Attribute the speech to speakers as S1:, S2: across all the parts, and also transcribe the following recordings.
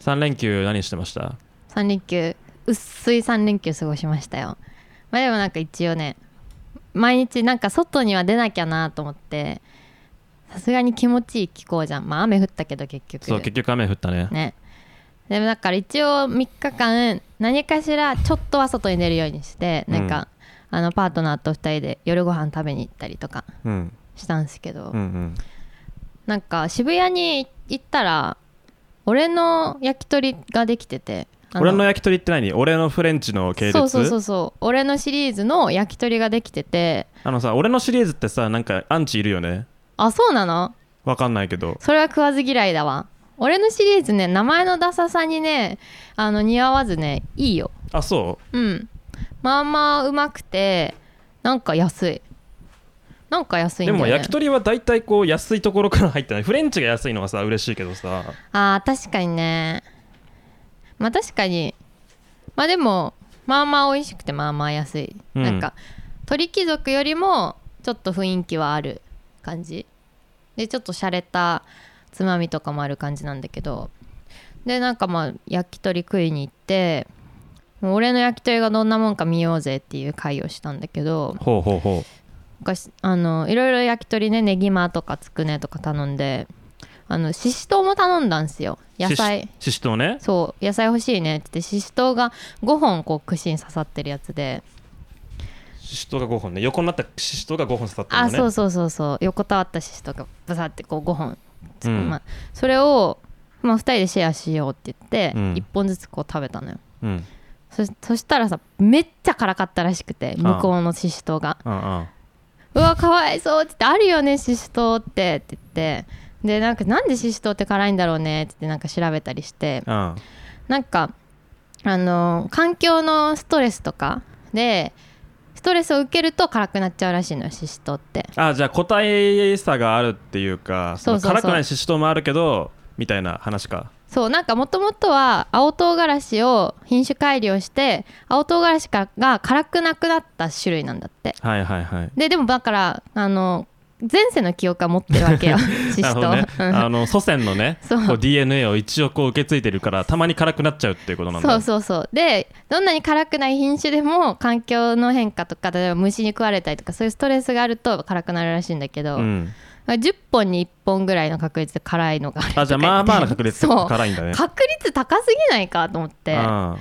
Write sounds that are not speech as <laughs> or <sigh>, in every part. S1: 3連休何してました
S2: 3連休薄い3連休過ごしましたよまあでもなんか一応ね毎日なんか外には出なきゃなと思ってさすがに気持ちいい気候じゃんまあ雨降ったけど結局
S1: そう結局雨降ったね
S2: ねでもだから一応3日間何かしらちょっとは外に出るようにしてなんか、あのパートナーと2人で夜ご飯食べに行ったりとか
S1: うん
S2: したんですけ
S1: う
S2: ど、
S1: んうん
S2: なんか渋谷に行ったら俺の焼き鳥ができててあ
S1: 俺の焼き鳥って何俺のフレンチの系列
S2: そうそうそうそう俺のシリーズの焼き鳥ができてて
S1: あのさ俺のシリーズってさなんかアンチいるよね
S2: あそうなの
S1: わかんないけど
S2: それは食わず嫌いだわ俺のシリーズね名前のダサさにねあの似合わずねいいよ
S1: あそ
S2: うんまあまあうまくてなんか安いなんか安
S1: う
S2: いんだ
S1: で
S2: よ、ね、
S1: も焼き鳥は大体こう安いところから入ってないフレンチが安いのがさ嬉しいけどさ
S2: あー確かにねまあ確かにまあでもまあまあ美味しくてまあまあ安い、
S1: うん
S2: なんか鳥貴族よりもちょっと雰囲気はある感じでちょっと洒落たつまみとかもある感じなんだけどでなんかまあ焼き鳥食いに行ってもう俺の焼き鳥がどんなもんか見ようぜっていう会をしたんだけど
S1: ほうほうほう
S2: 昔あのいろいろ焼き鳥ねねぎまとかつくねとか頼んであのししとうも頼んだんですよ野菜
S1: ししししとうね
S2: そう野菜欲しいねって言ってししとうが5本こう串に刺さってるやつで、
S1: ししとうが5本ね横になったししとうが5本刺さってるの
S2: あ
S1: ね
S2: そううそうそうそう横たわったししとうがブサってこう5本つく、
S1: うん
S2: まあ、それを、まあ、2人でシェアしようって言って、
S1: うん
S2: 1本ずつこう食べたのよ
S1: うん
S2: そそしたらさめっちゃ辛かったらしくて向こうのししとうが
S1: うんうん
S2: うわかわいそうって言ってあるよねししとうってって言ってでなんかなんでししとうって辛いんだろうねって言ってなんか調べたりして
S1: うん
S2: なんかあの環境のストレスとかでストレスを受けると辛くなっちゃうらしいのよししとうって
S1: あじゃあ個体差があるっていうかその
S2: そうそうそう
S1: 辛くないししとうもあるけどみたいな話か
S2: そうなんかもともとは青唐辛子を品種改良して青唐辛子かが辛くなくなった種類なんだって
S1: はいはいはい
S2: ででもだからあの前世の記憶は持ってるわ
S1: <laughs>
S2: けよし
S1: なる
S2: し
S1: ほ
S2: とう
S1: どね
S2: うん
S1: あの祖先のね
S2: <laughs> そう
S1: こう DNA を一応こう受け継いでるからたまに辛くなっちゃうっていうことなんだ
S2: そうそうそうでどんなに辛くない品種でも環境の変化とか例えば虫に食われたりとかそういうストレスがあると辛くなるらしいんだけど、
S1: ん、
S2: 10本に1本ぐらいの確率で辛いのがあるとか
S1: あじゃあまあまあな確率で
S2: そう
S1: 辛いんだね
S2: 確率高すぎないかと思って
S1: あ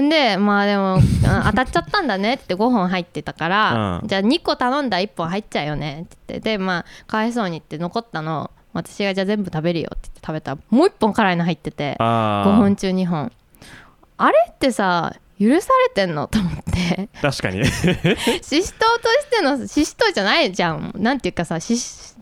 S2: んでまあでもあ当たっちゃったんだねって5本入ってたから、
S1: うん
S2: じゃあ2個頼んだ1本入っちゃうよねって言ってでまあかわいそうにって残ったの私がじゃあ全部食べるよって言って食べたらもう1本辛いの入ってて
S1: あ
S2: 5本中2本あれってさ許されてんの <laughs> と思って
S1: 確かに
S2: <laughs> ししとうとしてのししとうじゃないじゃんなんていうかさしし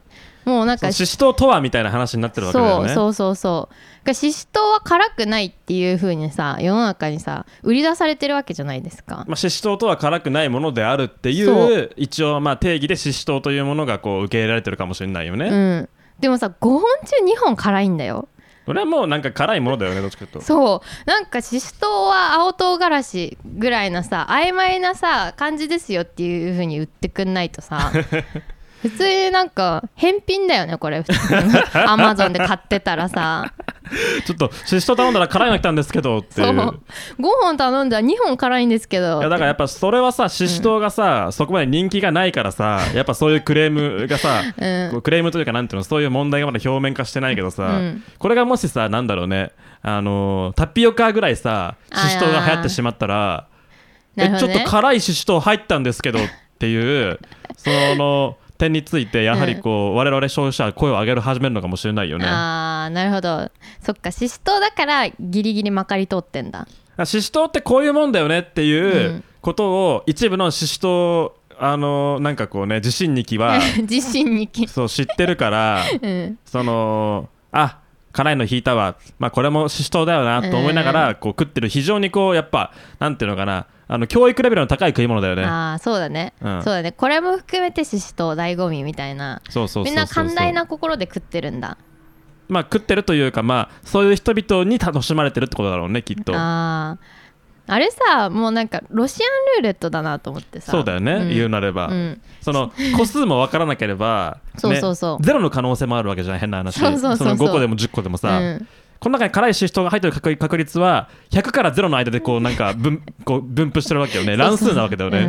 S2: もうなん
S1: そ
S2: か
S1: うししとうとはみたいな話になってるわけだよ
S2: そう
S1: ね
S2: そうそうそうがししとうは辛くないっていう風にさ世の中にさ売り出されてるわけじゃないですか
S1: まあ、ししとうとは辛くないものであるっていう
S2: そ
S1: 一応まあ定義でししとうというものがこう受け入れられてるかもしれないよね、
S2: うんでもさ5本中2本辛いんだよ
S1: これはもうなんか辛いものだよねどっちかとい
S2: <laughs>
S1: うと
S2: そうなんかししとうは青唐辛子ぐらいなさ曖昧なさ感じですよっていう風に売ってくんないとさ
S1: <laughs>
S2: 普通になんか返品だよね
S1: <laughs>
S2: これ普通のアマゾンで買ってたらさ
S1: ちょっとししとう頼んだら辛いの来たんですけどってい
S2: そうう5本頼んだら2本辛いんですけど
S1: いやだからやっぱそれはさししとうがさ、そこまで人気がないから
S2: <laughs>
S1: さやっぱそういうクレームがさ、
S2: うん
S1: こうクレームというかなんていうのそういう問題がまだ表面化してないけどさ、
S2: うん
S1: これがもしさなんだろうねあのータピオカぐらいさししとうが流行ってしまったら、
S2: なる
S1: え
S2: ほ
S1: ちょ
S2: ど
S1: っ
S2: ね
S1: と辛いししとう入ったんですけどっていうその点についてやはりこう、我々消費者は声を上げる始めるのかもしれないよね
S2: ああなるほどそっかししとうだからギリギリまかり通ってんだ
S1: ししとうってこういうもんだよねっていううことを一部のししとうあのーなんかこうね自信にき
S2: <laughs>
S1: は
S2: 自信にき
S1: そう知ってるから
S2: <laughs> うん
S1: そのあ辛いの引いたわ、まあ、これもししとうだよなと思いながら、こう食ってる非常にこうやっぱなんていうのかなあの教育レベルの高い食い物だよね
S2: ああそうだね、
S1: うん
S2: そうだねこれも含めてししとう醍醐味みたいな
S1: そうそうそうそうそう
S2: みんな寛大な心で食ってるんだ
S1: まあ食ってるというかまあそういう人々に楽しまれてるってことだろうねきっと
S2: あーあれさもうなんかロシアンルーレットだなと思ってさ
S1: そうだよね、
S2: ん
S1: 言うなれば、
S2: うん
S1: その個数も分からなければ
S2: <laughs> そうそうそう
S1: ねゼロの可能性もあるわけじゃない変な話
S2: そうそうそうそう
S1: の5個でも10個でもさ、
S2: うん
S1: この中に辛いシシトウが入ってる確確率は100から0の間でこうなんか
S2: <laughs>
S1: 分こう分布してるわけよね乱数なわけだよね。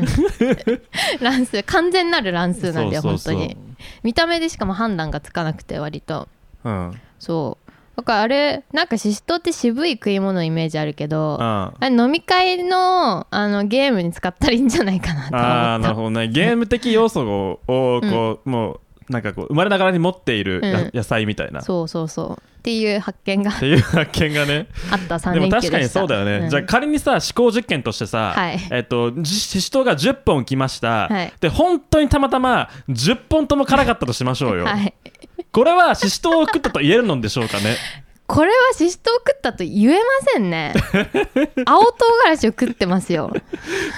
S2: 乱数完全なる乱数なんだよ
S1: そ
S2: 本
S1: うそ
S2: 当
S1: うそう
S2: に見た目でしかも判断がつかなくて割と
S1: うんうん
S2: そうだからあれなんかシシトウって渋い食い物のイメージあるけどあ
S1: あ
S2: れ飲み会のあのゲームに使ったらいいんじゃないかなと思った
S1: ーなるほどねゲーム的要素ををこう、もうなんかこう生まれながらに持っているや、
S2: うん
S1: 野菜みたいなっ
S2: そうそうそうっていう発見が
S1: ていう発見が
S2: <laughs>
S1: ね
S2: あった3
S1: でも
S2: 連
S1: 確
S2: 休でした
S1: かにそうだよね、
S2: ん
S1: じゃあ仮にさ思考実験としてさ、
S2: はい
S1: えっとじシシトウが10本来ました、
S2: はい
S1: で本当にたまたま10本とも辛かったとしましょうよ、
S2: はい、
S1: これはシシトウを食ったと言えるのでしょうかね
S2: これはシシトウ食ったと言えませ
S1: <laughs>
S2: んね青唐辛子を食ってますよ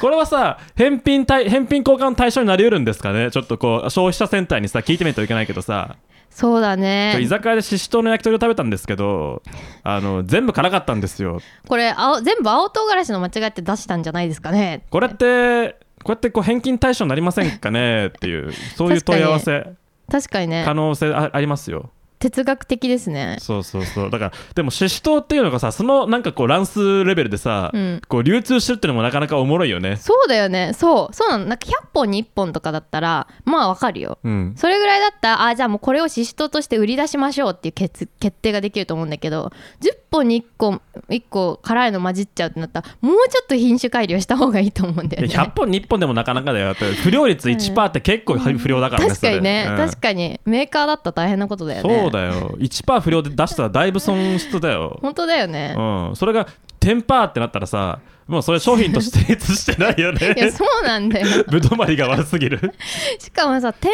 S1: これはさ返品対返品交換の対象になりうるんですかねちょっとこう消費者センターにさ聞いてみないといけないけどさ
S2: そうだ
S1: ちょ居
S2: ね
S1: 酒屋でシシトウの焼き鳥を食べたんですけどあの全部辛かったんですよ
S2: これ青全部青唐辛子の間違いって出したんじゃないですかね
S1: これってこうやってこう返金対象になりませんかねっていうそういう問い合わせ
S2: 確かにね
S1: 可能性あありますよ
S2: 哲学的ですね
S1: そうそうそうだからでもシシトウっていうのがさそのなんかこう乱数レベルでさ、
S2: うん
S1: こう流通してるっていうのもなかなかおもろいよね
S2: そうだよねそうそうなのなんか100本に1本とかだったらまあわかるよ
S1: うん
S2: それぐらいだったらあじゃあもうこれをシシトウとして売り出しましょうっていう決決定ができると思うんだけど10本に1個1個辛いの混じっちゃうってなったらもうちょっと品種改良した方がいいと思うんだ
S1: い
S2: よ
S1: や
S2: ね
S1: 100本に1本でもなかなかだよだって不良率1%って結構不良だからね
S2: 確かにね、
S1: それうん
S2: 確かにメーカーだったら大変なことだよね
S1: そうだよ1%不良で出したらだいぶ損失だ
S2: <laughs>
S1: よ、
S2: 本当だよね、
S1: うん、それが10%ってなったらさもうそれ商品として成立してないよ
S2: <laughs> い
S1: <laughs>
S2: や
S1: ね
S2: そうなんだよ
S1: ぶどまりが悪す
S2: <laughs>
S1: ぎる
S2: しかもさテン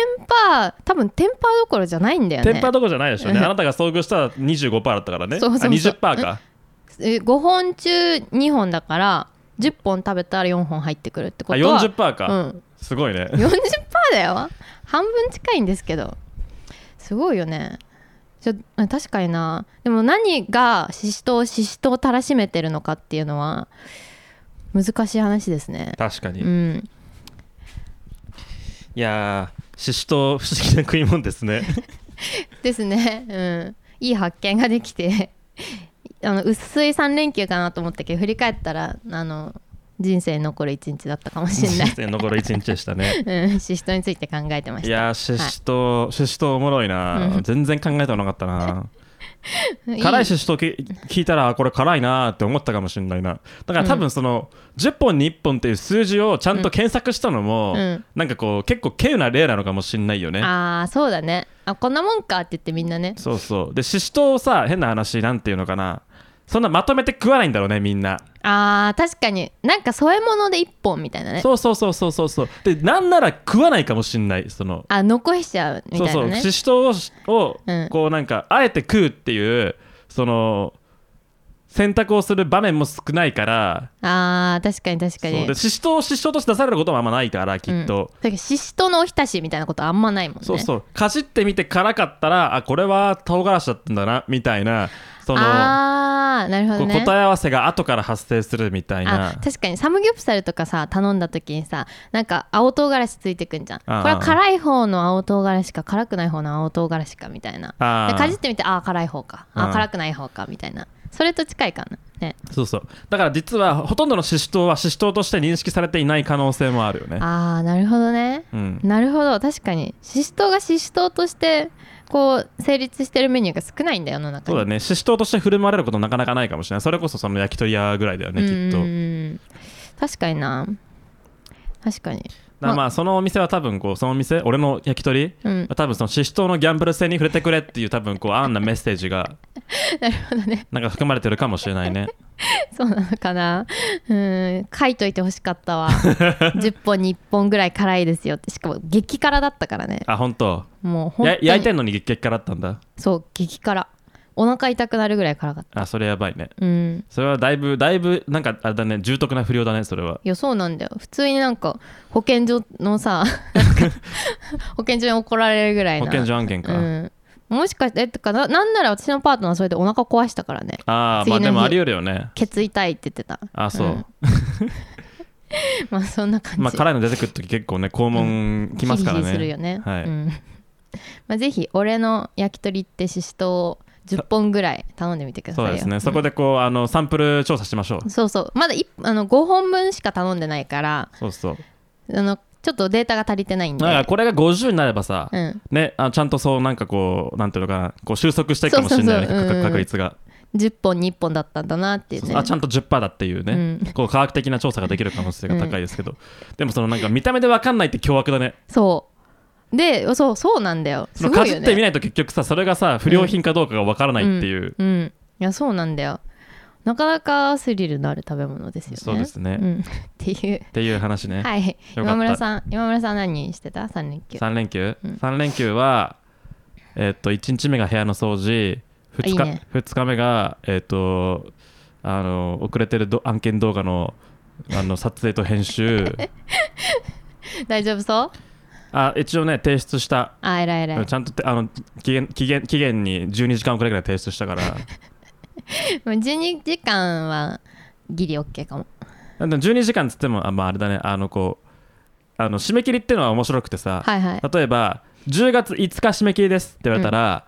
S2: パー多分テンパーどころじゃないんだよね
S1: 10%どころじゃないでしょうねあなたが遭遇したら25%だったからね
S2: そうそうそう
S1: あ20%か
S2: え5本中2本だから10本食べたら4本入ってくるって
S1: あ
S2: ことは
S1: 40%か、
S2: うん、
S1: すごいね
S2: 40%だよ半分近いんですけどすごいよねちょうん確かになでも何がししとうししとうたらしめてるのかっていうのは難しい話ですね
S1: 確かに、
S2: う
S1: い
S2: ん
S1: やーシシトウ不思議な食い物です
S2: <laughs>
S1: ね
S2: ですねうんいい発見ができて <laughs> あの薄い3連休かなと思ったけど振り返ったらあの人生に残る一日だったかもしれ
S1: 人
S2: ない
S1: 生残る一日でした
S2: <laughs>
S1: ね <laughs>
S2: うん、シシトについて考えてました。
S1: いやーシシトウシシトウおもろいな、
S2: うん
S1: 全然考えたことなかったな
S2: はい
S1: 辛いシシトウき聞いたらあこれ辛いなーって思ったかもしれないなだから多分その、10本に1本っていう数字をちゃんと検索したのも、
S2: うん
S1: なんかこう結構稀有な例なのかもしれないよね
S2: ああ、そうだね。あ、こんなもんかって言ってみんなね。
S1: そうそうでシシトウをさ変な話なんていうのかなそんなまとめて食わないんだろうねみんな
S2: ああ、確かになんか添え物で一本みたいなね。
S1: そうそうそうそうそうそうでなんなら食わないかもしれないその
S2: あ、残しちゃうみ
S1: そう
S2: たい
S1: そ
S2: な
S1: う
S2: ね。
S1: シシトウをしを
S2: うん
S1: こうなんかあえて食うっていうその選択をする場面も少ないから
S2: ああ、確かに確か
S1: そう
S2: に
S1: で。シシトウをシシトウとして出されることはあんまないからきっと
S2: うん、、だけどシシトのおひたしみたいなことあんまないもんね。
S1: そうそうかじってみて辛かったらあこれは唐辛子だったんだなみたいなその
S2: ああ、なるほ
S1: こ
S2: ど
S1: う
S2: ね。
S1: 答え合わせが後から発生するみたい
S2: あ
S1: な
S2: 確かにサムギョプサルとかさ頼んだ時にさなんか青唐辛子ついてくんじゃんこれ
S1: あー
S2: は辛い方の青唐辛子か辛くない方の青唐辛子かみたいな
S1: あー
S2: でかじってみてああ辛い方か
S1: う
S2: あ
S1: ん
S2: ー辛くない方かみたいなそれと近いかなね
S1: そうそうだから実はほとんどのシシトウはシシトウとして認識されていない可能性もあるよね
S2: あーなるほどね
S1: うん
S2: なるほど確かにシシトウがシシトウとしてこう成立してるメニューが少ないんだよ世の中
S1: そうだねシシトウとして振る舞われることなかなかないかもしれないそれこそその焼き鳥屋ぐらいだよねきっと
S2: きっと確かにな確かに
S1: だからまあそのお店は多分こうそのお店俺の焼き鳥、
S2: うん
S1: 多分そのシシトウのギャンブル性に触れてくれっていう多分こうあんなメッセージが
S2: <laughs> なるほどね
S1: なんか含まれてるかもしれないね
S2: そうなのかなうん書いといてほしか
S1: <laughs>
S2: ったわ10本に1本ぐらい辛いですよってしかも激辛だったからね
S1: あ本当
S2: もう本
S1: や
S2: 当に
S1: 焼いてんのに激激辛だったんだ
S2: そう激辛お腹痛くなるぐらい辛かっ
S1: あそれやばいね
S2: たうん
S1: それはだいぶだいぶなんかあれだね重篤な不良だねそれはい
S2: やそうなんだよ普通になんか保健所
S1: <laughs>
S2: のさなんか保健所に怒られるぐらい
S1: 保
S2: な
S1: 健所案件か、
S2: うんもしかしてえとかななんなら私のパートナーそれでお腹壊したからね
S1: ああま
S2: 次の
S1: あ
S2: 日
S1: でもあり得るよね
S2: ケツ痛いって言ってた
S1: あそう、
S2: ん <laughs> まあそんな感じ
S1: まあ辛いの出てくるとき結構ね肛門きますからね、
S2: <laughs> ヒリヒリするよね。
S1: はい
S2: うんまあ、ぜひ俺の焼き鳥ってししとうを10本ぐらい頼んでみてくださ
S1: そ
S2: い
S1: う
S2: よ
S1: です
S2: う
S1: ね
S2: ん
S1: そこでこうあのサンプル調査しましょう
S2: そうそうまだいあの5本分しか頼んでないから
S1: そうそう
S2: あのちょっとデータが足りてないんで
S1: だからこれが50になればさ、
S2: うん、
S1: ね、あちゃんとそうなんかこうなんていうのかなこう収束していくかもしれないよね
S2: そうそうそう
S1: 価格
S2: うん
S1: 確率が、
S2: 10本2本だったんだなっていう
S1: そう
S2: ね
S1: そうあちゃんと10%だっていうね、
S2: うん
S1: こう科学的な調査ができる可能性が高いですけど、でもそのなんか見た目で分かんないって凶悪だね
S2: そうでそうそうなんだよ
S1: そ
S2: す
S1: の
S2: ご
S1: か
S2: い
S1: じ
S2: よ
S1: ってみ
S2: ね
S1: ないと結局さそれがさ不良品かどうかが分からないっていう、
S2: うん、うんいやそうなんだよなかなかスリルのある食べ物ですよね
S1: そうですね
S2: うん、 <laughs> っていう
S1: っていう話ね、
S2: はい
S1: た
S2: 今村さん今村さん何してた3連休
S1: 3連休、
S2: うん
S1: 3連休はえっと1日目が部屋の掃除2日
S2: いいね
S1: 2日目がえっとあの遅れてるど案件動画のあの撮影と編集
S2: 大丈夫そう
S1: あ一応ね提出した
S2: あ偉い偉い
S1: ちゃんとてあの期限期限期限に12時間遅れぐらい提出したから
S2: <laughs> もう12時間はギリ OK かも
S1: でも12時間つってもあ,、まあ、あれだねあのこうあの締め切りっていうのは面白くてさ、
S2: はいはい
S1: 例えば10月5日締め切りですって言われたら、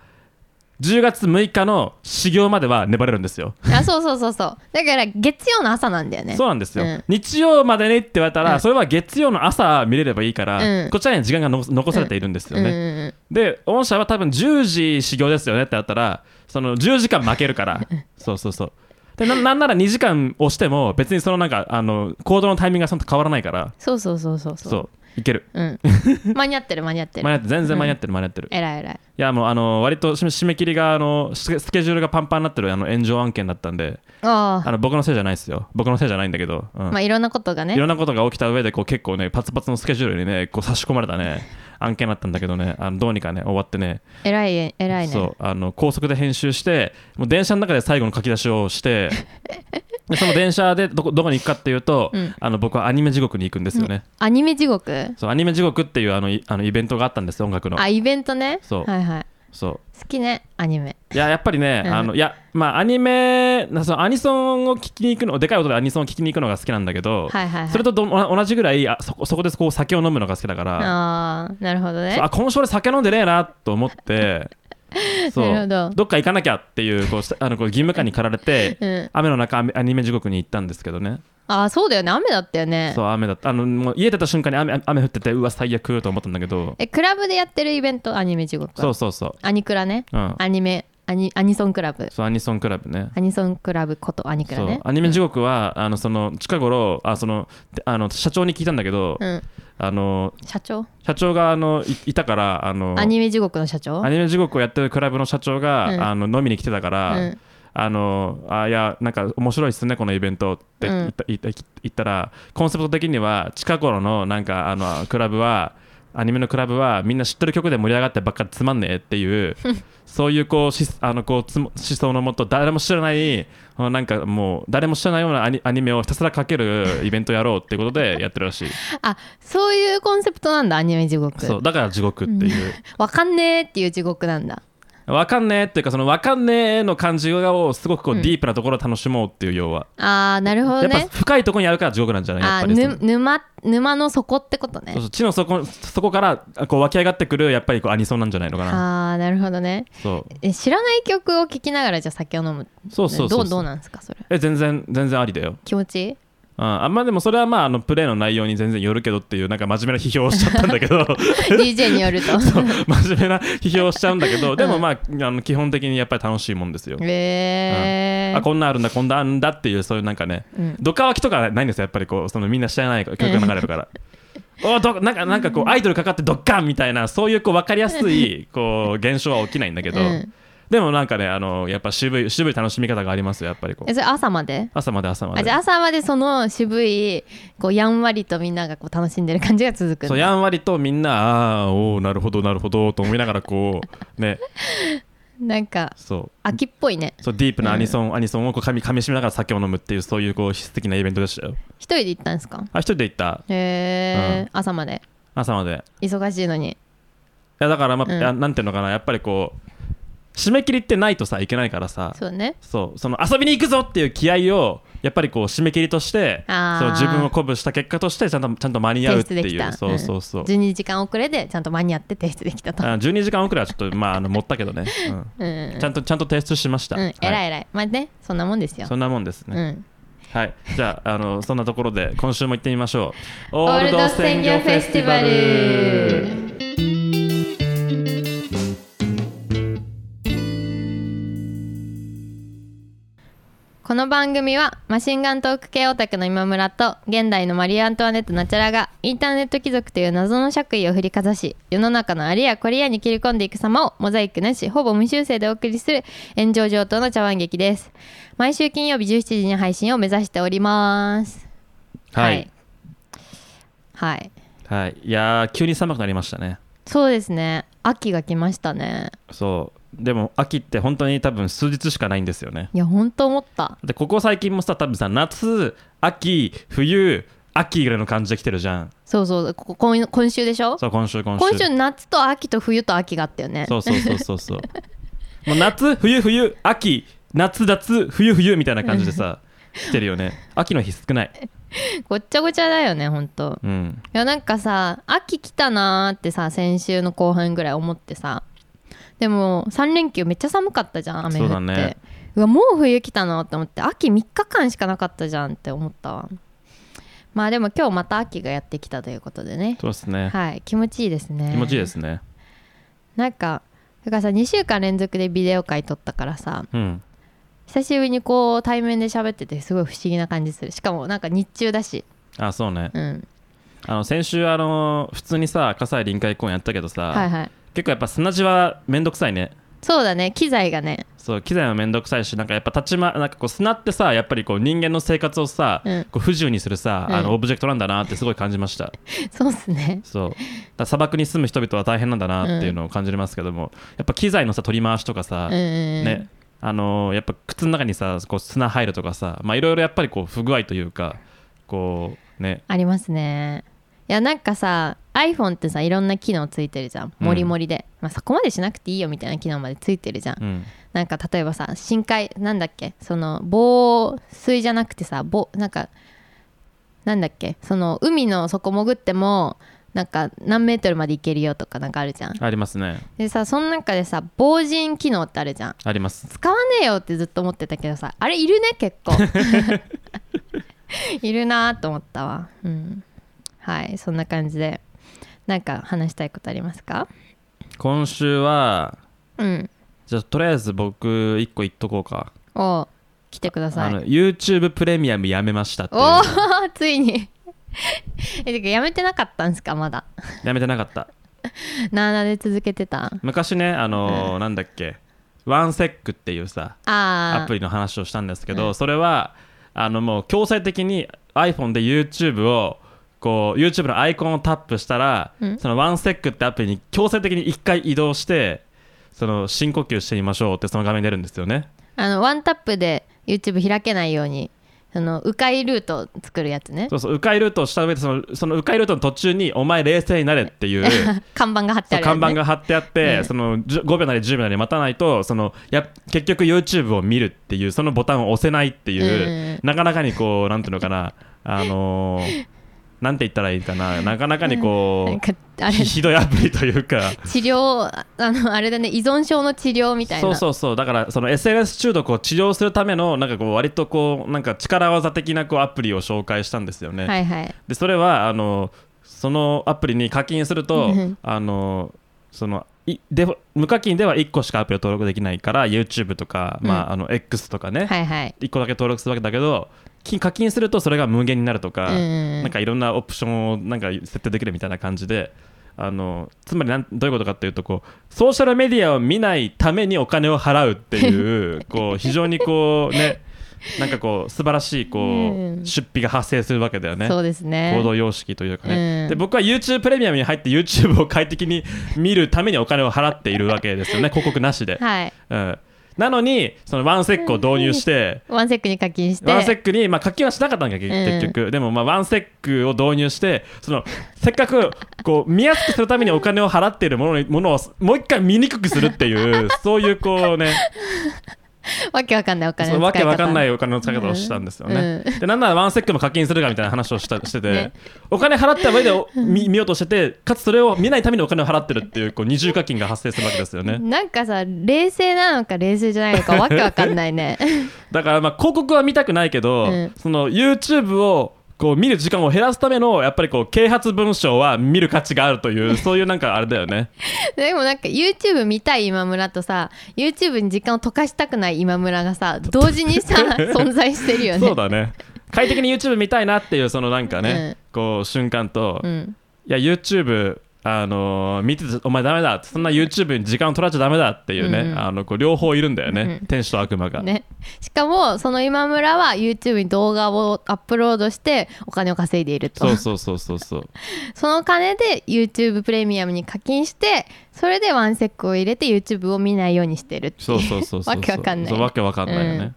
S1: 10月6日の始業までは粘れるんですよ
S2: あそうそうそうそうだから月曜の朝なんだよね
S1: そうなんですよ、
S2: うん
S1: 日曜までにって言われたら、
S2: うん
S1: それは月曜の朝見れればいいから、
S2: うん
S1: こちらに時間がの残されているんですよね、
S2: うんうんうん
S1: で御社は多分10時始業ですよねってなったらその10時間負けるからそうそうそうでななんなら2時間押しても別にそのなんかあの行動のタイミングがそんな変わらないから
S2: そうそうそうそう
S1: そう
S2: そう
S1: いける
S2: うん
S1: <laughs>
S2: 間に合ってる間に合って
S1: 間に合
S2: る
S1: って全然間に合ってる間に合ってる、い
S2: えらいえらい
S1: やもうあの割と締め締め切りがあのスケスケジュールがパンパンになってるあの炎上案件だったんで
S2: あ
S1: あの僕のせいじゃないですよ僕のせいじゃないんだけど、うん
S2: あまあいろんなことが
S1: いろ
S2: ね
S1: んなことが起きた上でこう結構ねパツパツのスケジュールにねこう差し込まれたね案件だったんだけどねあのどうにかね終わってね
S2: えらいえらいね
S1: そうあの高速で編集してもう電車の中で最後の書き出しをして
S2: <laughs>
S1: でその電車でどこどこに行くかっていうと、
S2: うん
S1: あの僕はアニメ地獄に行くんですよね、
S2: アニメ地獄
S1: そうアニメ地獄っていうあのいあのイベントがあったんですよ音楽の
S2: あイベントね
S1: そう
S2: はいはい
S1: そ
S2: 好きねアニメ
S1: ういややっぱりね、
S2: うん
S1: あのいやまあアニメなそのアニソンを聴きに行くのでかい音でアニソンを聴きに行くのが好きなんだけど、
S2: はいはいはい
S1: それとど同同じぐらいあそこそこでこう酒を飲むのが好きだから
S2: ああなるほど
S1: そう
S2: ね
S1: あ今週俺酒飲んでねえなと思ってそう
S2: <laughs> なるほど
S1: っか行かなきゃっていうこうしたあのこう義務感に駆られて
S2: うん
S1: 雨の中アメアニメ地獄に行ったんですけどね、
S2: ああそうだよね雨だったよね
S1: そう雨だったあのもう家出た瞬間に雨雨降っててうわ最悪と思ったんだけど
S2: えクラブでやってるイベントアニメ地獄
S1: そう
S2: は
S1: そうそう
S2: アニクラね
S1: うん
S2: アニメアニアニソンクラブ
S1: そうアニソンクラブね
S2: アニソンクラブことアニク
S1: そ
S2: ラ
S1: う
S2: ね
S1: アニメ地獄は、あのその近頃あそのてあの社長に聞いたんだけど、
S2: うん
S1: あの
S2: 社長
S1: 社長があのいいたからあの
S2: アニメ地獄の社長
S1: アニメ地獄をやってるクラブの社長が、
S2: うん
S1: あの飲みに来てたから、
S2: うん
S1: あのあいやなんか面白いっすねこのイベントって
S2: うん
S1: 言った,、言った言ったらコンセプト的には近頃のなんかあのクラブはアニメのクラブはみんな知ってる曲で盛り上がってばっかりつまんねえって
S2: <laughs>
S1: いうそういうこうしあのこうつも思想のもと誰も知らないあのなんかもう誰も知らないようなアニアニメをひたすらかけ
S2: <laughs>
S1: るイベントやろうってことでやってるらしい
S2: あそういうコンセプトなんだアニメ地獄
S1: そうだから地獄っていう。
S2: わかんねえっていう地獄なんだ
S1: わかんねえっていうかそのわかんねえの感じをすごくこう
S2: うん
S1: ディープなところを楽しもうっていう要は、
S2: ああなるほ
S1: や
S2: ど
S1: っ
S2: ね
S1: ぱ深いところにあるから地獄なんじゃないやっ
S2: あ
S1: ぱ
S2: ー
S1: りその
S2: ぬ沼沼の底ってこと
S1: そう
S2: ね
S1: そう地の底そこからこう湧き上がってくるやっぱりこうアニソンなんじゃないのかな
S2: ああなるほどね
S1: そう
S2: え知らない曲を聴きながらじゃあ酒を飲む
S1: そうそうそう
S2: どうどう
S1: う
S2: なんですかそれ
S1: え全然全然ありだよ、
S2: 気持ちい <laughs> い
S1: うん、あんまあでもそれはまああのプレイの内容に全然よるけどっていうなんか真面目な批評をしちゃったんだけ
S2: <laughs>
S1: ど
S2: DJ によると
S1: <laughs> そう真面目な批評をしちゃうんだけどでもま
S2: <laughs>
S1: あ,、あの基本的にやっぱり楽しいもんですよ、
S2: えー
S1: あこんなあるんだこんなあるんだっていうそういうなんかね
S2: うん
S1: ドカ脇とかないんですよやっぱりこうそのみんな知らない曲が流れるから。おどなんかなんかこうアイドルかかってドッカンみたいなそういうこう分かりやすいこう現象は起きないんだけど、
S2: うん
S1: でもなんかねあのやっぱ渋い渋い楽しみ方がありますよやっぱりこ
S2: え
S1: う
S2: それ朝まで
S1: 朝まで朝ま
S2: あじ
S1: で
S2: ゃあ朝までその渋いこうやんわりとみんながこう楽しんでる感じが続くんだ
S1: そうやんわりとみんなああーおーなるほどなるほどと思いながらこ
S2: <laughs>
S1: うね
S2: なんか
S1: そ
S2: 秋っぽいね
S1: うそうディープなアニソン、アニソンをこうかみかみしめながら酒を飲むっていうそういうこう質的なイベントでしたよ
S2: 一人で行ったんですか
S1: あ一人で行った
S2: へえ、朝まで
S1: 朝まで
S2: 忙しいのに
S1: いやだから、まあ
S2: うん
S1: あなんていうのかなやっぱりこう締め切りってないとさいけないからさ
S2: そうね
S1: そうその遊びに行くぞっていう気合をやっぱりこう締め切りとして
S2: あ
S1: そ
S2: ー
S1: う自分を鼓舞した結果としてちゃんとちゃんと間に合うって
S2: 提出で
S1: い
S2: き
S1: う
S2: た
S1: そうそうそう、
S2: 12時間遅れでちゃんと間に合って提出できたと。
S1: あ12時間遅れはちょっとまああの持ったけどね、
S2: うん
S1: うん、ちゃんとちゃんと提出しました、
S2: うん、
S1: は
S2: 偉
S1: い
S2: い偉い。まあね、そんなもんですよ。
S1: そんなもんですね、
S2: うん。
S1: はい、じゃあ、あの、そんなところで、今週も行ってみましょう。オ
S2: オールド鮮魚フェスティバル。この番組はマシンガントーク系オタクの今村と現代のマリー・アントワネット・ナチャラがインターネット貴族という謎の爵位を振りかざし世の中のありやこりやに切り込んでいく様をモザイクなしほぼ無修正でお送りする炎上上等の茶碗劇です毎週金曜日17時に配信を目指しております
S1: はい。
S2: はい
S1: はい、いやー、急に寒くなりましたね。
S2: そうですね秋が来ましたね
S1: そう、でも、秋って本当に多分数日しかないんですよね。
S2: いやほんと思った
S1: で、ここ最近もさ、多分さ、夏、秋、冬、秋ぐらいの感じで来てるじゃん。
S2: そうそうここ今今週でしょ
S1: そう、今週、今週。
S2: 今週夏と秋と冬と秋があったよね
S1: そうそうそうそうそう。もう夏、冬、冬、秋、夏、夏、冬、冬みたいな感じでさ、来てるよね。秋の日少ない。
S2: ごっちゃごちゃだよねほんと
S1: うん。
S2: いやなんかさ秋来たなーってさ先週の後半ぐらい思ってさでも3連休めっちゃ寒かったじゃん雨降って
S1: そうだね
S2: うわもう冬来たなって思って秋3日間しかなかったじゃんって思ったわまあでも今日また秋がやってきたということでね
S1: そうですね。
S2: はい気持ちいいですね
S1: 気持ちいいですね。
S2: なんかだからさ2週間連続でビデオ会撮ったからさ
S1: うん。
S2: 久しぶりにこう対面で喋っててすごい不思議な感じするしかもなんか日中だし
S1: あ、そうね。
S2: うん
S1: あの先週あの普通にさ葛西臨海公園やったけどさ、
S2: はいはい
S1: 結構やっぱ砂地はめんどくさいね
S2: そうだね機材が
S1: <laughs>
S2: ね
S1: そう機材もめんどくさいしなんかやっぱ立ちまなんかこう砂ってさやっぱりこう人間の生活をさ、
S2: うん
S1: こう不自由にするさ、
S2: うん
S1: あのオブジェクトなんだなってすごい感じました
S2: そうっすね
S1: そうだから砂漠に住む人々は大変なんだなっていうのを感じますけども、やっぱ機材のさ取り回しとかさ、
S2: うんうんうん
S1: ねあのーやっぱ靴の中にさこう砂入るとかさまあいろいろやっぱりこう不具合というかこうね
S2: ありますねいやなんかさ iPhone ってさいろんな機能ついてるじゃん
S1: うん
S2: もりもりで、まあ、そこまでしなくていいよみたいな機能までついてるじゃん、
S1: うん
S2: なんか例えばさ深海なんだっけその防水じゃなくてさ防なんかなんだっけその海の底潜ってもなんか何メートルまで行けるよとかなんかあるじゃん
S1: ありますね
S2: でさその中でさ防塵機能ってあるじゃん
S1: あります
S2: 使わねえよってずっと思ってたけどさあれいるね結
S1: <laughs>
S2: 構いるなと思ったわうんはいそんな感じでなんか話したいことありますか
S1: 今週は
S2: うん
S1: じゃあとりあえず僕一個言っとこうか
S2: お来てくださ
S1: あ
S2: い
S1: の YouTube プレミアムやめましたってい
S2: お
S1: う
S2: おー <laughs> ついにえてかやめてなかったんですかまだ
S1: やめてなかった
S2: なあなあで続けてた
S1: 昔ねあのーなんだっけワンセックっていうさ
S2: あー
S1: アプリの話をしたんですけ
S2: う
S1: どそれはあのもう強制的に iPhone で YouTube をこう YouTube のアイコンをタップしたら、
S2: うん
S1: そのワンセックってアプリに強制的に1回移動してその深呼吸してみましょうってその画面に出るんですよね
S2: あのワンタップで YouTube 開けないようにその迂回ルート作るやつね
S1: そうそう迂回ルートをした上でそのその迂回ルートの途中にお前冷静になれっていう
S2: <laughs> 看板が貼って
S1: そ
S2: あ
S1: う
S2: るやつ、
S1: 看
S2: ね、
S1: 板が貼ってあって、
S2: うん
S1: そのじゅ5秒なり10秒なり待たないとそのや結局 YouTube を見るっていうそのボタンを押せないっていう、なかなかにこうなんていうのかなあのーなんて言ったらいいかななかなかに
S2: な
S1: こ
S2: んか
S1: う
S2: あれ
S1: ひひどいアプリというか。
S2: 治療あのあれだね依存症の治療みたいな
S1: そうそうそうだからその SNS 中毒を治療するためのなんかこう割とこうなんか力技的なこうアプリを紹介したんですよね、
S2: はいはい
S1: でそれはあのそのアプリに課金すると
S2: うん
S1: あのそのいデフォ無課金では1個しかアプリを登録できないから YouTube とか、
S2: うん
S1: まあ、あの X とかね、
S2: はいはい
S1: 1個だけ登録するわけだけど金課金するとそれが無限になるとか、
S2: うんうんうん
S1: なんかいろんなオプションをなんか設定できるみたいな感じで。あのつまりなんどういうことかっていうとこうソーシャルメディアを見ないためにお金を払うっていう
S2: <laughs>
S1: こう非常にこうねなんかこう素晴らしいこう、
S2: うん
S1: 出費が発生するわけだよね。
S2: そうですね
S1: 行動様式というかね、
S2: うん
S1: で僕は YouTube プレミアムに入って YouTube を快適に見るためにお金を払っているわけですよ
S2: <laughs>
S1: ね広告なしで、
S2: はい
S1: うん、なのにそのワンセックを導入して
S2: ワンセックに課金して
S1: ワンセックに、まあ、課金はしなかったんだけど
S2: うん
S1: 結局、でも、まあ、ワンセックを導入してそのせっかくこう見やすくするためにお金を払っているものにものをもう一回見にくくするっていうそういうこうね
S2: わけわかんないお金
S1: そう
S2: の
S1: わ
S2: 使い
S1: け
S2: 方
S1: わかんないお金の使い方をしたんですよね。
S2: うん
S1: でなんならワンセックも課金するかみたいな話をしたしてて、
S2: ね
S1: お金払った上で
S2: <laughs>
S1: お見見ようとしててかつそれを見ないためにお金を払ってるっていうこう二重課金が発生するわけですよね。
S2: なんかさ冷静なのか冷静じゃないのかわけわかんな
S1: <laughs>
S2: いね
S1: だからまあ広告は見たくないけど、
S2: うん
S1: その YouTube をこう見る時間を減らすためのやっぱりこう啓発文章は見る価値があるというそういうなんかあれだよ
S2: <laughs>
S1: ね。
S2: でもなんか YouTube 見たい今村とさ YouTube に時間を溶かしたくない今村がさ同時にさ存在してるよね
S1: そうだね。快適に YouTube 見たいなっていうそのなんかね、こう瞬間と、
S2: う
S1: い
S2: ん
S1: や YouTube あのー見ててお前ダメだそんな YouTube に時間を取られちゃダメだっていうね、
S2: うんうん
S1: あのこう両方いるんだよね、
S2: うんうん
S1: 天使と悪魔が、
S2: ね、しかもその今村は YouTube に動画をアップロードしてお金を稼いでいると
S1: そうそうそうそうそう
S2: その金で YouTube プレミアムに課金してそれでワンセックを入れて YouTube を見ないようにしてるっていう
S1: そうそうそうそう
S2: <laughs> わけわかんない
S1: そうわけわかんないよね、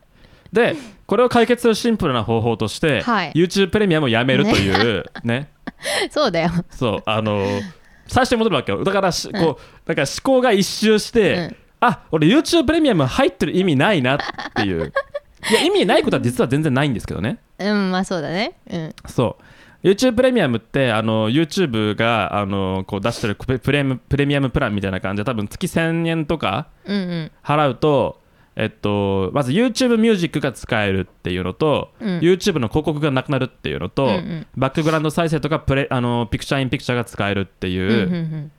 S1: でこれを解決するシンプルな方法として、
S2: <laughs> はい
S1: YouTube プレミアムをやめるというね
S2: <laughs> そうだよ
S1: そうあのー最初に戻るわけよだからし、こうだから思考が一周して、
S2: うん
S1: あ俺 YouTube プレミアム入ってる意味ないなっていう
S2: <laughs>
S1: いや意味ないことは実は全然ないんですけどね
S2: うんまあそうだねうん
S1: そう YouTube プレミアムってあの YouTube があのこう出してるプレプレミプレミアムプランみたいな感じで多分月1000円とか
S2: うん
S1: 払うと、えっと、まず YouTube ミュージックが使えるっていうのと、
S2: うん
S1: YouTube の広告がなくなるっていうのと、
S2: うんうん
S1: バックグラウンド再生とかプレあのピクチャーインピクチャーが使えるっていうう、
S2: んうんうん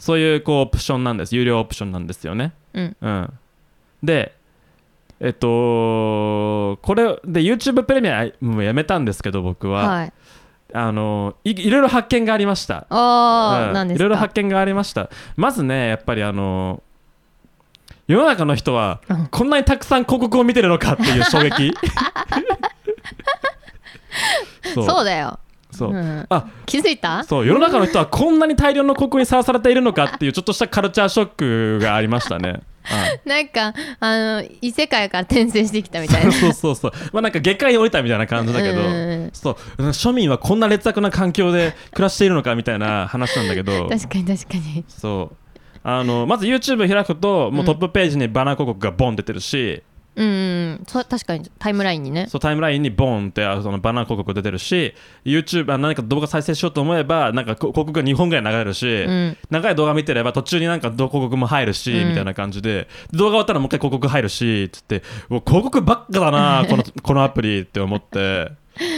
S1: そういうこうオプションなんです有料オプションなんですよね。
S2: うん
S1: うん、でえっとこれで YouTube プレミアムやめたんですけど僕は、
S2: はい
S1: あのいいろいろ発見がありました
S2: あ
S1: う
S2: あ
S1: ん
S2: 何で
S1: い
S2: す
S1: ろいろ
S2: か
S1: 発見がありましたまずねやっぱりあの世の中の人は
S2: うん
S1: こんなにたくさん広告を見てるのかっていう衝
S2: <laughs>
S1: 撃そう
S2: そうだよ
S1: そう、
S2: うん
S1: あ
S2: 気づいた
S1: そう世の中の人はこんなに大量の広告にさらされているのかっていうちょっとしたカルチャーショックがありましたね、
S2: <laughs>
S1: はい
S2: なんかあの異世界から転生してきたみたい
S1: <laughs>
S2: な
S1: そうそうそうまあなんか下界に降りたみたいな感じだけど、
S2: うんうんうん
S1: そう庶民はこんな劣悪な環境で暮らしているのかみたいな話なんだけど
S2: 確かに確かに
S1: そうあのまず YouTube 開くともうトップページにバナー広告がボン出てるし、
S2: うんうんそう確かにタイムラインにね
S1: そうタイムラインにボンってあそのバナー広告出てるし YouTube あ何か動画再生しようと思えばなんかこ広告が2本ぐらい流れるし、
S2: ん
S1: 長い動画見てれば途中になんかど広告も入るし、
S2: うん
S1: みたいな感じで動画終わったらもう一回広告入るしつってうわ広告ばっかだ
S2: <laughs>
S1: なこのこのアプリって思って。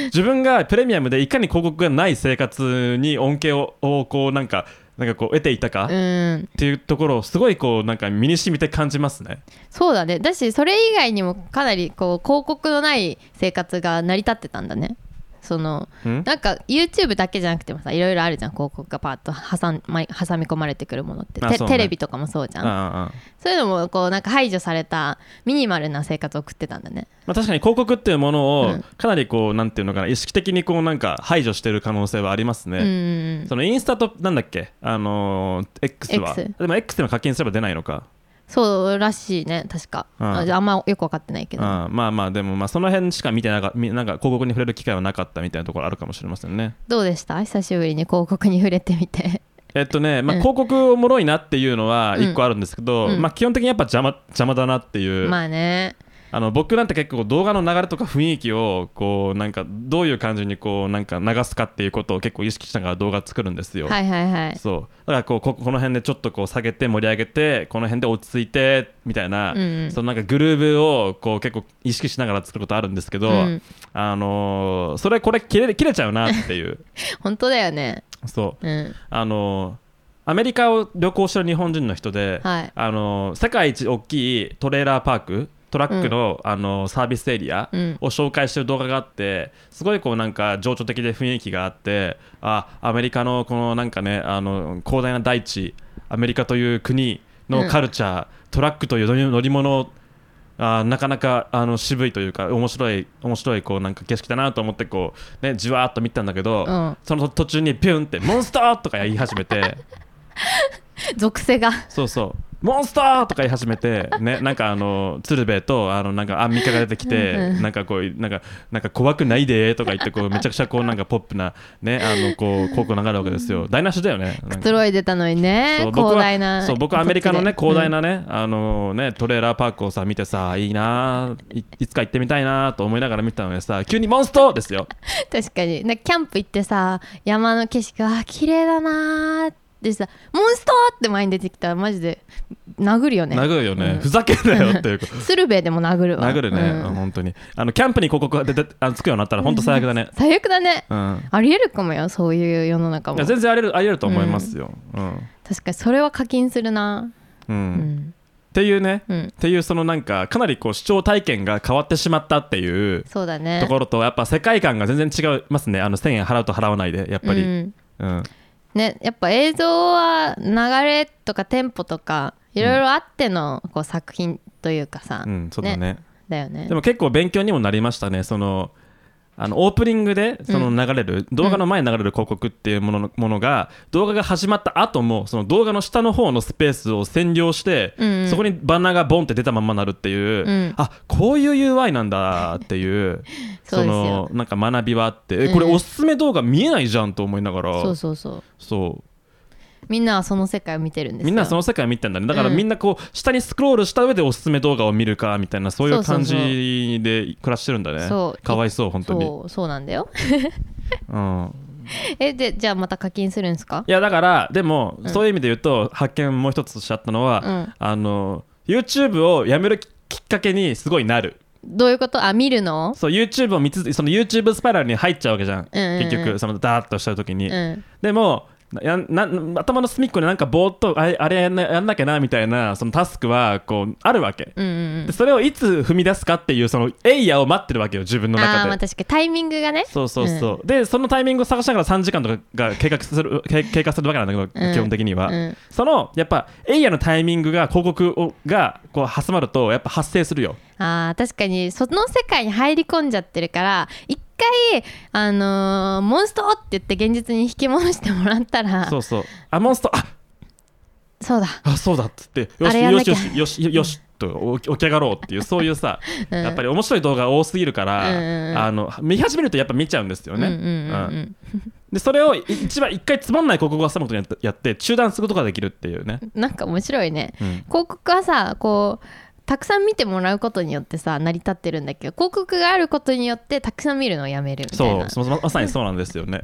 S1: 自分がプレミアムでいかに広告がない生活に恩恵ををこうなんかなんかこう得ていたか、
S2: うん
S1: っていうところをすごいこうなんか身に染みて感じますね
S2: そうだねだしそれ以外にもかなりこう広告のない生活が成り立ってたんだねその
S1: ん
S2: なんか YouTube だけじゃなくてもさいろいろあるじゃん広告がパーッと挟んま挟み込まれてくるものって、
S1: あ
S2: て
S1: そうね
S2: テレビとかもそうじ
S1: う
S2: ゃ
S1: ん
S2: ん
S1: うんうんま
S2: そういうのもこうなんか排除されたミニマルな生活を送ってたんだね
S1: あ、確かに広告っていうもの
S2: う
S1: を
S2: ん
S1: かなりこうなんていうのかな意識的にこうなんか排除してる可能性はあります
S2: うんう
S1: ね、
S2: んうん
S1: そのインスタとなんだっけあのー X は
S2: X
S1: でも X でも課金すれば出ないのか
S2: そうらしいね確か、
S1: うん
S2: ああんまよく分かってないけ
S1: うん
S2: ど、
S1: まあまあでもまあその辺しか見てなかみなんか広告に触れる機会はなかったみたいなところあるかもしれませんね
S2: どうでした久しぶりに広告に触れてみて
S1: えっとね、まあ、
S2: うん
S1: 広告おもろいなっていうのは一個あるんですけど、
S2: うんうん
S1: まあ、基本的にやっぱ邪魔邪魔だなっていう、
S2: まあね
S1: あの僕なんて結構動画の流れとか雰囲気をこうなんかどういう感じにこうなんか流すかっていうことを結構意識しながら動画作るんですよ。
S2: はいはいはい
S1: そうだからこうここの辺でちょっとこう下げて盛り上げてこの辺で落ち着いてみたいな,、
S2: うんうん
S1: そのなんかグルーブをこう結構意識しながら作ることあるんですけど、
S2: うん
S1: あのーそれこれ切れ切れちゃうなっていう
S2: <laughs> 本当だよね
S1: そう
S2: うん
S1: あのーアメリカを旅行してる日本人の人で、
S2: はい
S1: あのー世界一大きいトレーラーパークトラックの,、あのーサービスエリア
S2: うん
S1: を紹介してる動画があってすごいこうなんか情緒的で雰囲気があってあアメリカのこのなんかねあの広大な大地アメリカという国のカルチャー、トラックという乗り乗り物あなかなかあの渋いというか面白い面白いこうなんか景色だなと思ってこう、ね、じわーっと見てたんだけど、
S2: うん
S1: その途中にピュンって「モンスター!」とか言い始めて
S2: 属性が
S1: そうそうモンスターとか言い始めて、ね、なんかあの鶴瓶とあのなんかアンミカが出てきて
S2: うんうん
S1: なんかこうなんかなんか怖くないでとか言ってこうめちゃくちゃこうなんかポップな、ね、あのこう高校流れるわけですよ台無しだよねなん
S2: く
S1: か
S2: つろいでたのにね
S1: そう僕は
S2: 広大な
S1: そう僕はアメリカのね
S2: 土地で
S1: 広大なね、あのねトレーラーパークをさ見てさいいなあいいつか行ってみたいなあと思いながら見てたのにさ急にモンストですよ
S2: <laughs> 確かになんかキャンプ行ってさ山の景色があー綺麗だなーってさモンスターって前に出てきたらマジで殴るよね
S1: 殴るよね、
S2: うん
S1: ふざけんなよって
S2: <laughs>
S1: いう
S2: 鶴瓶でも殴るわ
S1: 殴るね、
S2: うん
S1: 本当にあのキャンプに広告が出てあのつくようになったら本当最悪だね、
S2: 最悪だね
S1: うん、
S2: ありえるかもよそういう世の中
S1: い
S2: も
S1: や全然ありえるありえると思いますよ、うん
S2: 確かにそれは課金するな
S1: う
S2: うんん
S1: っていうね
S2: うん、
S1: っていうそのなんかかなりこう視聴体験が変わってしまったっていう
S2: そうだね
S1: ところとやっぱ世界観が全然違いますねあの1000円払うと払わないでやっぱり、
S2: う
S1: うん
S2: んねやっぱ映像は流れとかテンポとかいろいろあってのこう作品というかさ、
S1: うんそうだね
S2: だよね
S1: でも結構勉強にもなりましたねそのあのオープニングでその流れる、動画の前に流れる広告っていうもののものが動画が始まった後もその動画の下の方のスペースを占領して、
S2: うんうん
S1: そこにバナーがボンって出たまんまなるっていう、
S2: うん
S1: あこういう UI なんだっていう
S2: <laughs> そうですよ
S1: のなんか学びはあってえこれ
S2: うん
S1: おすすめ動画見えないじゃんと思いながら、
S2: そうそうそう
S1: そう
S2: みんなはその世界を見てるんですよ
S1: みんなその世界見てんだねだから
S2: うん
S1: みんなこう下にスクロールした上でおすすめ動画を見るかみたいなそうい
S2: そううそうそう
S1: 感じで暮らしてるんだね
S2: そう
S1: かわいそう本当に
S2: そうそうなんだよ <laughs>
S1: うん
S2: えでじゃあまた課金するんですか
S1: いやだからでも
S2: ん
S1: そういう意味で言うと発見もう一つとしてあったの
S2: う
S1: は
S2: ん
S1: あの YouTube をやめるききっかけにすごいなる
S2: どういうことあ見るの
S1: そう YouTube を見つその YouTube スパイラルに入っちゃうわけじゃん
S2: うんうんうん
S1: 結局そのダーッとした時に
S2: うん
S1: でもやんな頭の隅っこになんかぼーっとあれあれやんなやんなきゃなみたいなそのタスクはこうあるわけ
S2: うんうん
S1: でそれをいつ踏み出すかっていうそのエイヤーを待ってるわけよ自分
S2: うん
S1: の
S2: あ
S1: 中
S2: あ
S1: で、
S2: まあ確かにタイミングがね
S1: そうそうそう、でそのタイミングを探しながら3時間とかが計画するけ経過するわけなんだけど、
S2: うん
S1: 基本的には、
S2: うん
S1: そのやっぱエイヤーのタイミングが広告をがこう挟まるとやっぱ発生するよ
S2: あー確かにその世界に入り込んじゃってるから一回あのーモンストーって言って現実に引き戻してもらったら
S1: そうそうあモンストあ
S2: そうだ
S1: あそうだっつってよ
S2: あ
S1: し
S2: れやん
S1: よ
S2: な
S1: し
S2: きゃ
S1: よしよしよしよしと起き上がろうっていうそういうさ、
S2: <laughs> うん
S1: やっぱり面白い動画多すぎるから、
S2: うんうんうん
S1: あの見始めるとやっぱ見ちゃうんですよね、
S2: うんうんうんうん
S1: でそれをい一番一回つまんない広告を挟むことにやってやって中断することができるっていうね、
S2: なんか面白いね、
S1: うん
S2: 広告はさこうたくさん見てもらうことによってさ成り立ってるんだけど広告があることによってたくさん見るのをやめるみたい
S1: そ
S2: な
S1: うそままさにそうなんですよね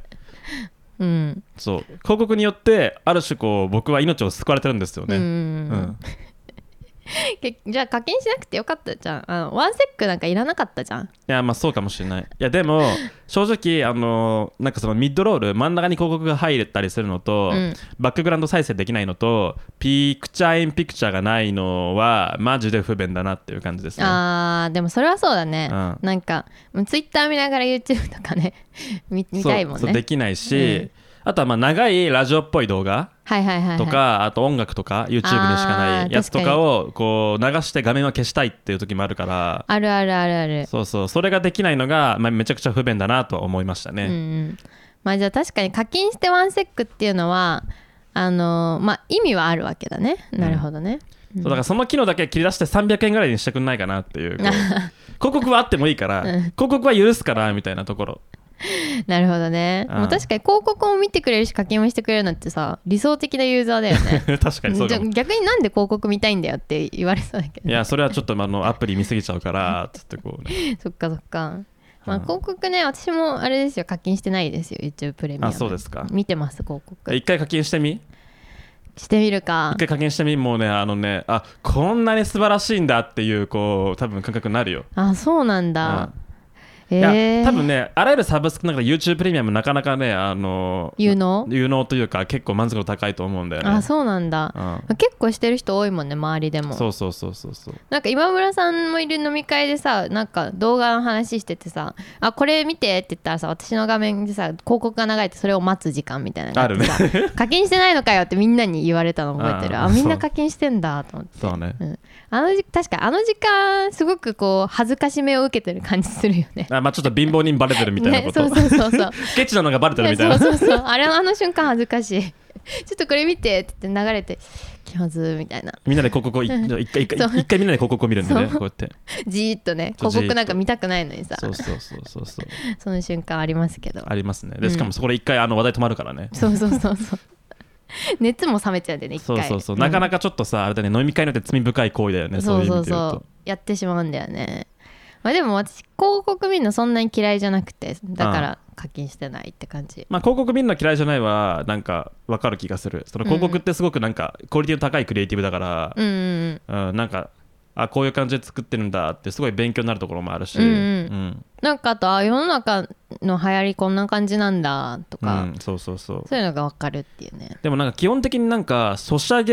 S2: うん
S1: そう広告によってある種こう僕は命を救われてるんですよ
S2: うん
S1: ね、うん
S2: け <laughs> じゃあ課金しなくてよかったじゃんあのワンセックなんかいらなかったじゃん
S1: いやまあそうかもしれないいやでも正直あのなんかそのミッドロール真ん中に広告が入れたりするのと、
S2: うん
S1: バックグラウンド再生できないのとピクチャーインピクチャーがないのはマジで不便だなっていう感じですね
S2: あーでもそれはそうだね、
S1: うん
S2: なんかツイッター見ながら YouTube とかね <laughs> 見見たいもん
S1: そうそうで
S2: ね
S1: きないし、
S2: うん
S1: あとはまあ長いラジオっぽい動画
S2: はいはいはい、はい、
S1: とか、あと音楽とか YouTube にしか
S2: あ
S1: な
S2: ー
S1: いやつとかをこう流して画面は消したいっていう時もあるから
S2: あるあるあるある
S1: そうそうそれができないのが、まあ、めちゃくちゃ不便だなとは思いました
S2: うんう
S1: ね、
S2: ん、まあじゃあ確かに課金してワンセックっていうのはあのーまあ意味はあるわけだねなるほどね、
S1: そうだからその機能だけ切り出して300円ぐらいにしてくんないかなって
S2: <laughs>
S1: いうこう広告はあってもいいから、広告は許すからみたいなところ
S2: なるほどね、
S1: うん
S2: もう確かに広告も見てくれるし課金もしてくれるのってさ理想的なユーザーだよね
S1: 確か <laughs> にそう
S2: じ
S1: か
S2: ゃあ
S1: も
S2: 逆になんで広告見たいんだよって言われそうだけど
S1: いやそれはちょっとあのアプリ見すぎちゃうからつってこうね
S2: <laughs> そっかそっかま
S1: う
S2: あ
S1: ん
S2: 広告ね私もあれですよ課金してないですよ YouTube プレミアム
S1: あそうですか
S2: 見てます広告
S1: 一回課金してみ
S2: してみるか
S1: 一回課金してみもうねあのねあこんなに素晴らしいんだっていうこう多分感覚になるよ
S2: あそうなん
S1: う
S2: だ
S1: ん、
S2: え
S1: い
S2: えー、
S1: や多分ねあらゆるサブスクの中で YouTube プレミアムなかなかねあの
S2: 有能
S1: 有能というか結構満足度高いと思うんだよね
S2: あそうなんだ、
S1: う
S2: 結構してる人多いもんね周りでも
S1: そうそうそうそうそう
S2: なんか今村さんもいる飲み会でさなんか動画の話しててさ「あこれ見て」って言ったらさ私の画面でさ広告が流れてそれを待つ時間みたいなのが
S1: あるね
S2: ってさ <laughs> 課金してないのかよってみんなに言われたの覚えてる
S1: あー
S2: あみん
S1: そ
S2: な
S1: う
S2: 課金してんだと思って
S1: そうね
S2: うん、あのじ確かにあの時間すごくこう恥ずかしめを受けてる感じするよね
S1: あまあちょっと貧乏 <laughs> 人バレてるみたいな
S2: ね
S1: こ
S2: そ
S1: と、
S2: うそうそうそう
S1: ケチなのがバレてるみたい
S2: そう
S1: な
S2: そうそうあれあの瞬間恥ずかしい <laughs> ちょっとこれ見てって言って流れて気まずーみたいな
S1: みんなで広告をい
S2: うん
S1: 一回一回
S2: そう
S1: 一回みんなで広告を見るんでね
S2: そ
S1: こう
S2: う
S1: やって
S2: <laughs> じーっとね
S1: そう
S2: 広
S1: じーっと
S2: 告なんか見たくないのにさ
S1: そうそうそうそうそう
S2: その瞬間ありますけど
S1: ありますね
S2: う
S1: で
S2: ん
S1: しかもそこで一回あの話題止まるからね
S2: そうそうそうそう <laughs> 熱も冷めちゃうんでね一
S1: そう
S2: 回
S1: そうそうなかな
S2: か
S1: かちょっとさあれだね飲み会によって罪深い行為だよねそ
S2: そう
S1: いうう意
S2: そ
S1: 味
S2: う
S1: で言う
S2: そう
S1: と
S2: やってしまうんだよねまあでも私広告見るのそんなに嫌いじゃなくてだから課金してないって感じ
S1: まあ広告見るの嫌いじゃないはなんかわかる気がするその広告ってすごくなんかクオリティの高いクリエイティブだから
S2: うんうん
S1: うんなんかあこういう感じで作ってるんだってすごい勉強になるところもあるし
S2: うんうん
S1: うん
S2: なんかあとあ世の中の流行りこんな感じなんだとか、
S1: うんそうそうそう
S2: そういうのが分かるっていうね
S1: でもなんか基本的になんかソシャ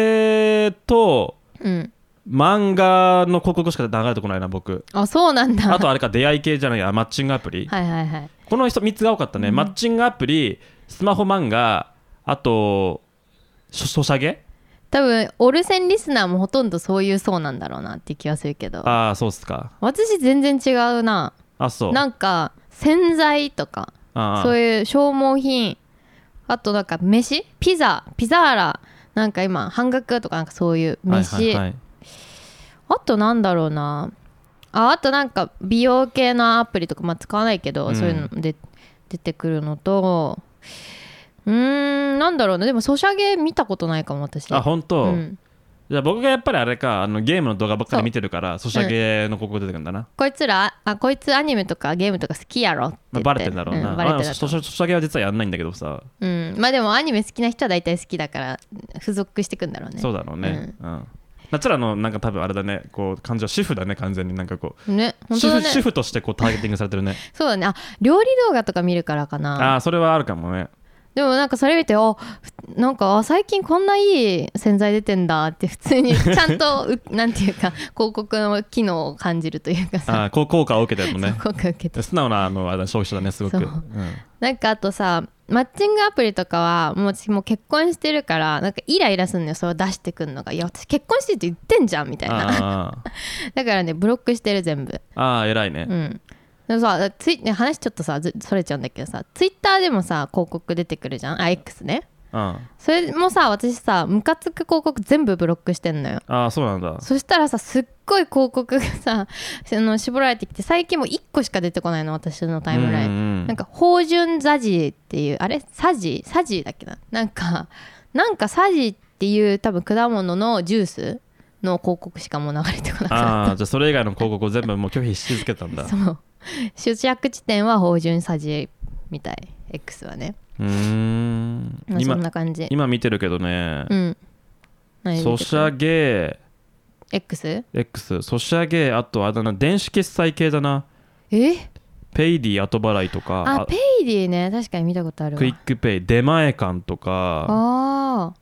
S1: ゲと
S2: うん
S1: 漫画の広告しか流れてこないな僕
S2: あそうなんだ
S1: あとあれか出会い系じゃないやマッチングアプリ、
S2: はいはいはい
S1: この人3つが多かったね、
S2: うん
S1: マッチングアプリスマホ漫画あとソソシャゲ
S2: 多分オルセンリスナーもほとんどそういう層なんだろうなって気がするけど
S1: ああそうっすか
S2: 私全然違うな
S1: あそう
S2: なんか洗剤とか
S1: ああ
S2: そういう消耗品あとなんか飯ピザピザーラなんか今半額とかなんかそういう飯、
S1: はいはいはい
S2: あとなんだろうなああとなんか美容系のアプリとか、まあ、使わないけど、
S1: うん
S2: そういうので出てくるのとうーんなんだろうなでもソシャゲ見たことないかも私
S1: あ本当、
S2: うん、
S1: じゃあ僕がやっぱりあれかあのゲームの動画ばっかり見てるからソシャゲの広告出てくるんだな、
S2: こいつらあこいつアニメとかゲームとか好きやろって
S1: まあ、
S2: 言って
S1: バレてんだろうな、
S2: んバレてんだ
S1: あ
S2: ろう
S1: ソシャソシャゲは実はやんないんだけどさ、
S2: うん、まあでもアニメ好きな人は大体好きだから付属してくんだろうね
S1: そうだろうねうん、ナチュラのなんか多分あれだねこう感じは主婦だね完全になんかこう
S2: ね本
S1: 主
S2: 当だ
S1: 婦
S2: ね
S1: 主婦としてこうターゲティングされてるね
S2: そうだねあ料理動画とか見るからか
S1: あ
S2: な
S1: あそれはあるかもね
S2: でもなんかそれ見てあなんかあ最近こんないい洗剤出てんだって普通
S1: <laughs>
S2: にちゃんとうなんていうか広告の機能を感じるというか
S1: あ
S2: さ
S1: あこう効果を受けてるのね
S2: 広告受けて
S1: 素直なあのあれだ消費者だねすごく、、
S2: そううん <laughs> なんかあとさマッチングアプリとかはもう私もう結婚してるからなんかイライラするのよそれを出してくんのがいや私結婚してるって言ってんじゃんみたいな
S1: あー
S2: だからねブロックしてる全部
S1: あー偉いね、
S2: うんでもさツイ、ね、話ちょっとさずそれちゃうんだけどさツイッターでもさ広告出てくるじゃんあ X ね
S1: うん、あ
S2: それもさ私さムカつく広告全部ブロックしてんのよ
S1: あそうなんだ
S2: そしたらさすっごい広告がさ <laughs> その絞られてきて最近もう1個しか出てこないの私のタイムライン、
S1: うんうんうん
S2: なんか芳醇ザジーっていうあれサジーサジーだっけななんかなんかサジーっていう多分果物のジュースの広告しかもう流れてこなくなった
S1: ああじゃあそれ以外の広告を全部もう拒否し続けたんだう
S2: そう主役地点は芳醇さじみたい X はね、
S1: ーん
S2: まあ、そん
S1: 今
S2: な感じ
S1: 今見てるけどね
S2: う、ん何
S1: ソシャゲ
S2: X?
S1: X ソシャゲあとあだな電子決済系だな
S2: え
S1: ペイディ後払いとか
S2: あ
S1: あ
S2: ペイディね確かに見たことあるわ
S1: クイックペイ出前館とか
S2: あー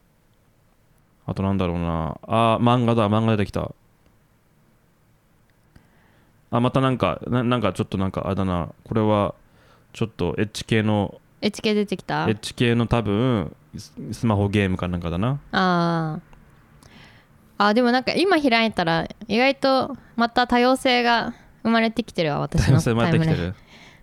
S1: あとなんだろうなあ漫画だ漫画出てきたあまたなんかななんかちょっとなんかあれだなこれはちょっとエッチ系の
S2: HK 出てきた
S1: エッチ系の多分ススマホゲームかなんかだな
S2: あーあでもなんか今開いたら意外とまた多様性が生まれてきてるわ私
S1: 多 <laughs> 様
S2: の
S1: 性
S2: タイ
S1: 生まれて
S2: ム
S1: き
S2: ラ
S1: て
S2: イン
S1: る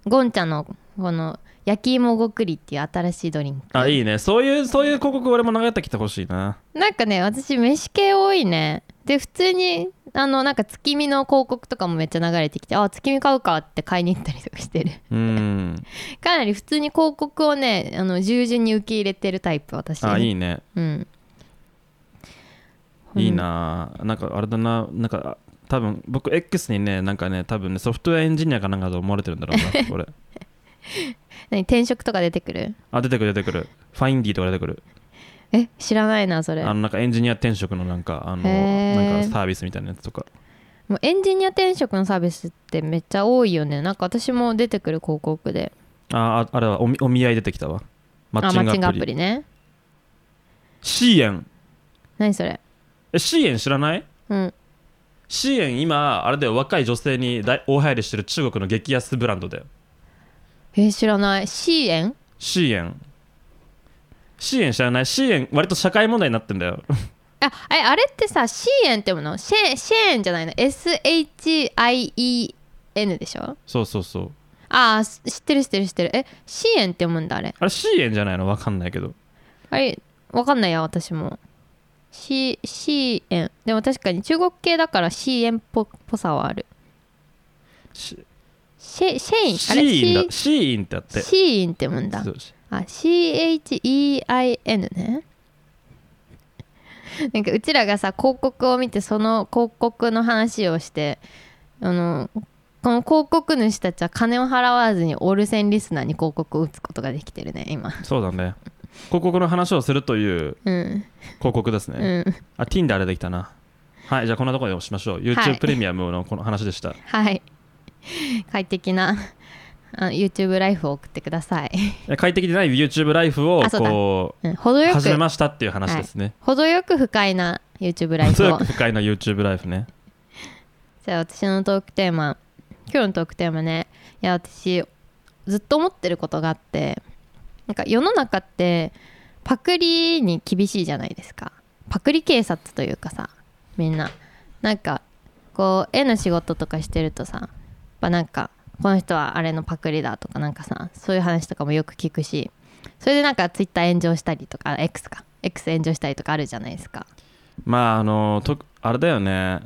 S2: ゴンちゃんのこの焼き芋ごくりっていう新しいドリンク
S1: あいいねそういうそういう広告俺も流れてきてほしいな
S2: なんかね私飯系多いねで普通にあのなんか月見の広告とかもめっちゃ流れてきてあ月見買うかって買いに行ったりとかしてる <laughs>
S1: うん
S2: かなり普通に広告をねあの従順に受け入れてるタイプ私
S1: あい
S2: い
S1: いね
S2: うん
S1: いいななんかあれだななんか多分僕 X にねなんかね多分ねソフトウェアエンジニアかなんかと思われてるんだろうな
S2: <laughs>
S1: これ
S2: 何転職とか出てくる
S1: あ出てくる出てくるファインディとか出てくる
S2: え知らないなそれ
S1: あのなんかエンジニア転職のなんかあの
S2: へー
S1: なんかサービスみたいなやつとか
S2: もうエンジニア転職のサービスってめっちゃ多いよねなんか私も出てくる広告で
S1: あああれはおみお見合い出てきたわマッ
S2: あ
S1: チ
S2: マ
S1: ン
S2: ッ
S1: グアプ
S2: チン
S1: リ
S2: グアプリね
S1: シーエン
S2: 何それ
S1: えシーエン知らない
S2: うん
S1: シーエン今あれだよ若い女性に大大流行りしてる中国の激安ブランドだよ
S2: え知らないシーエン
S1: シーエンシーエン知らないシーエン割と社会問題になってんだよ
S2: ああれあれってさシーエンって読むのシェシェーンじゃないの SHIEN でしょ
S1: そうそうそう
S2: ああ知ってる知ってる知ってるえシーエンって読むんだあれ
S1: あれシーエンじゃないのわかんないけど
S2: あれわかんないや私も C, C 円でも確かに中国系だから C 円っぽぽさはある
S1: シ
S2: シェシェインあれ
S1: シーンだシーンってやって
S2: C シーンって読むんだ
S1: そうし
S2: あ CHEIN ね <laughs> なんかうちらがさ広告を見てその広告の話をしてあのこの広告主たちは金を払わずにオールセンリスナーに広告を打つことができてるね今
S1: そうだね広告の話をするという
S2: うん
S1: 広告ですね、
S2: うん
S1: あ Tinder 出てきたなはいじゃあこんなところでおしましょう
S2: はい
S1: YouTube プレミアムのこの話でした、
S2: はい快適なあ YouTube ライフを送ってください、
S1: え快適でない YouTube ライフを
S2: あそうだ
S1: こ
S2: うん、程
S1: う
S2: よ
S1: 始め
S2: く
S1: ましたっていう話ですね、
S2: 程よく不快な
S1: <laughs>
S2: YouTube ライ
S1: そ
S2: フ
S1: う
S2: を
S1: 不快な YouTube ライフね
S2: じゃあ私のトークテーマ今日のトークテーマねいや私ずっと思ってることがあってなんか世の中ってパクリに厳しいじゃないですかパクリ警察というかさみんななんかこう絵の仕事とかしてるとさやっぱなんかこの人はあれのパクリだとかなんかさそういう話とかもよく聞くしそれでなんかツイッター炎上したりとかあ X か X 炎上したりとかあるじゃないですか、
S1: まああのとあれだよね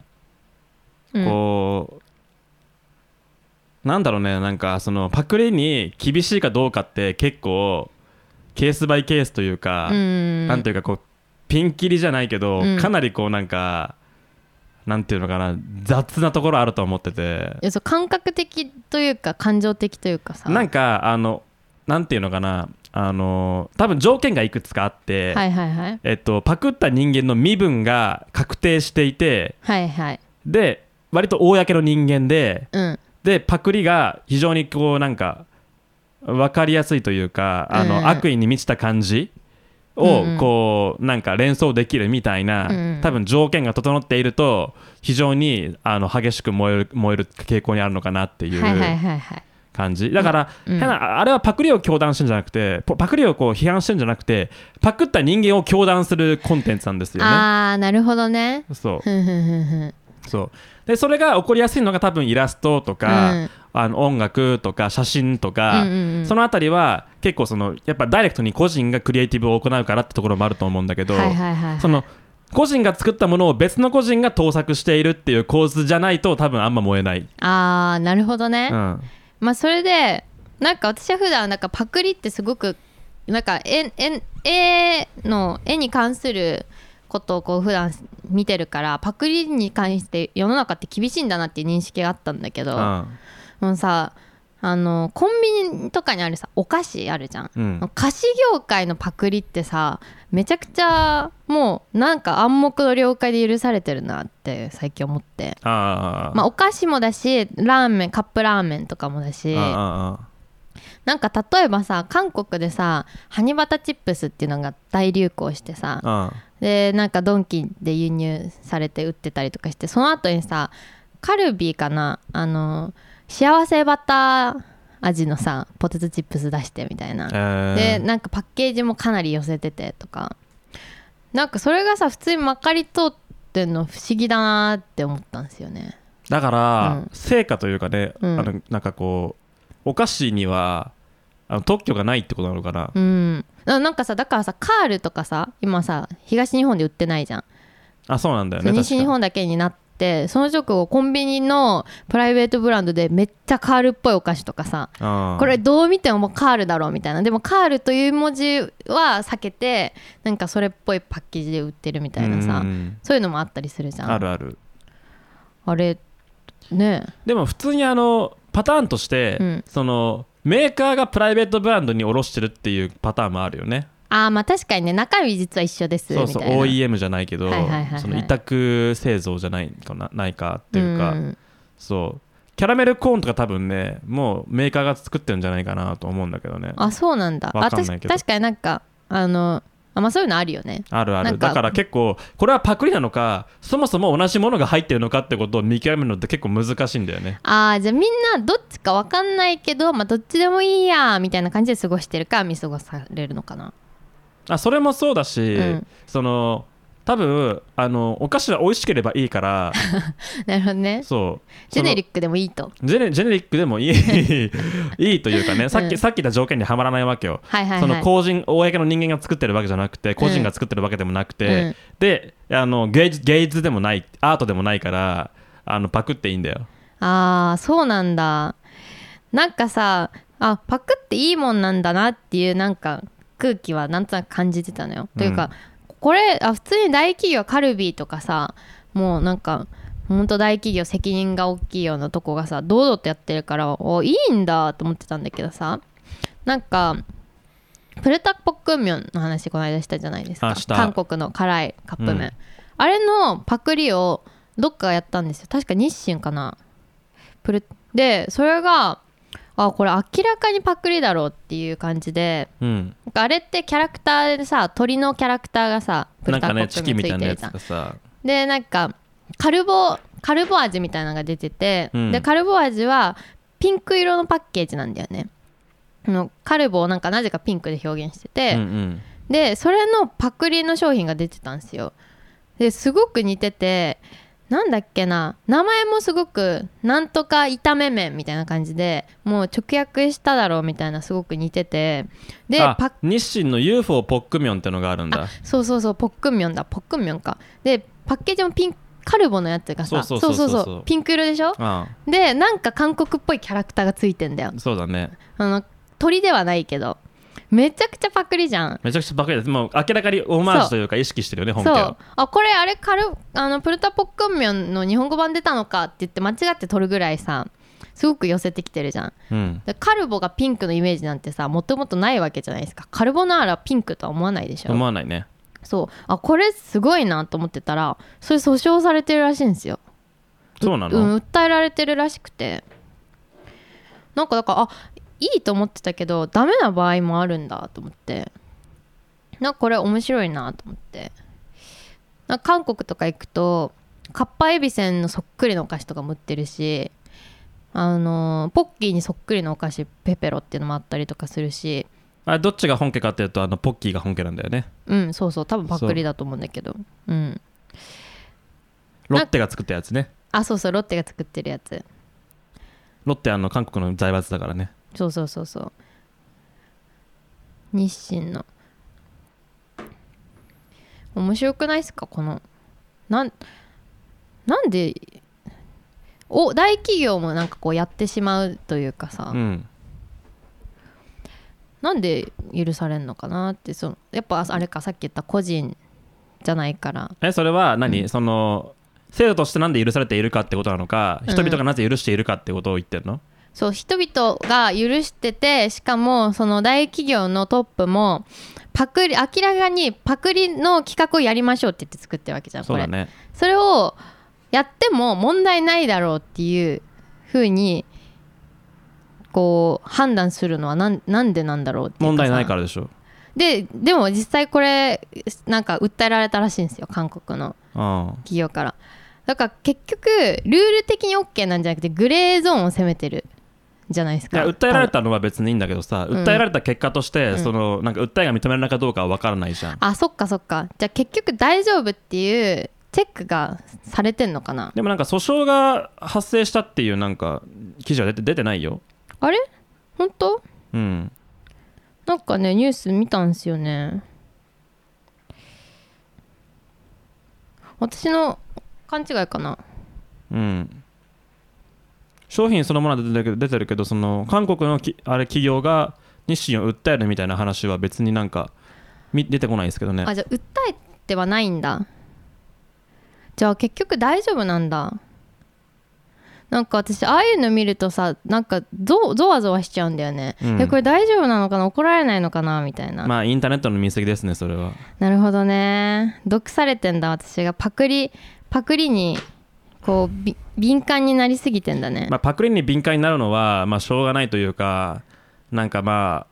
S2: うん、
S1: こうなんだろうねなんかそのパクリに厳しいかどうかって結構ケースバイケースというか、
S2: うん
S1: なんていうかこうピンキリじゃないけど、
S2: うん
S1: かなりこうなんかなんていうのかな雑なところあると思ってて
S2: いやそう感覚的というか感情的というかさ
S1: なんかあのなんていうのかなあの多分条件がいくつかあって、
S2: はいはいはい
S1: えっと、パクった人間の身分が確定していて
S2: はいはい
S1: で割と公の人間で
S2: うん
S1: でパクリが非常にこうなんか分かりやすいというかあの、
S2: うん
S1: 悪意に満ちた感じ
S2: う
S1: を
S2: んうん
S1: こう、なんか連想できるみたいな、
S2: うんうん
S1: 多分条件が整っていると非常にあの激しく燃える燃える傾向にあるのかなってい
S2: はいはいうはいはい
S1: 感じ、だから、
S2: うん
S1: 変なあれはパクリを教団してるんじゃなくてポパクリをこう批判してるんじゃなくてパクった人間を教団するコンテンツなんですよね。
S2: ああなるほどね
S1: そう
S2: ふんふんふんふん
S1: そうでそれが起こりやすいのが多分イラストとか、
S2: うん
S1: あの音楽とか写真とか、
S2: うんうんうん
S1: そのあたりは結構そのやっぱダイレクトに個人がクリエイティブを行うからってところもあると思うんだけど、
S2: はいはいはい
S1: その個人が作ったものを別の個人が盗作しているっていう構図じゃないと多分あんま燃えない、
S2: ああなるほどね、
S1: うん、
S2: まあそれでなんか私は普段なんかパクリってすごくなんか絵絵絵の絵に関することをこう普段見てるからパクリに関して世の中って厳しいんだなっていう認識があったんだけど、
S1: うん
S2: もうさあのコンビニとかにあるさお菓子あるじゃん、
S1: うん
S2: 菓子業界のパクリってさめちゃくちゃもうなんか暗黙の了解で許されてるなって最近思って、
S1: あー
S2: まあ、お菓子もだしラーメンカップラーメンとかもだし
S1: あ
S2: なんか例えばさ韓国でさハニバタチップスっていうのが大流行してさ
S1: ーあーあー
S2: でなんかドンキで輸入されて売ってたりとかしてその後にさカルビーかなあの幸せバター味のさポテトチップス出してみたいな、
S1: え
S2: で
S1: ー
S2: なんかパッケージもかなり寄せててとかなんかそれがさ普通にまかり通ってんの不思議だなって思ったんですよね
S1: だから、
S2: うん
S1: 成果というかね、
S2: うん
S1: あのなんかこうお菓子にはあの特許がないってことなのかな、
S2: うんななんかさだからさカールとかさ今さ東日本で売ってないじゃん
S1: あそうなんだよ
S2: そ
S1: ね
S2: う
S1: 確か
S2: 西日本だけになってその直後コンビニのプライベートブランドでめっちゃカールっぽいお菓子とかさ
S1: あー
S2: これどう見てももうカールだろうみたいなでもカールという文字は避けてなんかそれっぽいパッケージで売ってるみたいなさ
S1: うん
S2: そういうのもあったりするじゃん
S1: あるある
S2: あれね
S1: でも普通にあのパターンとして、
S2: うん
S1: そのメーカーがプライベートブランドに卸してるっていうパターンもあるよね
S2: あーまあ確かにね中身実は一緒ですみ
S1: そ
S2: た
S1: う
S2: いな
S1: そう OEM じゃないけど、
S2: はいはいはいはい
S1: その委託製造じゃないかなないかっていうか、
S2: ん
S1: そうキャラメルコーンとか多分ねもうメーカーが作ってるんじゃないかなと思うんだけどねあ
S2: あそうなんだ
S1: わかんないけど
S2: あたし確かになんかあのあまあそういうのあるよね
S1: るあ
S2: な
S1: る
S2: んか
S1: だから結構これはパクリなのかそもそも同じものが入ってるのかってことを見極めるのって結構難しいんだよね
S2: あーじゃあみんなどっちか分かんないけど、まあ、どっちでもいいやみたいな感じで過ごしてるか見過ごされるのかな
S1: あそれもそうだし、
S2: うん
S1: その多分あのお菓子は美味しければいいから
S2: <laughs> なるほどね
S1: そう
S2: ジェネリ
S1: ッ
S2: ックでもいいと
S1: クジェネジェネリックでも
S2: <laughs>
S1: いいいいというかねさっき、
S2: うん
S1: さっき言った条件にはまらないわけよ、
S2: はいはいはい
S1: その公人公の人間が作ってるわけじゃなくて個人が作ってるわけでもなくて、
S2: うん
S1: であの芸術芸術でもないアートでもないからあのパクっていいんだよ
S2: あーそうなんだなんかさあパクっていいもんなんだなっていうなんか空気はなんとなく感じてたのよ、というかこれあ普通に大企業カルビーとかさもうなんかほんと大企業責任が大きいようなとこがさ堂々とやってるからおいいんだと思ってたんだけどさなんかプルタッポックンミョンの話この間したじゃないです
S1: あ
S2: か
S1: した
S2: 韓国の辛いカップ麺、
S1: うん
S2: あれのパクリをどっかがやったんですよ確か日清かなプルでそれがあこれ明らかにパクリだろうっていう感じで
S1: うん
S2: なんかあれってキャラクターでさ鳥のキャラクターがさプ
S1: な
S2: ル
S1: ん
S2: タ
S1: か
S2: コ
S1: ね
S2: ッ
S1: チ
S2: ク
S1: キン
S2: に
S1: み
S2: つい
S1: たいな
S2: て
S1: や
S2: る
S1: つ
S2: じゃん
S1: がさ
S2: でなんかカルボカルボ味みたいなのが出てて、
S1: うん
S2: でカルボ味はピンク色のパッケージなんだよねあのカルボをなんかなぜかピンクで表現してて、
S1: うんうん
S2: でそれのパクリの商品が出てたんですよですごく似ててなんだっけな名前もすごくなんとか炒め麺みたいな感じでもう直訳しただろうみたいなすごく似ててで
S1: あ
S2: パ
S1: 日清の UFO ポックミョンってのがあるんだ
S2: そうそうそうポックンミョンだポックンミョンかでパッケージもピンカルボのやつがさ
S1: そうそうそうそうそう
S2: ピンク色でしょ
S1: あ
S2: でなんか韓国っぽいキャラクターがついてんだよ
S1: そうだね
S2: あの鳥ではないけどめちゃくちゃパクリじゃん
S1: めちゃくちゃパクリだもう明らかにオマージュというか意識してるよね本家
S2: そ
S1: は
S2: うあこれあれカルあのプルタポックンミョンの日本語版出たのかって言って間違って取るぐらいさすごく寄せてきてるじゃん
S1: うん
S2: でカルボがピンクのイメージなんてさもともとないわけじゃないですかカルボナーラピンクとは思わないでしょ
S1: 思わないね
S2: そうあこれすごいなと思ってたらそれ訴訟されてるらしいんですよ、
S1: そうな
S2: う
S1: の
S2: ん、訴えられてるらしくてなんかだからあいいと思ってたけどダメな場合もあるんだと思ってなんかこれ面白いなと思ってなんか韓国とか行くとカッパエビせんのそっくりのお菓子とかも売ってるしあのポッキーにそっくりのお菓子ペペロっていうのもあったりとかするし
S1: あどっちが本家かっていうとあのポッキーが本家なんだよね
S2: うんそうそう多分パクリだと思うんだけどうん
S1: ロッテが作ったやつね
S2: あそうそうロッテが作ってるやつ
S1: ロッテあの韓国の財閥だからね
S2: そうそうそうそう日清の面白くないっすかこのなんなんでお大企業もなんかこうやってしまうというかさ、
S1: うん
S2: なんで許されんのかなってそのやっぱあれかさっき言った個人じゃないから
S1: えそれは何、その制度としてなんで許されているかってことなのか
S2: うん
S1: 人々がなぜ許しているかってことを言ってるの、
S2: そう人々が許しててしかもその大企業のトップもパクリ明らかにパクリの企画をやりましょうって言って作ってるわけじゃん
S1: そ
S2: こ
S1: う
S2: れ
S1: だね
S2: それをやっても問題ないだろうっていうふうにこう判断するのはなんなんでなんだろうっていうかさ
S1: 問題ないからでしょ
S2: ででも実際これなんか訴えられたらしいんですよ韓国の
S1: うん
S2: 企業からだから結局ルール的に OK なんじゃなくてグレーゾーンを攻めてるじゃないです
S1: い
S2: か
S1: や訴えられたのは別にいいんだけどさ、
S2: うん
S1: 訴えられた結果として、
S2: うん
S1: そのなんか訴えが認められるかどうかは分からないじゃん、
S2: あそっかそっかじゃあ結局大丈夫っていうチェックがされてんのかな
S1: でもなんか訴訟が発生したっていうなんか記事は出て出てないよ
S2: あれ本当
S1: うん
S2: なんかねニュース見たんすよね私の勘違いかな
S1: うん商品そのものは出てるけど出てるけどその韓国のきあれ企業が日清を訴えるみたいな話は別になんかみ出てこないですけどね
S2: あじゃあ訴えてはないんだじゃあ結局大丈夫なんだなんか私ああいうの見るとさなんかゾゾワゾワしちゃうんだよね、
S1: うん
S2: えこれ大丈夫なのかな怒られないのかなみたいな
S1: まあインターネットの見過ぎですねそれは
S2: なるほどね毒されてんだ私がパクリパクリにこうび敏感になりすぎてんだね、
S1: まあ、パクリに敏感になるのは、まあ、しょうがないというかなんかま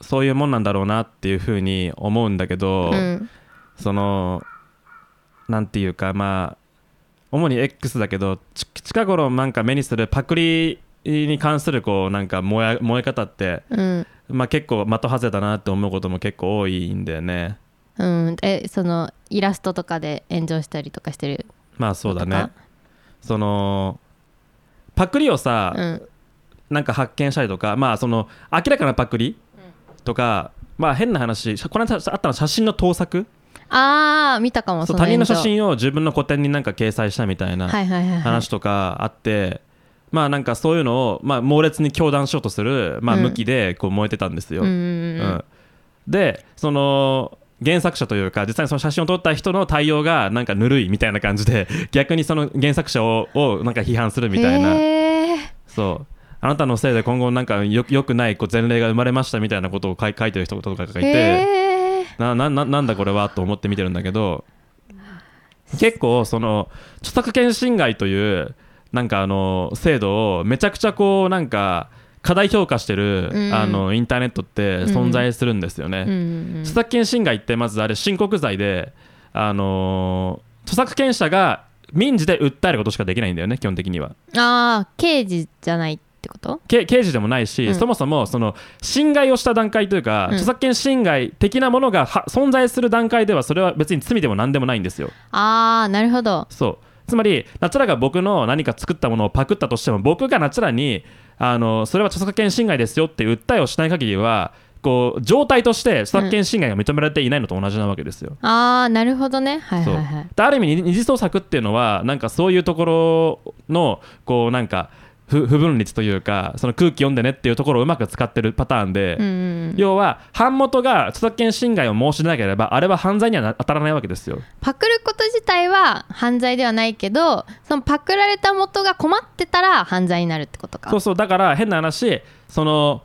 S1: あそういうもんなんだろうなっていうふうに思うんだけど、
S2: うん、
S1: そのなんていうかまあ主に X だけどち近頃なんか目にするパクリに関するこうなんか燃え燃え方って、
S2: うん、
S1: まあ、結構的外れだなって思うことも結構多いんだよね
S2: うんえそのイラストとかで炎上したりとかしてる
S1: まあそうだ
S2: と
S1: ね
S2: か
S1: そのパクリをさ、
S2: うん
S1: なんか発見したりとかまあその明らかなパクリとか、まあ変な話この間あったのは写真の盗作
S2: あー見たかも
S1: そう
S2: の
S1: 他人の
S2: 炎
S1: 写
S2: 上
S1: 真を自分の個展になんか掲載したみたいな
S2: はいはいはい、はい、
S1: 話とかあって、まあなんかそういうのを、まあ、猛烈に教団しようとする、まあ、
S2: うん
S1: 向きでこう燃えてたんですよ。
S2: うんうん
S1: うんでその原作者というか実際にその写真を撮った人の対応がなんかぬるいみたいな感じで <laughs> 逆にその原作者ををなんか批判するみたいな、
S2: へー
S1: そうあなたのせいで今後なんかよよくないこう前例が生まれましたみたいなことを書い書いてる人とかがいて。
S2: へー
S1: ななななんだこれはと思って見てるんだけど結構その著作権侵害というなんかあの制度をめちゃくちゃこうなんか過大評価してる、
S2: うん
S1: あのインターネットって存在するんですよね、
S2: うんうんうん
S1: 著作権侵害ってまずあれ申告罪であの著作権者が民事で訴えることしかできないんだよね基本的には
S2: ああ刑事じゃないってこと
S1: け刑事でもないし、
S2: うん
S1: そもそもその侵害をした段階というか、
S2: うん
S1: 著作権侵害的なものがは存在する段階ではそれは別に罪でも何でもないんですよ。
S2: ああなるほど
S1: そうつまりナチュラが僕の何か作ったものをパクったとしても僕がナチュラにあのそれは著作権侵害ですよって訴えをしない限りはこう状態として著作権侵害が認められていないのと同じなわけですよ。
S2: ああなるほどねはい
S1: そ
S2: は
S1: う
S2: いはい
S1: である意味に二次創作っていうのはなんかそういうところのこうなんか不不分率というかその空気読んでねっていうところをうまく使ってるパターンで、
S2: うんうんうん
S1: 要は版元が著作権侵害を申し出なければあれは犯罪にはな当たらないわけですよ
S2: パクること自体は犯罪ではないけどそのパクられた元が困ってたら犯罪になるってことか
S1: そうそうだから変な話その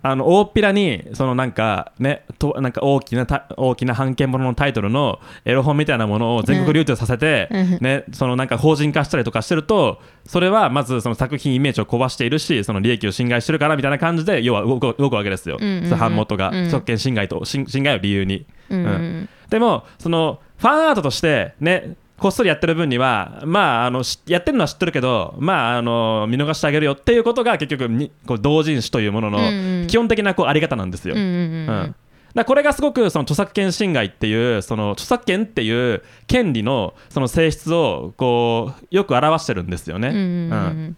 S1: あの大っぴらにそのなんかねとなんか大きなた大きな版権もののタイトルのエロ本みたいなものを全国流通させて、
S2: うんうん
S1: ね、そのなんか法人化したりとかしてるとそれはまずその作品イメージを壊しているしその利益を侵害してるからみたいな感じで要は動く動くわけですよ、
S2: うんうんうん
S1: その版元が
S2: うん
S1: 著作権侵害と侵侵害を理由に。
S2: うんうんうん
S1: でもそのファンアートとしてねこっそりやってる分にはまああのしやってるのは知ってるけどまああの見逃してあげるよっていうことが結局にこう同人誌というもの
S2: うんう
S1: の
S2: ん
S1: 基本的なこうあり方なんですよ。
S2: うんうんう
S1: うん
S2: ん
S1: だからこれがすごくその著作権侵害っていうその著作権っていう権利のその性質をこうよく表してるんですよね。
S2: うんうんうんうん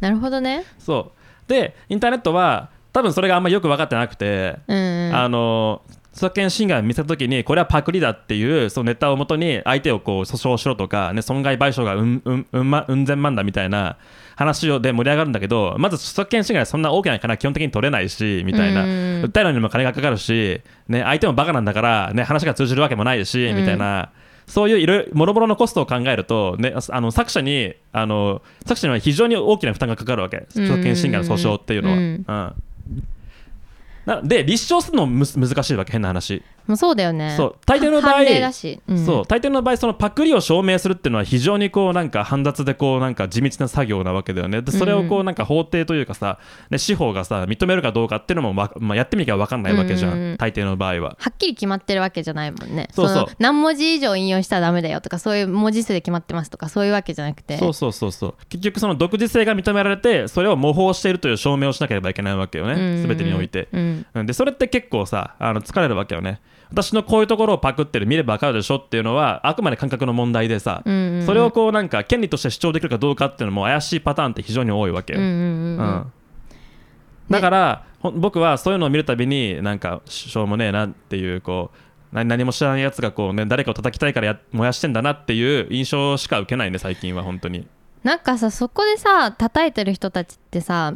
S2: なるほどね
S1: そうでインターネットは多分それがあんまりよく分かってなくて
S2: うんうん
S1: あの著作権侵害を見せたときにこれはパクリだっていうそのネタをもとに相手をこう訴訟しろとか、ね、損害賠償がうんうんうんまうん千万だみたいな話をで盛り上がるんだけどまず著作権侵害はそんな大きな金は基本的に取れないしみたいな
S2: うん
S1: 訴えるのにも金がかかるし、ね、相手もバカなんだから、ね、話が通じるわけもないしみたいな。そういういろいろもろもろのコストを考えると、ね、あの作者にあの作者には非常に大きな負担がかかるわけ著作権侵害の訴訟っていうのは。
S2: うん
S1: うんなで立証するのもむず難しいわけ変な話、
S2: もうそうだよね
S1: そう大抵の場合
S2: 判例だし、うん
S1: そう大抵の場合そのパクリを証明するっていうのは非常にこうなんか煩雑でこうなんか地道な作業なわけだよねでそれをこうなんか法廷というかさ、ね、司法がさ認めるかどうかっていうのもわ、まあ、やってみなきゃ分かんないわけじゃん、
S2: うんうん
S1: 大抵の場合は
S2: はっきり決まってるわけじゃないもんね
S1: そうそう
S2: の何文字以上引用したらダメだよとかそういう文字数で決まってますとかそういうわけじゃなくて
S1: そうそうそうそう結局その独自性が認められてそれを模倣しているという証明をしなければいけないわけよ
S2: うんうん
S1: ね
S2: うん
S1: 全てにおいて、
S2: うん
S1: うんでそれって結構さあの疲れるわけよね私のこういうところをパクってる見ればわかるでしょっていうのはあくまで感覚の問題でさ、
S2: うんうんうん
S1: それをこうなんか権利として主張できるかどうかっていうのも怪しいパターンって非常に多いわけ
S2: う
S1: よ、
S2: んう
S1: うん
S2: んうん
S1: だから、ほん僕はそういうのを見るたびになんかししょうもねえなっていうこうな何も知らないやつがこう、ね、誰かを叩きたいからや燃やしてんだなっていう印象しか受けないね最近は本当に
S2: なんかさそこでさ叩いてる人たちってさ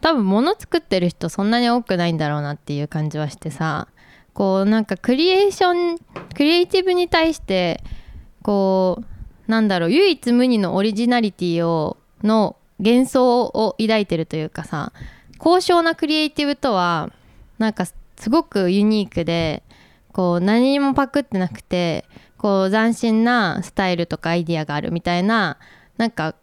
S2: 多分物作ってる人そんなに多くないんだろうなっていう感じはしてさこうなんかクリエーションクリエイティブに対してこうなんだろう唯一無二のオリジナリティをの幻想を抱いてるというかさ高尚なクリエイティブとはなんかすごくユニークでこう何にもパクってなくてこう斬新なスタイルとかアイディアがあるみたいななんか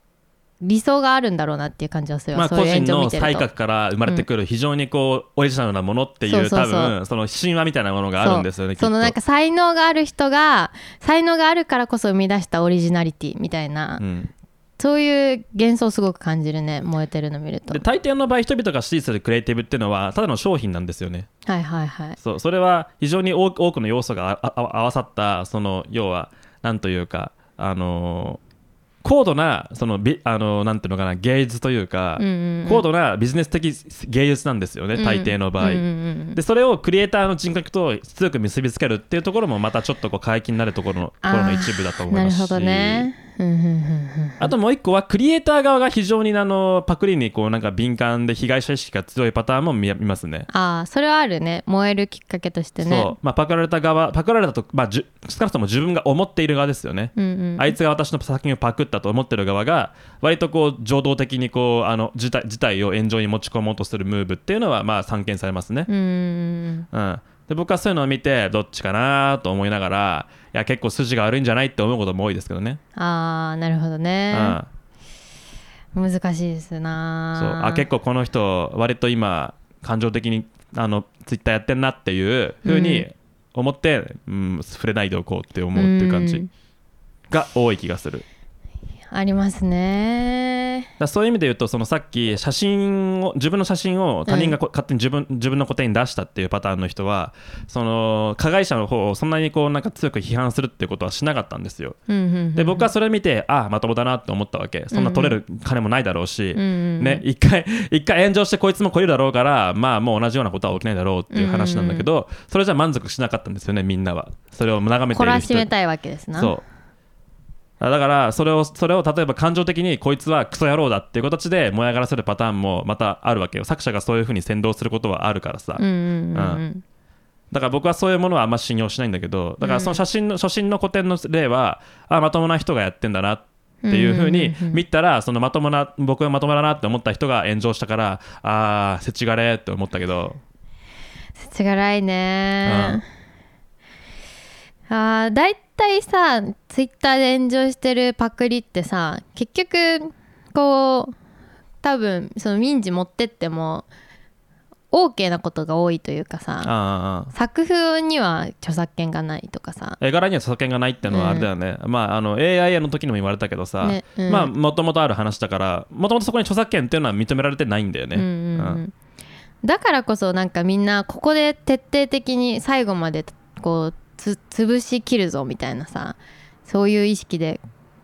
S2: 理想があるんだろうなっていう感じはするわ
S1: まあ、
S2: そう
S1: 個
S2: いう
S1: 人
S2: 炎上
S1: の
S2: 見てる
S1: 才
S2: と
S1: 覚から生まれてくる非常にこうオリジナルなものっていう
S2: そうそう
S1: 多
S2: そう
S1: 分その神話みたいなものがあるんですよねきっ
S2: そう
S1: と
S2: そのなんか才能がある人が才能があるからこそ生み出したオリジナリティみたいな
S1: うん
S2: とそういう幻想すごく感じるね燃えてるの見ると
S1: で大抵の場合人々が支持するクリエイティブっていうのはただの商品なんですよね
S2: はいはいはい
S1: そうそれは非常に多く多くの要素がああ合わさったその要はなんというかあのー高度なそのびあのーなんていうのかな芸術というか、
S2: うんうんうん
S1: 高度なビジネス的芸術なんですよね、大抵の場合、
S2: うんうんうんうん
S1: でそれをクリエイターの人格と強く結びつけるっていうところもまたちょっとこう解禁になるところのところの一部だと思いますし
S2: あーなるほどねうんうんうんうん
S1: あともう一個はクリエイター側が非常にあのパクリにこうなんか敏感で被害者意識が強いパターンも見見ますね。
S2: ああそれはあるね燃えるきっかけとしてね
S1: そうまあ、パクられた側パクられたと、まあ、じゅ少なくとも自分が思っている側ですよね、
S2: うんうん
S1: あいつが私の作品をパクったと思ってる側が割とこう情動的にこうあの事態事態を炎上に持ち込もうとするムーブっていうのはまあ散見されますね、
S2: うんうん
S1: うん、で僕はそういうのを見てどっちかなと思いながらいや結構筋が悪いんじゃないって思うことも多いですけどね、
S2: うんああなるほど
S1: う
S2: ね
S1: ん、
S2: 難しいですな
S1: そうあ結構この人割と今感情的にあのツイッターやってんなっていうふうに
S2: うん
S1: 思って、うん触れないでおこうって思うっていう感じ
S2: ん
S1: が多い気がする、だか
S2: ありますね
S1: らそういう意味で言うとそのさっき写真を自分の写真を他人がこ、勝手に自分自分の個展に出したっていうパターンの人はその加害者の方をそんなにこうなんか強く批判するっていうことはしなかったんですよ
S2: うんうんうん
S1: で僕はそれを見てああまともだなって思ったわけそんな取れる金もないだろうし、
S2: うんうん
S1: ね、一回一回炎上してこいつも来れるだろうからまあもう同じようなことは起きないだろうっていう話なんだけど、それじゃ満足しなかったんですよねみんなはそれを眺めて
S2: 懲
S1: いる
S2: ら
S1: 人
S2: しめたいわけですな
S1: そうあだからそれをそれを例えば感情的にこいつはクソ野郎だっていう形で燃え上がらせるパターンもまたあるわけよ作者がそういうふうに先導することはあるからさ、
S2: うんうんうん
S1: だから僕はそういうものはあんま信用しないんだけどだからその写真の、初心の古典の例はあまともな人がやってんだなっていうふうに
S2: うんうんうんうん
S1: 見たらそのまともな僕がまともだなって思った人が炎上したからあーせちがれって思ったけど
S2: せちがらいねあーだいたいさツイッターで炎上してるパクリってさ結局こう多分その民事持ってっても OK なことが多いというかさ
S1: あーあー
S2: 作風には著作権がないとかさ
S1: 絵柄には著作権がないってのはあれだよね、まああの AI の時にも言われたけどさ、
S2: ねうん
S1: まあもともとある話だからもともとそこに著作権っていうのは認められてないんだよね、
S2: うんうんう
S1: うん
S2: んだからこそなんかみんなここで徹底的に最後までこうつ潰しきるぞみたいなさそういう意識で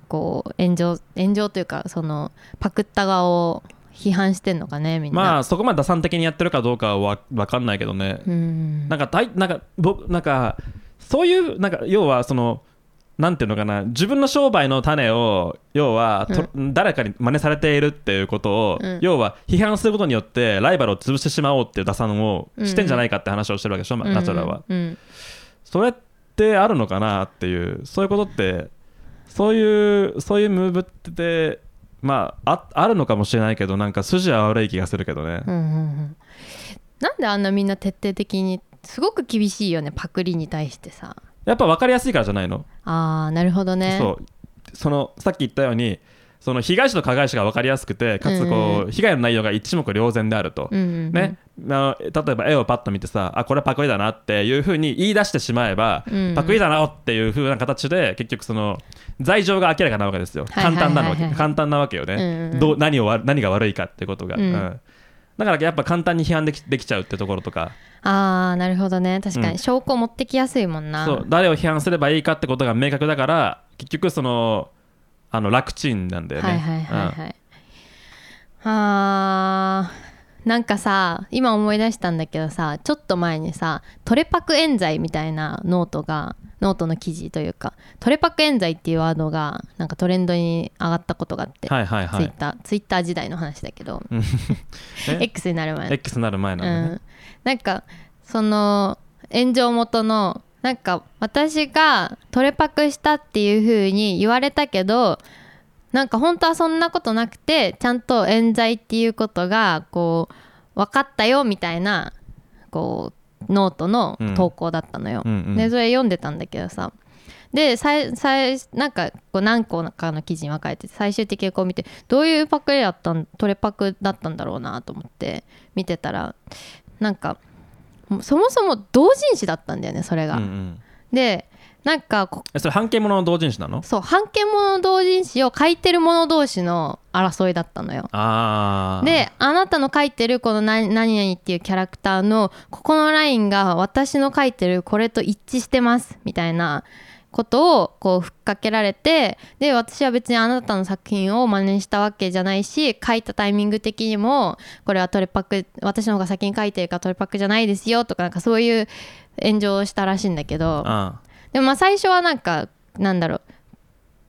S2: こう炎上炎上というかそのパクった側を批判してんのかねみんな。
S1: ま
S2: あ
S1: あそこまで打算的にやってるかどうかは分かんないけどね、
S2: うん
S1: なんか大なんか僕なんかそういうなんか要はそのなんていうのかな自分の商売の種を要はと、誰かに真似されているっていうことを、
S2: うん
S1: 要は批判することによってライバルを潰してしまおうっていう打算をしてんじゃないかって話をしてるわけでしょ、ナチュラは、
S2: うん
S1: それってあるのかなっていうそういうことってそういうそういうムーブってまあああるのかもしれないけどなんか筋は悪い気がするけどね、
S2: うんうんうんなんであんなみんな徹底的にすごく厳しいよねパクリに対してさ
S1: やっぱ分かりやすいからじゃないの
S2: あーなるほどね
S1: そうそのさっき言ったようにその被害者と加害者が分かりやすくてかつこう、被害の内容が一目瞭然であると、
S2: うんうんうん
S1: ね、あの例えば絵をパッと見てさあこれはパクリだなっていうふうに言い出してしまえば、
S2: うん
S1: パクリだなっていうふうな形で結局その罪状が明らかなわけですよ
S2: はいはい
S1: 簡
S2: は
S1: 単
S2: いはい
S1: なのわけ簡単なわけよね、
S2: うんうん
S1: どう何をわ何が悪いかってことが、
S2: うん
S1: だからやっぱ簡単に批判できできちゃうってところとか
S2: あーなるほどね確か
S1: う
S2: に
S1: ん
S2: 証拠持ってきやすいもんな、
S1: そう誰を批判すればいいかってことが明確だから結局そのあの楽ちんなんだよね。
S2: はいはいはい
S1: うん
S2: はい、あーなんかさ今思い出したんだけどさちょっと前にさトレパク冤罪みたいなノートがノートの記事というかトレパク冤罪っていうワードがなんかトレンドに上がったことがあって、
S1: はいはいは
S2: ツイッ
S1: い。
S2: ターツイッター時代の話だけど
S1: うんえ
S2: X になる前の
S1: X になる前な
S2: う
S1: のね。
S2: ん、なんかその炎上元のなんか私がトレパクしたっていう風に言われたけどなんか本当はそんなことなくてちゃんと冤罪っていうことがこう分かったよみたいなこうノートの投稿だったのよ。
S1: うんうん
S2: でそれ読んでたんだけどさで最最なんかこう何個かの記事に分かれてて最終的にこう見てどういうパクリだったんトレパクだったんだろうなと思って見てたらなんかもうそもそも同人誌だったんだよねそれが。
S1: うんうん
S2: でなんかこ
S1: えそれ半径ものの同人誌なの
S2: そう半径もの同人誌を書いてる者同士の争いだったのよ
S1: ああ
S2: であなたの書いてるこの何何々っていうキャラクターのここのラインが私の書いてるこれと一致してますみたいなことをこうふっかけられてで私は別にあなたの作品を真似したわけじゃないし書いたタイミング的にもこれはトレパク私の方が先に書いてるからトレパクじゃないですよとかなんかそういう炎上をしたらしいんだけど
S1: あ
S2: でもまあ最初はなんかなんだろう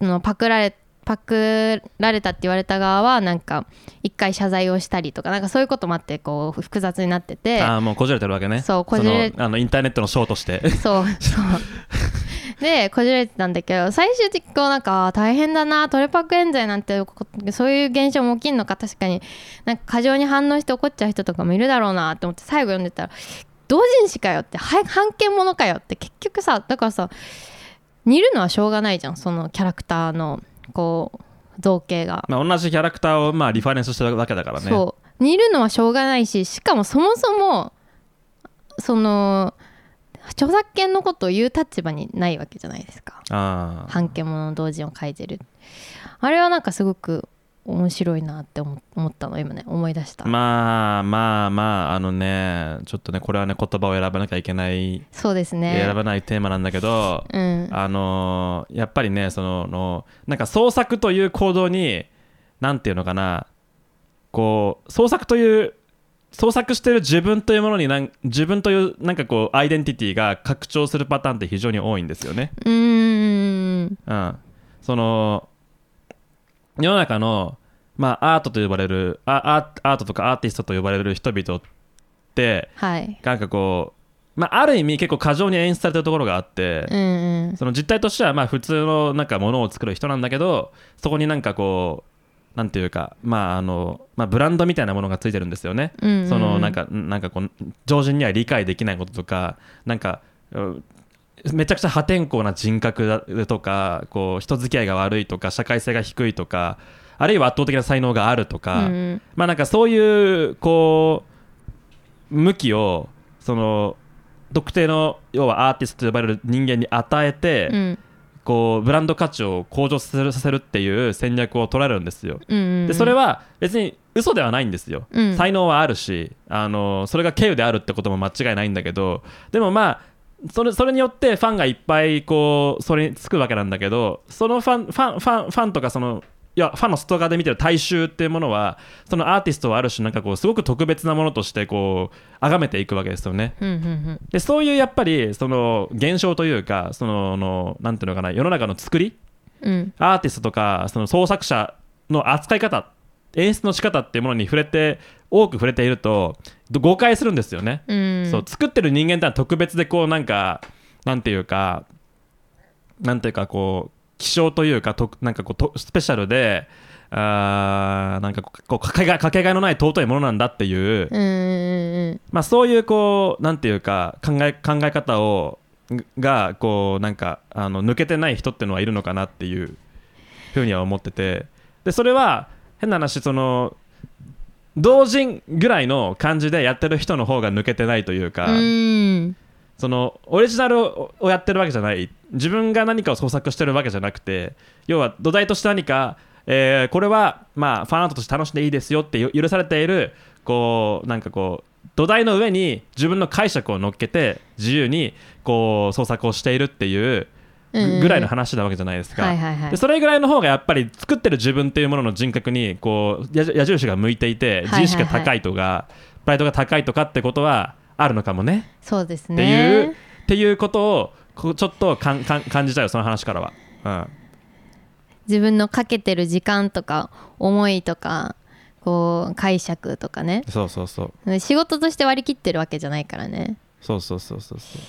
S2: あのパクられパクられたって言われた側はなんか一回謝罪をしたりとかなんかそういうこともあってこう複雑になってて
S1: あーもうこじれてるわけね
S2: そうこじれ
S1: そのあのインターネットのショーと
S2: <laughs>
S1: して
S2: そうそう <laughs> でこじれてたんだけど最終的にこうなんかあー大変だなトレパク冤罪なんてこそういう現象も起きんのか確かになんか過剰に反応して怒っちゃう人とかもいるだろうなと思って最後読んでたら同人誌かよっては半径ものかよって結局さだからさ似るのはしょうがないじゃんそのキャラクターのこう造形が、
S1: まあ同じキャラクターをまあリファレンスしてるわけだからね
S2: そう似るのはしょうがないししかもそもそもその著作権のことを言う立場にないわけじゃないですか
S1: ああ
S2: 半径もの同人を書いてるあれはなんかすごく面白いなって思思ったの今ね思い出した、
S1: まあまあまああのねちょっとねこれはね言葉を選ばなきゃいけない、
S2: そうですね
S1: 選ばないテーマなんだけど、
S2: う
S1: <laughs>
S2: ん
S1: あのーやっぱりねそののなんか創作という行動になんていうのかなこう創作という創作してる自分というものになん自分というなんかこうアイデンティティが拡張するパターンって非常に多いんですよね。
S2: うーん
S1: うん、その世の中の、まあ、アートと呼ばれるあアーアートとかアーティストと呼ばれる人々って
S2: はい
S1: なんかこう、まあ、ある意味結構過剰に演出されてるところがあって、
S2: うんうん
S1: その実態としてはまあ普通のなんかものを作る人なんだけどそこになんかこうなんていうか、まああのまあ、ブランドみたいなものがついてるんですよね。
S2: うんうん
S1: そのなんかなんかこう常人には理解できないこととかなんかうんめちゃくちゃ破天荒な人格だとかこう人付き合いが悪いとか社会性が低いとかあるいは圧倒的な才能があると
S2: う
S1: か、
S2: ん
S1: まあなんかそういうこう向きをその特定の要はアーティストと呼ばれる人間に与えて、
S2: うん
S1: こうブランド価値を向上させるさせるっていう戦略を取られるんですよ。
S2: うん
S1: でそれ
S2: は
S1: は別に嘘ではないんですよ、
S2: うん
S1: 才能はあるしあのそれが経由であるってことも間違いないんだけどでもまあそれそれによってファンがいっぱいこうそれにつくわけなんだけどそのファンファンファンファンとかそのいやファンの外側で見てる大衆っていうものはそのアーティストはある種なんかこうすごく特別なものとしてこう崇めていくわけですよね。
S2: うんうん
S1: でそういうやっぱりその現象というかそののなんていうのかな世の中の作り
S2: うんうん
S1: アーティストとかその創作者の扱い方演出の仕方っていうものに触れて多く触れているとど誤解するんですよね、
S2: うん
S1: そう作ってる人間ってのは特別でこうなんかなんていうかなんていうかこう希少というかとなんかこうとスペシャルであーなんかこうこうかけがかけがえのない尊いものなんだっていう
S2: うんうん
S1: まあ、そういうこうなんていうか考え考え方をがこうなんかあの抜けてない人ってのはいるのかなっていうふうには思っててでそれは変な話その同人ぐらいの感じでやってる人の方が抜けてないというか、
S2: うん
S1: そのオリジナルををやってるわけじゃない自分が何かを創作してるわけじゃなくて要は土台として何か、えーこれはまあファンアートとして楽しんでいいですよってゆ許されているこうなんかこう土台の上に自分の解釈を乗っけて自由にこう創作をしているっていう
S2: うん
S1: ぐらいの話なわけじゃないですか、
S2: はいはいはい
S1: でそれぐらいの方がやっぱり作ってる自分っていうものの人格にこう矢矢印が向いていて
S2: はいは
S1: 自
S2: い
S1: 意識が高いとか、プライドが高いとかってことはあるのかもね。
S2: そうです
S1: っていう、
S2: ね
S1: っていうことをこうちょっとかんかん感じたよその話からは、うん、
S2: 自分のかけてる時間とか思いとかこう解釈とかね
S1: そうそうそう
S2: 仕事として割り切ってるわけじゃないからね
S1: そうそうそうそうそう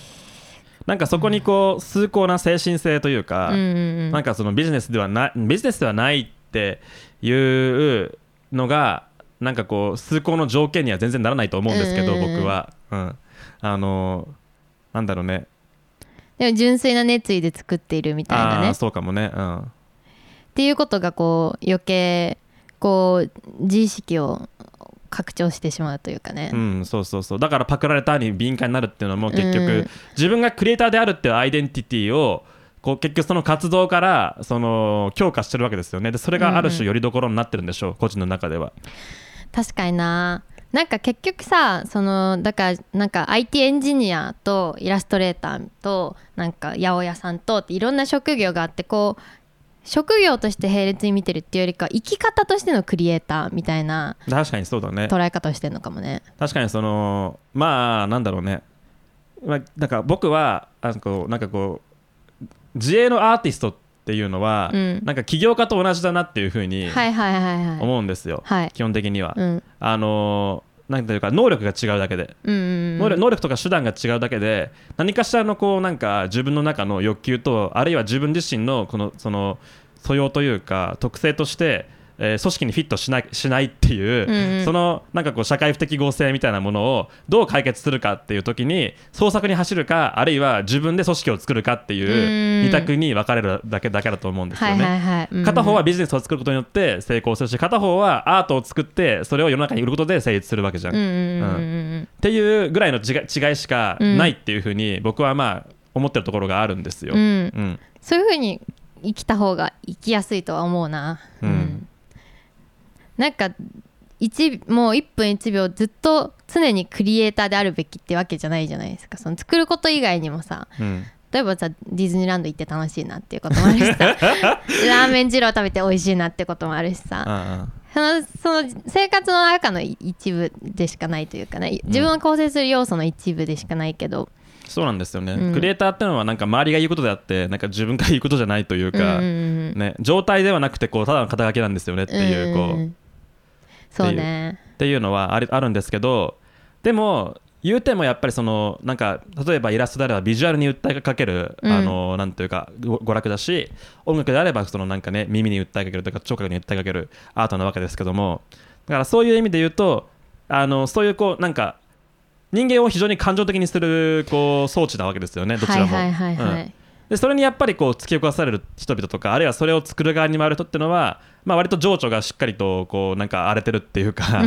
S1: なんかそこにこう崇高な精神性というか、
S2: うんうんう
S1: なん
S2: ん
S1: かそのビジネスではないビジネスではないっていうのがなんかこう崇高の条件には全然ならないと思うんですけど、
S2: うんうんうん
S1: 僕は、うん、あのなんだろうね
S2: でも純粋な熱意で作っているみたいな
S1: あ
S2: ね
S1: ー
S2: っ
S1: そうかもね、うん、
S2: ていうことがこう余計こう自意識を拡張してしまうというかね、
S1: うん、そうそうそうだからパクられたに敏感になるっていうのも結局、
S2: うん
S1: 自分がクリエイターであるっていうアイデンティティをこう結局その活動からその強化してるわけですよねでそれがある
S2: うんう
S1: 種
S2: ん
S1: よりどころになってるんでしょう、個人の中では
S2: 確かにななんか結局さそのだからなんか IT エンジニアとイラストレーターとなんか八百屋さんとっていろんな職業があってこう職業として並列に見てるっていうよりか生き方としてのクリエイターみたいな
S1: 確かにそうだね
S2: 捉え方をしてるのかもね
S1: 確かにそのまあなんだろうね、まあ、なんか僕はあのこうなんかこう自営のアーティストっていうのは、
S2: うん
S1: なんか起業家と同じだなっていうふうに
S2: はいはいはいはい
S1: 思うんですよ、
S2: はい
S1: 基本的には、
S2: うん
S1: あのなんていうか能力が違うだけで
S2: うんうんう
S1: 能力
S2: ん
S1: 能力とか手段が違うだけで何かしらのこうなんか自分の中の欲求とあるいは自分自身のこのその素養というか特性として、えー組織にフィットしないしないっていう、
S2: うんうん
S1: そのなんかこう社会不適合性みたいなものをどう解決するかっていう時に創作に走るかあるいは自分で組織を作るかっていう
S2: うん
S1: 二択に分かれるだけだけだと思うんですよ
S2: はい
S1: ね。
S2: はいはいうんうん
S1: 片方はビジネスを作ることによって成功するし片方はアートを作ってそれを世の中に売ることで成立するわけじゃん
S2: うんうんうんうん
S1: っていうぐらいの違い違いしかないっていうふうに僕はまあ思ってるところがあるんですよ。
S2: うんうん
S1: うん
S2: そういうふうに生きた方が生きやすいとは思うな、
S1: うん
S2: なんか一もう1分1秒ずっと常にクリエイターであるべきってわけじゃないじゃないですかその作ること以外にもさ
S1: うん
S2: 例えばさディズニーランド行って楽しいなっていうことも
S1: <laughs>
S2: あるしさラーメン二郎食べて美味しいなってこともあるしさ、
S1: あ
S2: そのその生活の中の一部でしかないというかね自分を構成する要素の一部でしかないけど、
S1: あそうなんですよね、
S2: うん
S1: クリエイターってのはなんか周りが言うことであってなんか自分から言うことじゃないという
S2: うんうん
S1: か、
S2: うん
S1: ね、状態ではなくてこうただの肩書きなんですよねっていう,、こ
S2: ん
S1: うん
S2: んそうね
S1: っていうのはありあるんですけどでも言うてもやっぱりそのなんか例えばイラストであればビジュアルに訴えかける、
S2: うん
S1: あのなんていうかご娯楽だし音楽であればそのなんかね耳に訴えかけるとか聴覚に訴えかけるアートなわけですけどもだからそういう意味で言うとあのそういうこうなんか人間を非常に感情的にするこう装置なわけですよねどちらも。
S2: はいはいはいはい、
S1: うんでそれにやっぱりこう突き動かされる人々とかあるいはそれを作る側に回る人っていうのは、まあ、割と情緒がしっかりとこうなんか荒れてるっていう
S2: <laughs>
S1: か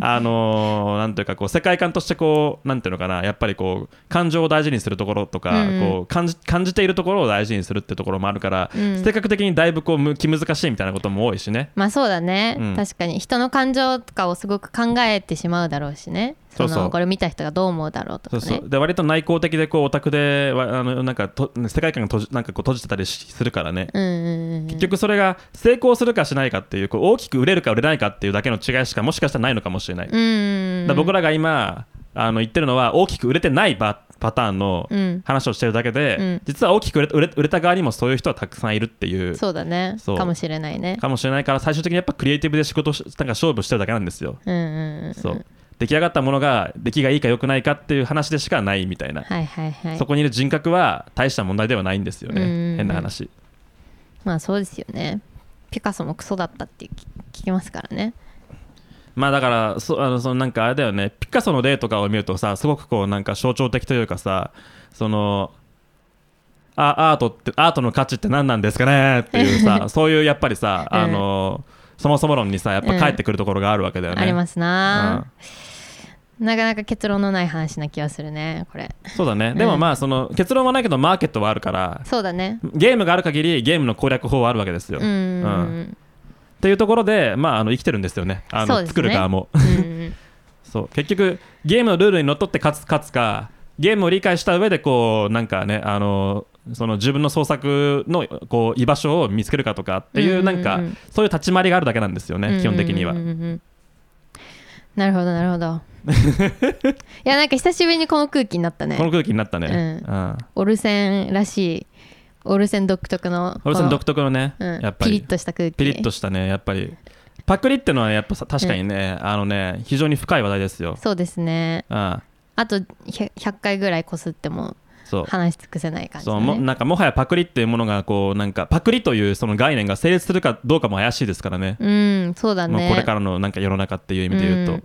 S1: あのーなんていうかこう世界観としてこうなんていうのかなやっぱりこう感情を大事にするところとか、
S2: うんうん
S1: こう感じ感じているところを大事にするってところもあるから、
S2: うん
S1: 性格的にだいぶこうむ気難しいみたいなことも多いしね。
S2: まあそうだね、
S1: うん
S2: 確かに人の感情とかをすごく考えてしまうだろうしねその
S1: そうそう
S2: これ見た人がどう思うだろうとか
S1: そう
S2: ね
S1: そうで割と内向的でこうオタクでわあのなんかと世界観が閉じなんかこう閉じてたりしするからね
S2: うんうんうん
S1: 結局それが成功するかしないかっていうこう大きく売れるか売れないかっていうだけの違いしかもしかしたらないのかもしれない、だ
S2: う
S1: か
S2: んうん
S1: ら僕らが今あの言ってるのは大きく売れてないパパターンの
S2: うん
S1: 話をしてるだけで、
S2: うん
S1: 実は大きく売れ売れ売れた側にもそういう人はたくさんいるっていう
S2: そうだね
S1: そう
S2: かもしれないね
S1: かもしれないから最終的にやっぱクリエイティブで仕事をしなんか勝負してるだけなんですよ、
S2: うんうんうん
S1: そう出来上がったものが出来がいいか良くないかっていう話でしかないみたいな、
S2: はいはいはい
S1: そこにいる人格は大した問題ではないんですよね、
S2: うん
S1: 変な話
S2: まあそうですよねピカソもクソだったって聞聞きますからね
S1: まあだからそあのそのなんかあれだよねピカソの例とかを見るとさすごくこうなんか象徴的というかさそのあアートってアートの価値って何なんですかねっていう
S2: <laughs>
S1: さそういうやっぱりさ
S2: うん
S1: あの、そもそも論にさやっぱ
S2: うん
S1: 返ってくるところがあるわけだよね、
S2: ありますな、なかなか結論のない話な気がするねこれ
S1: うんそうだねでもまあその結論はないけどマーケットはあるから
S2: そうだね
S1: ゲームがある限りゲームの攻略法はあるわけですよ、
S2: うんうん
S1: っていうところでまああの生きてるんですよねあ
S2: そう
S1: の
S2: ですね
S1: 作る側も
S2: うんうん
S1: そう結局ゲームのルールにのっとって勝つ勝つかゲームを理解した上でこうなんかねあのその自分の創作のこう居場所を見つけるかとかっていう
S2: うんうん
S1: な
S2: うん
S1: んかそういう立ち回りがあるだけなんですよ
S2: うん
S1: ね基本的には
S2: うんうんうんうんなるほどなるほど
S1: <laughs>
S2: いやなんか久しぶりにこの空気になった
S1: この
S2: ね
S1: 空気になったね
S2: う
S1: うん
S2: オルセンらしいオルセン独特の
S1: 俺その
S2: この
S1: 独特のね
S2: うん
S1: やっぱ
S2: ピリッ
S1: り
S2: とした空気
S1: ピリッとしたねやっぱりパクリってのはやっぱさ確かにねあのね非常に深い話題ですよ
S2: そうですね
S1: うん
S2: あと100 100回ぐらいこすっても
S1: そう
S2: 話し尽くせない感じ
S1: そ
S2: だ
S1: うも
S2: ね
S1: なんかもはやパクリっていうものがこうなんかパクリというその概念が成立するかどうかも怪しいですからね
S2: うんそうだ
S1: も
S2: ね
S1: うこれからのなんか世の中っていう意味で言うと、
S2: うん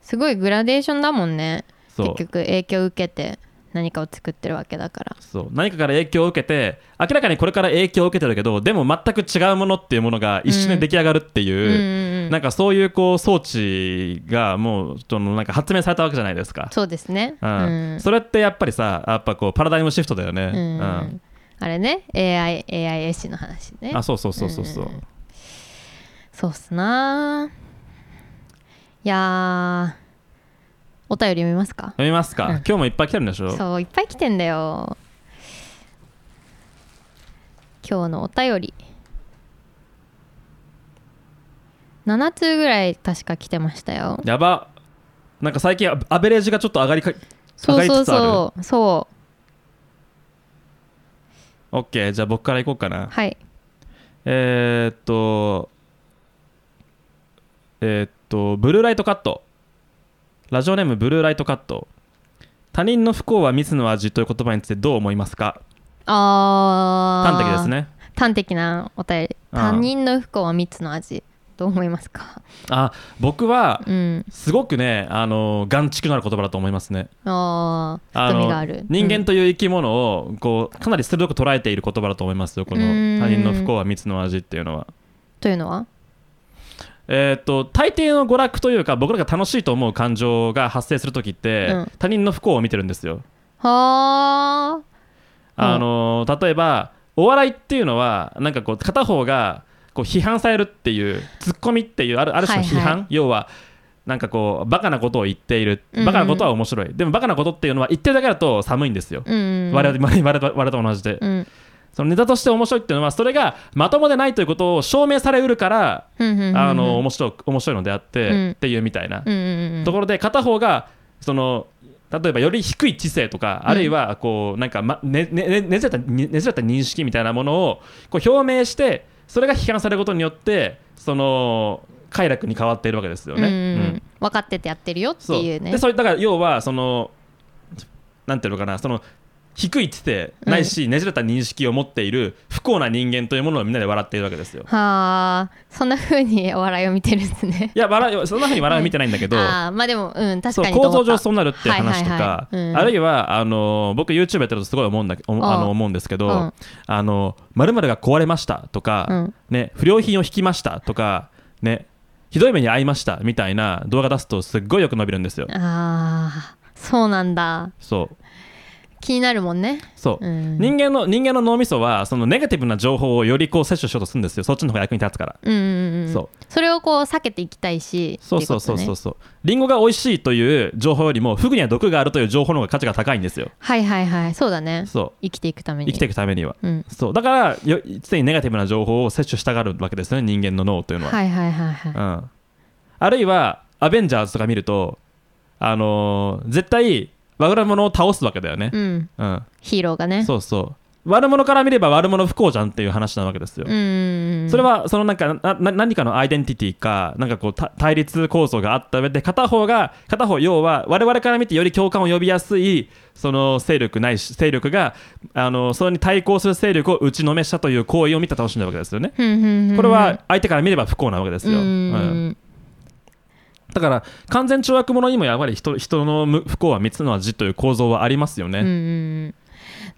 S2: すごいグラデーションだもんね
S1: そう
S2: 結局影響受けて何かを作ってるわけだから
S1: そう何かから影響を受けて明らかにこれから影響を受けてるけどでも全く違うものっていうものが一瞬で出来上がるって
S2: うん
S1: い
S2: うん
S1: う、
S2: うん
S1: なんかそういうこう装置がもうそのなんか発明されたわけじゃないですか、
S2: そうですね
S1: う
S2: うんん
S1: それってやっぱりさやっぱこうパラダイムシフトだよね、
S2: うんうんあれね AI AI 絵師の話ね
S1: あそうそうそうそうそう、
S2: んそうっすないやーお便り読みますか
S1: 読みますか、
S2: うん
S1: 今日もいっぱい来てるんでしょ
S2: そういっぱい来てんだよ今日のお便り7通ぐらい確か来てましたよ
S1: やばなんか最近アアベレージがちょっと上がりか
S2: そうそう
S1: 上が
S2: そうそう
S1: オッケーじゃあ僕からいこうかな
S2: はい
S1: えー、っとえー、っとブルーライトカットラジオネームブルーライトカット他人の不幸はミスの味という言葉についてどう思いますか
S2: あー
S1: 端的ですね
S2: 端的なお便り
S1: うん
S2: 他人の不幸は蜜の味どう思いますか
S1: あ僕は
S2: うん
S1: すごくねあの眼蓄のある言葉だと思いますね
S2: ああ
S1: あ
S2: 深み
S1: の
S2: がある
S1: 人間という生き物をこうかなり鋭く捉えている言葉だと思いますよこの
S2: うーん
S1: 他人の不幸は蜜の味っていうのは
S2: というのは
S1: えー、と大抵の娯楽というか僕らが楽しいと思う感情が発生するときって、
S2: うん
S1: 他人の不幸を見てるんですよ。
S2: はあ
S1: あのー例えばお笑いっていうのはなんかこう片方がこう批判されるっていうツッコミっていうあるある種の批判、
S2: はいは
S1: 要はなんかこうバカなことを言っている
S2: うんうん
S1: バカなことは面白い、でもバカなことっていうのは言ってるだけだと寒いんですよ。
S2: うん
S1: 我々我々我々と同じで、
S2: うん
S1: そのネタとして面白いっていうのはそれがまともでないということを証明されうるから、
S2: うんうんうんうん
S1: あの面白く面白いのであって、
S2: うん
S1: っていうみたいな
S2: うんうんうん
S1: ところで片方がその例えばより低い知性とか、
S2: うん
S1: あるいはこうなんか、まねねねねじれたねねじれた認識みたいなものをこう表明してそれが批判されることによってその快楽に変わっているわけですよね。
S2: うんうん
S1: うん
S2: 分かっててやってるよっ
S1: そう
S2: ていうね
S1: でそれだから要はそのなんていうのかなその低い知性ないし、ねじれた認識を持っている不幸な人間というものをみんなで笑っているわけですよ。
S2: はあそんな風に <laughs> お笑いを見てるんですね
S1: いや笑いそんなふうに笑いは見てないんだけど、
S2: ああまあでもうん確
S1: そう
S2: かに
S1: 構造上そう
S2: う
S1: なるっていう話とか、
S2: はいはいはいうん
S1: あるいはあの僕 YouTube やってるとすごい思うんだけおもあ
S2: う
S1: の
S2: ん
S1: 思うんですけど、
S2: うん
S1: あの〇〇が壊れましたとか、
S2: うん
S1: ね不良品を引きましたとかねひどい目に遭いましたみたいな動画出すとすっごいよく伸びるんですよ。
S2: ああそうなんだ
S1: そう
S2: 気になるもんね
S1: そう、
S2: うん
S1: 人間の人間の脳みそはそのネガティブな情報をよりこう摂取しようとするんですよ。そっちの方が役に立つから。
S2: うんうんうん
S1: そう
S2: それをこう避けていきたいし
S1: そうそうそう
S2: ってい
S1: そう
S2: ことね
S1: そう。リンゴが美味しいという情報よりもフグには毒があるという情報の方が価値が高いんですよ。
S2: はいはいはいそうだね
S1: そ
S2: 生きていくため
S1: う
S2: に
S1: 生きていくためには。
S2: うん
S1: そうだからよ常にネガティブな情報を摂取したがるわけですよね人間の脳というのは、
S2: はいはいはいはい
S1: うん、あるいはアベンジャーズとか見るとあのー絶対悪者を倒すわけだよね、
S2: うん
S1: うん
S2: ヒーローがね
S1: そうそう悪者から見れば悪者不幸じゃんっていう話なわけですよ、
S2: うんうんうん
S1: それはそのなんかなな何かのアイデンティティかなんかこうた対立構造があった上で片方が片方要は我々から見てより共感を呼びやすいその勢力ないし勢力があのそれに対抗する勢力を打ちのめしたという行為を見た楽しんだわけですよね。
S2: うんうんうん
S1: これは相手から見れば不幸なわけです
S2: うん
S1: よ。
S2: う
S1: うん
S2: ん
S1: だから完全懲悪者にもやはり人人のむ不幸は3つの味という構造はありますよ
S2: うんうん
S1: ね。
S2: うん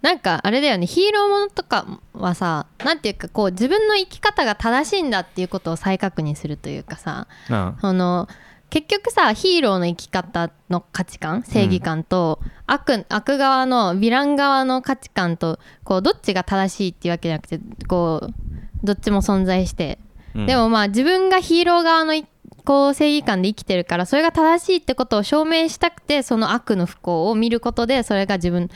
S2: なんかあれだよねヒーローものとかはさなんていうかこう自分の生き方が正しいんだっていうことを再確認するというかさ
S1: うん
S2: その結局さヒーローの生き方の価値観正義感と、悪悪側のヴィラン側の価値観とこうどっちが正しいっていうわけじゃなくてこうどっちも存在して、
S1: うん
S2: でもまあ自分がヒーロー側のいこう正義感で生きてるからそれが正しいってことを証明したくてその悪の不幸を見ることでそれが自分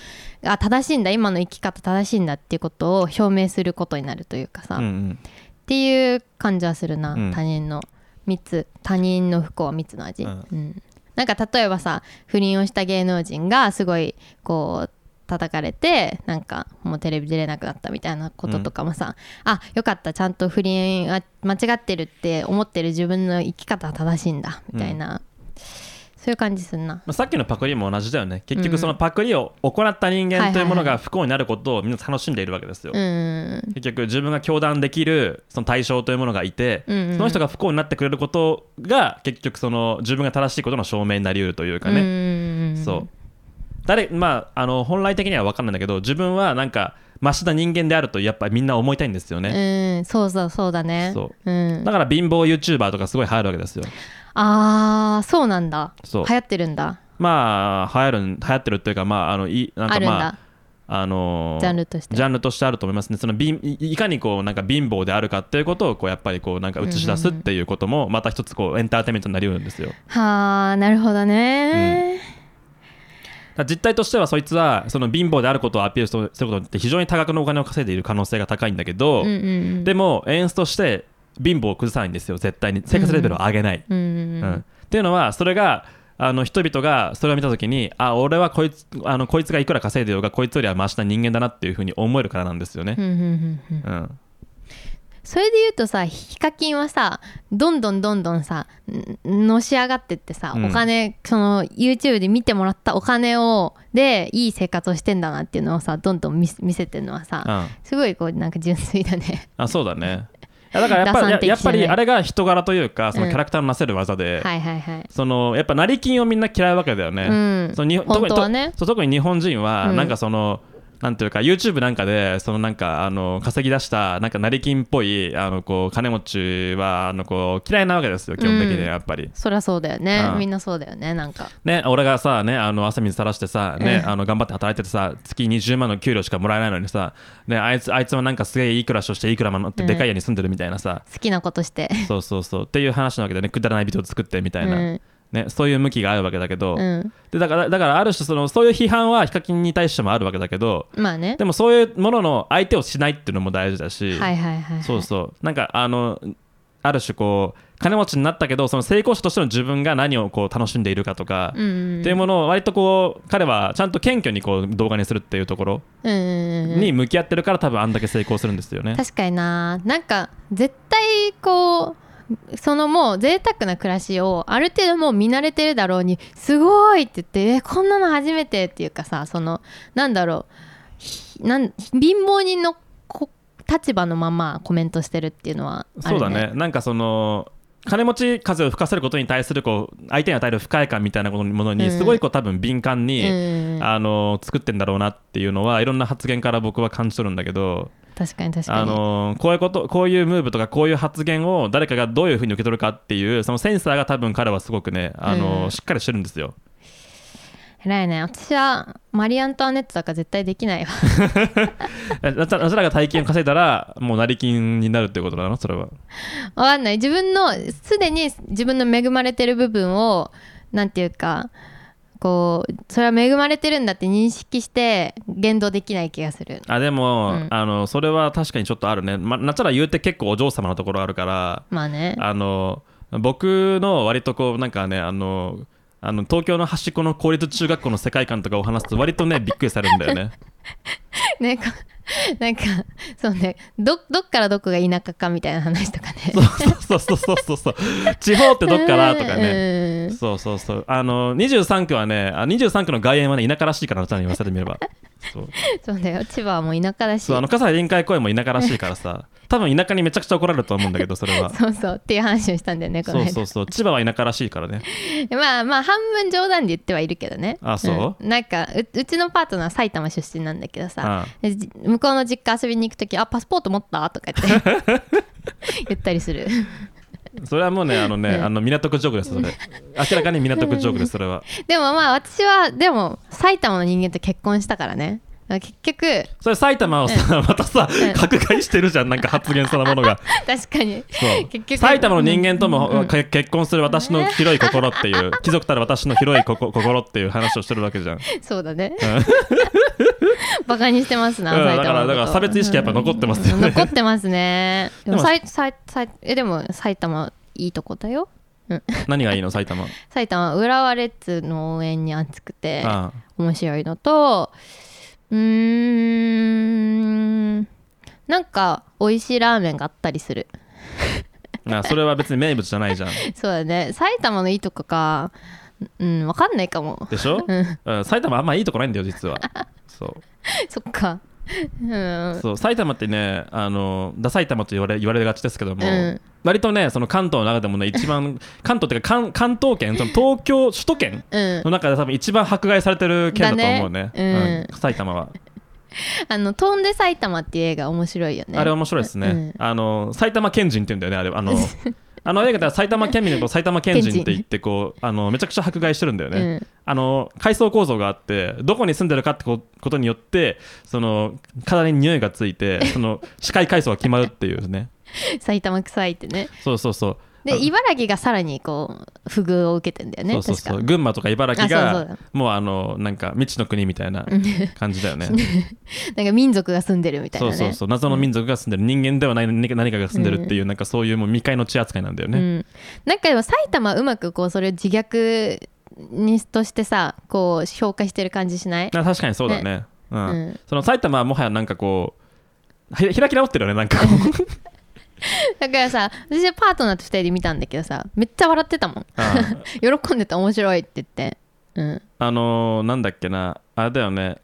S2: が正しいんだ今の生き方正しいんだっていうことを証明することになるというかさ、
S1: うんうん
S2: っていう感じはするな、
S1: うん
S2: 他人の蜜他人の不幸は蜜の味、
S1: う
S2: うんんなんか例えばさ不倫をした芸能人がすごいこう叩かれてなんかもうテレビ出れなくなったみたいなこととかもさ、あよかったちゃんと不倫は間違ってるって思ってる自分の生き方は正しいんだみたいな、そういう感じするな
S1: まあ、さっきのパクリも同じだよね結局そのパクリを行った人間というものが不幸になることをみんな楽しんでいるわけですよ、
S2: うん
S1: 結局自分が教団できるその対象というものがいて、
S2: うんうんうん
S1: その人が不幸になってくれることが結局その自分が正しいことの証明になりうるというか
S2: う
S1: ね、
S2: ん
S1: そう誰まああの本来的には分かんないんだけど自分はなんかマシな人間であるとやっぱみんな思いたいんですよね、
S2: うんそうそうそうだね、
S1: そう
S2: ん
S1: だ、から貧乏 YouTuber とかすごい流行るわけですよ
S2: あーそうなんだ
S1: そう
S2: 流行ってるんだ
S1: まあ流行るん流行ってるっていうかまああのいなん
S2: あ
S1: か
S2: るん
S1: まあ
S2: だ
S1: あのー
S2: ジャンルとして
S1: ジャンルとしてあると思いますねその貧いいかにこうなんか貧乏であるかっていうことをこうやっぱりこうなんか映し出すっていうこともまた一つこうエンターテインメントになりうるんですよ
S2: はあなるほどね、
S1: だから実態としてはそいつはその貧乏であることをアピールすることによって非常に多額のお金を稼いでいる可能性が高いんだけど、
S2: うん、うんうん
S1: でも演出として貧乏を崩さないんですよ絶対に生活レベルを上げない、
S2: うん
S1: う
S2: うんんうん
S1: っていうのはそれがあの人々がそれを見た時にあ俺はこいつあのこいつがいくら稼いでようがこいつよりはマシな人間だなっていうふうに思えるからなんですよね
S2: う、んうんうんうん
S1: うん、
S2: それで言うとさヒカキンはさどんどんどんどんさんのし上がってってさ、
S1: うん
S2: お金その YouTube で見てもらったお金をでいい生活をしてんだなっていうのをさどんどん見せ見せてるのはさ、
S1: うん
S2: すごいこうなんか純粋だね
S1: あそうだねいやだからやっ
S2: 打
S1: ぱ
S2: 算
S1: や
S2: 的
S1: やっぱ
S2: じ
S1: り
S2: ゃない
S1: あれが人柄というかその
S2: うん
S1: キャラクターのなせる技で、
S2: <laughs> はいはいはい、
S1: そのやっぱ成金をみんな嫌いわけだよね、
S2: うん
S1: その日本
S2: 本当はね
S1: 特にとそう特に日本人は
S2: うん
S1: なんかその、なんていうか YouTube なんかでそのなんかあの稼ぎ出したなんか成金っぽいあのこう金持ちはあのこう嫌いなわけですよ基本的にはやっぱり、
S2: そりゃそうだよね、
S1: うん
S2: みんなそうだよねなんか
S1: ね俺がさねあの汗水さらしてさね、
S2: うん
S1: あの頑張って働いててさ月20万の給料しかもらえないのにさねあいつあいつはなんかすげえいい暮らしをしていくらものってでかい家に住んでるみたいなさ、
S2: 好きなことして
S1: そうそうそうっていう話なわけでねくだらないビデオを作ってみたいな、
S2: うん
S1: ね、そういう向きがあるわけだけど、
S2: うん
S1: でだからだからある種そのそういう批判はヒカキンに対してもあるわけだけど
S2: まあね
S1: でもそういうものの相手をしないっていうのも大事だし、
S2: はいはいはい、はい、
S1: そうそうなんかあのある種こう金持ちになったけどその成功者としての自分が何をこう楽しんでいるかとか、
S2: うんうんうん
S1: っていうものを割とこう彼はちゃんと謙虚にこう動画にするっていうところ
S2: うんうんうん
S1: に向き合ってるから多分あんだけ成功するんですよね。
S2: 確かにななんか絶対こうそのもう贅沢な暮らしをある程度もう見慣れてるだろうにすごいって言ってえこんなの初めてっていうかさそのなんだろうひなん貧乏人のこ立場のままコメントしてるっていうのは
S1: そ
S2: あ
S1: う
S2: る、ね、
S1: だねなんかその金持ち風を吹かせることに対するこう相手に与える不快感みたいなことにもの
S2: う
S1: に
S2: ん
S1: すごいこう多分敏感に、
S2: うん
S1: あの作ってんだろうなっていうのはいろんな発言から僕は感じ取るんだけど
S2: 確かに確かに
S1: あのこういうことこういうムーブとかこういう発言を誰かがどういうふうに受け取るかっていうそのセンサーが多分彼はすごくねあの、
S2: うん
S1: しっかりしてるんですよ。
S2: 偉いね私はマリー・アントワネットだから絶対できないわ
S1: えなたなたらが大金を稼いだらもう成金になるってことなのそれは。
S2: わかんない自分のすでに自分の恵まれてる部分をなんていうかこうそれは恵まれてるんだって認識して言動できない気がする
S1: あでも、
S2: うん
S1: あのそれは確かにちょっとあるね、ま、なたら言うて結構お嬢様なところあるから
S2: まあね
S1: あの僕の割とこうなんかねあのあの東京の端っこの公立中学校の世界観とかを話すと割とねびっくりされるんだよ
S2: <laughs>
S1: ね
S2: なんか <laughs> なんかそうねどどっからどこが田舎かみたいな話とかね
S1: そうそうそうそうそう地方ってどっからとかね
S2: ね
S1: そうそうそうあの23区はねあ23区の外苑はね田舎らしいからなたに言わせてみればそう
S2: そうだよ千葉はもう田舎だし
S1: そうあの葛西臨海公園も田舎らしいからさ多分田舎にめちゃくちゃ怒られると思うんだけどそれは
S2: そうそうっていう話をしたんだよねこの
S1: そう
S2: 間
S1: そうそう千葉は田舎らしいからね
S2: <laughs> まあまあ半分冗談で言ってはいるけどね
S1: あそ
S2: うんなんかううちのパートナー埼玉出身なんだけどさ
S1: ああ
S2: でじ向こうの実家遊びに行く時「あパスポート持った?」とか言って <laughs> 言ったりする
S1: それはもうねあのね
S2: うん
S1: あの港区ジョークですそれ明らかに港区ジョークですそれは
S2: でもまあ私はでも埼玉の人間と結婚したからねだから結局
S1: それ埼玉をさ、またさ、拡大してるじゃん、なんか発言そのものが。
S2: 確かに
S1: そう
S2: 結局
S1: 埼玉の人間とも、か結婚する私の広い心っていう、貴族たる私の広いここ心っていう話をしてるわけじゃん。うん
S2: そうだねバカにしてますな
S1: うん
S2: 埼玉
S1: だから
S2: のこと
S1: だから差別意識やっぱ残ってますよね
S2: うん残ってますねでも
S1: でも
S2: さいさいさいえでも埼玉いいとこだよ
S1: 何がいいの、埼玉。
S2: 埼玉は浦和レッズの応援に熱くて
S1: あ
S2: 面白いのとうーんなんか美味しいラーメンがあったりする <laughs>
S1: あなそれは別に名物じゃないじゃん。
S2: そうだね埼玉のいいとこかうんわかんない
S1: <laughs>
S2: かも
S1: でしょ、うん、埼玉あんまいいとこないんだよ、実は。そう
S2: そっかうん
S1: そう埼玉ってねあのダ埼玉と言われ言われがちですけども、
S2: うん
S1: 割とねその関東の中でもね一番関東っていうか関関東圏その東京首都圏
S2: うん
S1: の中で多分一番迫害されてる県だと思うね
S2: だね
S1: うん、埼玉は、
S2: あの「飛んで埼玉」っていう映画面白いよね
S1: あれ面白いですね、あの埼玉県人って言うんだよねあれあの
S2: <laughs>
S1: あの映画では埼玉県民のことを埼玉県人って言ってこうあのめちゃくちゃ迫害してるんだよね、
S2: うん
S1: あの階層構造があってどこに住んでるかってこことによってその体に匂いがつい
S2: <laughs>
S1: てその視界階層が決まるっていうね
S2: 埼玉臭いってね
S1: そうそうそうあ
S2: で茨城がさらにこう不遇を受けてんだよね
S1: そうそうそう
S2: 確か
S1: 群馬とか茨城が
S2: あそうそう
S1: もうあのなんか未知の国みたいな感じだ
S2: <laughs>
S1: よね
S2: なんか民族が住んでるみたい
S1: そう
S2: なね
S1: そうそう謎の民族が住んでる、人間ではない何か何かが住んでるっていう、なんかそういうもう未開の地扱いなんだよね、
S2: うん、なんかでも埼玉うまくこうそれを自虐にとしてさこう評価してる感じしない
S1: あ確かにそうだねうん
S2: うん
S1: その埼玉はもはやなんかこうひ開き直ってるよねなんかこう
S2: だからさ私パートナーと2人で見たんだけどさめっちゃ笑ってたもん
S1: うん
S2: 喜んでた面白いって言ってうん
S1: あのー、なんだっけなあれだよね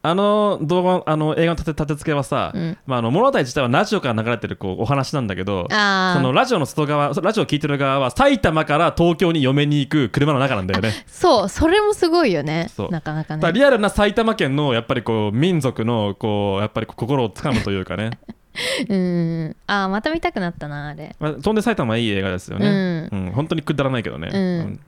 S1: あの動画あの映画の立て立て付けはさ、
S2: うん
S1: まあ、あの物語自体はラジオから流れてるこうお話なんだけど
S2: あー
S1: そのラジオの外側ラジオを聞いてる側は埼玉から東京に嫁に行く車の中なんだよね
S2: そうそれもすごいよね
S1: そう
S2: なかなか
S1: だから
S2: ね
S1: リアルな埼玉県のやっぱりこう民族のこうやっぱり心をつかむというか
S2: <laughs>
S1: ね
S2: うんあーまた見たくなったなあれ
S1: まあ飛んで埼玉はいい映画ですよね、うん本当にくだらないけどね、
S2: うん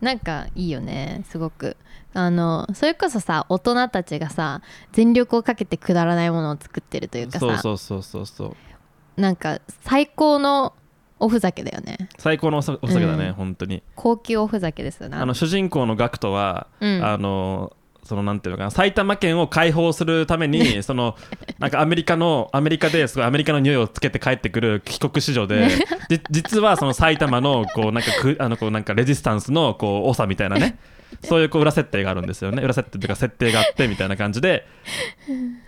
S2: なんかいいよねすごくあのそれこそさ大人たちがさ全力をかけてくだらないものを作ってるというかさ
S1: そうそうそうそうそう
S2: なんか最高のおふざけだよね
S1: 最高のお酒お酒だね、
S2: うん
S1: 本当に
S2: 高級おふざけですよね
S1: あの主人公のガクトは、
S2: うん
S1: あのそのなんていうのかな埼玉県を解放するためにそのなんかアメリカのアメリカですごいアメリカの匂いをつけて帰ってくる帰国子女でじ実はその埼玉のこうなんかくあのこうなんかレジスタンスのこう長みたいなねそういうこう裏設定があるんですよね裏設定というか設定があってみたいな感じで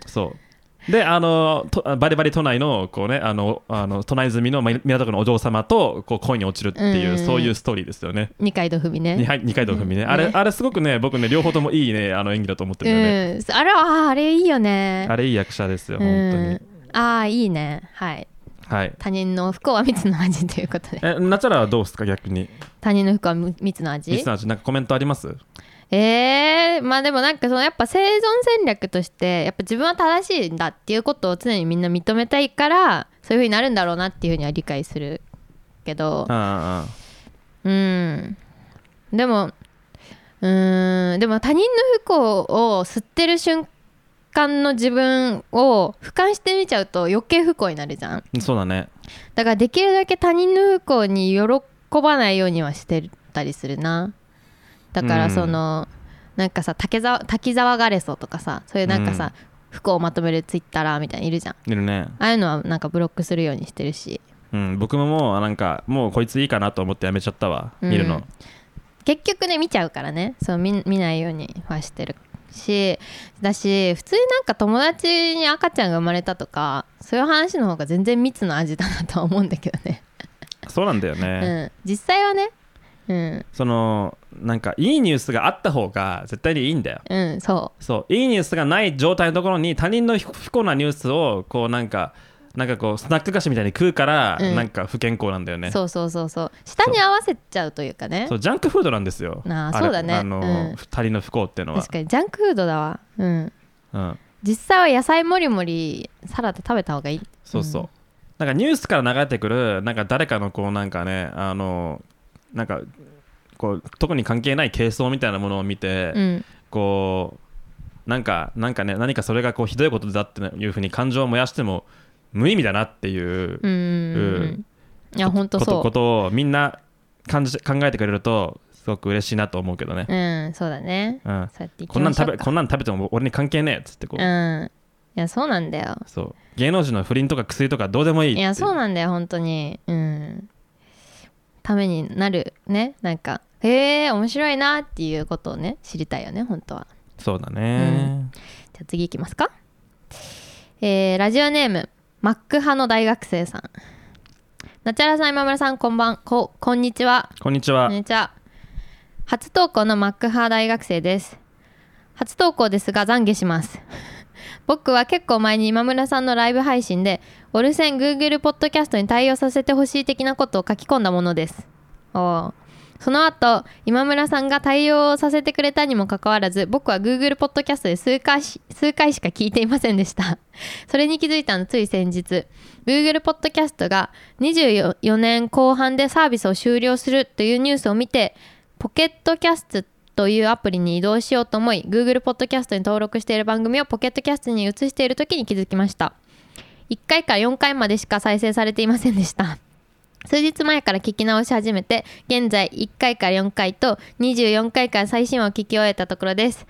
S1: そうであのとバリバリ都内のこう、ね、あのあの都内住みのま港区のお嬢様とこう恋に落ちるっていう、
S2: うん
S1: そういうストーリーですよね。
S2: 二階堂ふみね
S1: 二階二階堂ふみねあれ
S2: ね
S1: あれすごくね僕ね両方ともいいねあの演技だと思ってるんだよね、
S2: うんあれはあーあれいいよね
S1: あれいい役者ですよ、
S2: うん
S1: 本
S2: ああいいねはい
S1: 当にはい
S2: 他人の不幸は蜜の味ということで
S1: えナチャラはどうですか逆に
S2: 他人の不幸は蜜の
S1: リ
S2: 味
S1: スナーちなんかコメントあります
S2: えー、まあでもなんかそのやっぱ生存戦略としてやっぱ自分は正しいんだっていうことを常にみんな認めたいからそういう風になるんだろうなっていうふうには理解するけど
S1: あ
S2: うんでもうーんでも他人の不幸を吸ってる瞬間の自分を俯瞰してみちゃうと余計不幸になるじゃん
S1: あそうだね
S2: だからできるだけ他人の不幸に喜ばないようにはしてたりするなだか
S1: う
S2: ら
S1: ん
S2: その、なんかさ竹沢滝沢ガレソとかさそういうなんかさ、不幸をまとめるツイッターみたいにいるじゃん
S1: いるね
S2: ああいうのはなんかブロックするようにしてるし
S1: うん僕ももうあなんかもうこいついいかなと思ってやめちゃったわ、
S2: うん
S1: 見るの
S2: 結局ね見ちゃうからねそう見見ないようにはしてるしだし普通になんか友達に赤ちゃんが生まれたとかそういう話の方が全然蜜の味だなとは思うんだけどね、
S1: そうなんだよね、
S2: うん、実際はねうん
S1: そのなんかいいニュースがあった方が絶対にいいんだよ
S2: うんそ
S1: そういいニュースがない状態のところに他人の不不幸なニュースをこうなんかなんかこうスナック菓子みたいに食うから、
S2: うん
S1: なんか不健康なんだよ
S2: う、
S1: ね
S2: そうそうそうそう下に合わせちゃうというかね
S1: そうジャンクフードなんですよ
S2: あー
S1: れ
S2: そうだね
S1: あのー、
S2: うん
S1: 二人の不幸っていうのは
S2: 確かにジャンクフードだわうん
S1: うん、
S2: 実際は野菜もりもりサラダ食べた方がいい
S1: そうそう、
S2: うん
S1: なんかニュースから流れてくるなんか誰かのこうなんかねあのーなんかこう特に関係ない軽装みたいなものを見て、
S2: うん
S1: こうなんかなんかね何かそれがこうひどいことだっていうふうに感情を燃やしても無意味だなっていう
S2: うんうんいや本当
S1: こと
S2: そ
S1: ことをみんな感じ考えてくれるとすごく嬉しいなと思うけどね、
S2: ううんそうだね
S1: うん、
S2: そうやってい
S1: こ
S2: き
S1: んな
S2: ま
S1: ん
S2: しょ
S1: 食
S2: う
S1: べ
S2: か
S1: こんなん食べても俺に関係ねえっつってこう、
S2: うんいやそうなんだよ
S1: そう芸能人の不倫とか薬とかどうでもいいって
S2: いやそうなんだよ本当にうんためになるねなんかへえ面白いなっていうことをね知りたいよね本当は
S1: そうだね、
S2: じゃあ次いきますかえーラジオネームマック派の大学生さんなちゃらさん今村さんこんばんここんにちは
S1: こんにちは、
S2: こんにちは初投稿のマック派大学生です初投稿ですが懺悔します <laughs> 僕は結構前に今村さんのライブ配信でオルセン Google ポッドキャストに対応させてほしい的なことを書き込んだものですおーその後今村さんが対応させてくれたにもかかわらず僕は Google ポッドキャストで数回し数回しか聞いていませんでした <laughs> それに気づいたのつい先日 Google ポッドキャストが24年後半でサービスを終了するというニュースを見てポケットキャストというアプリに移動しようと思い Google ポッドキャストに登録している番組をポケットキャストに移している時に気づきました1回から4回までしか再生されていませんでした数日前から聞き直し始めて現在1回から4回と24回から最新話を聞き終えたところです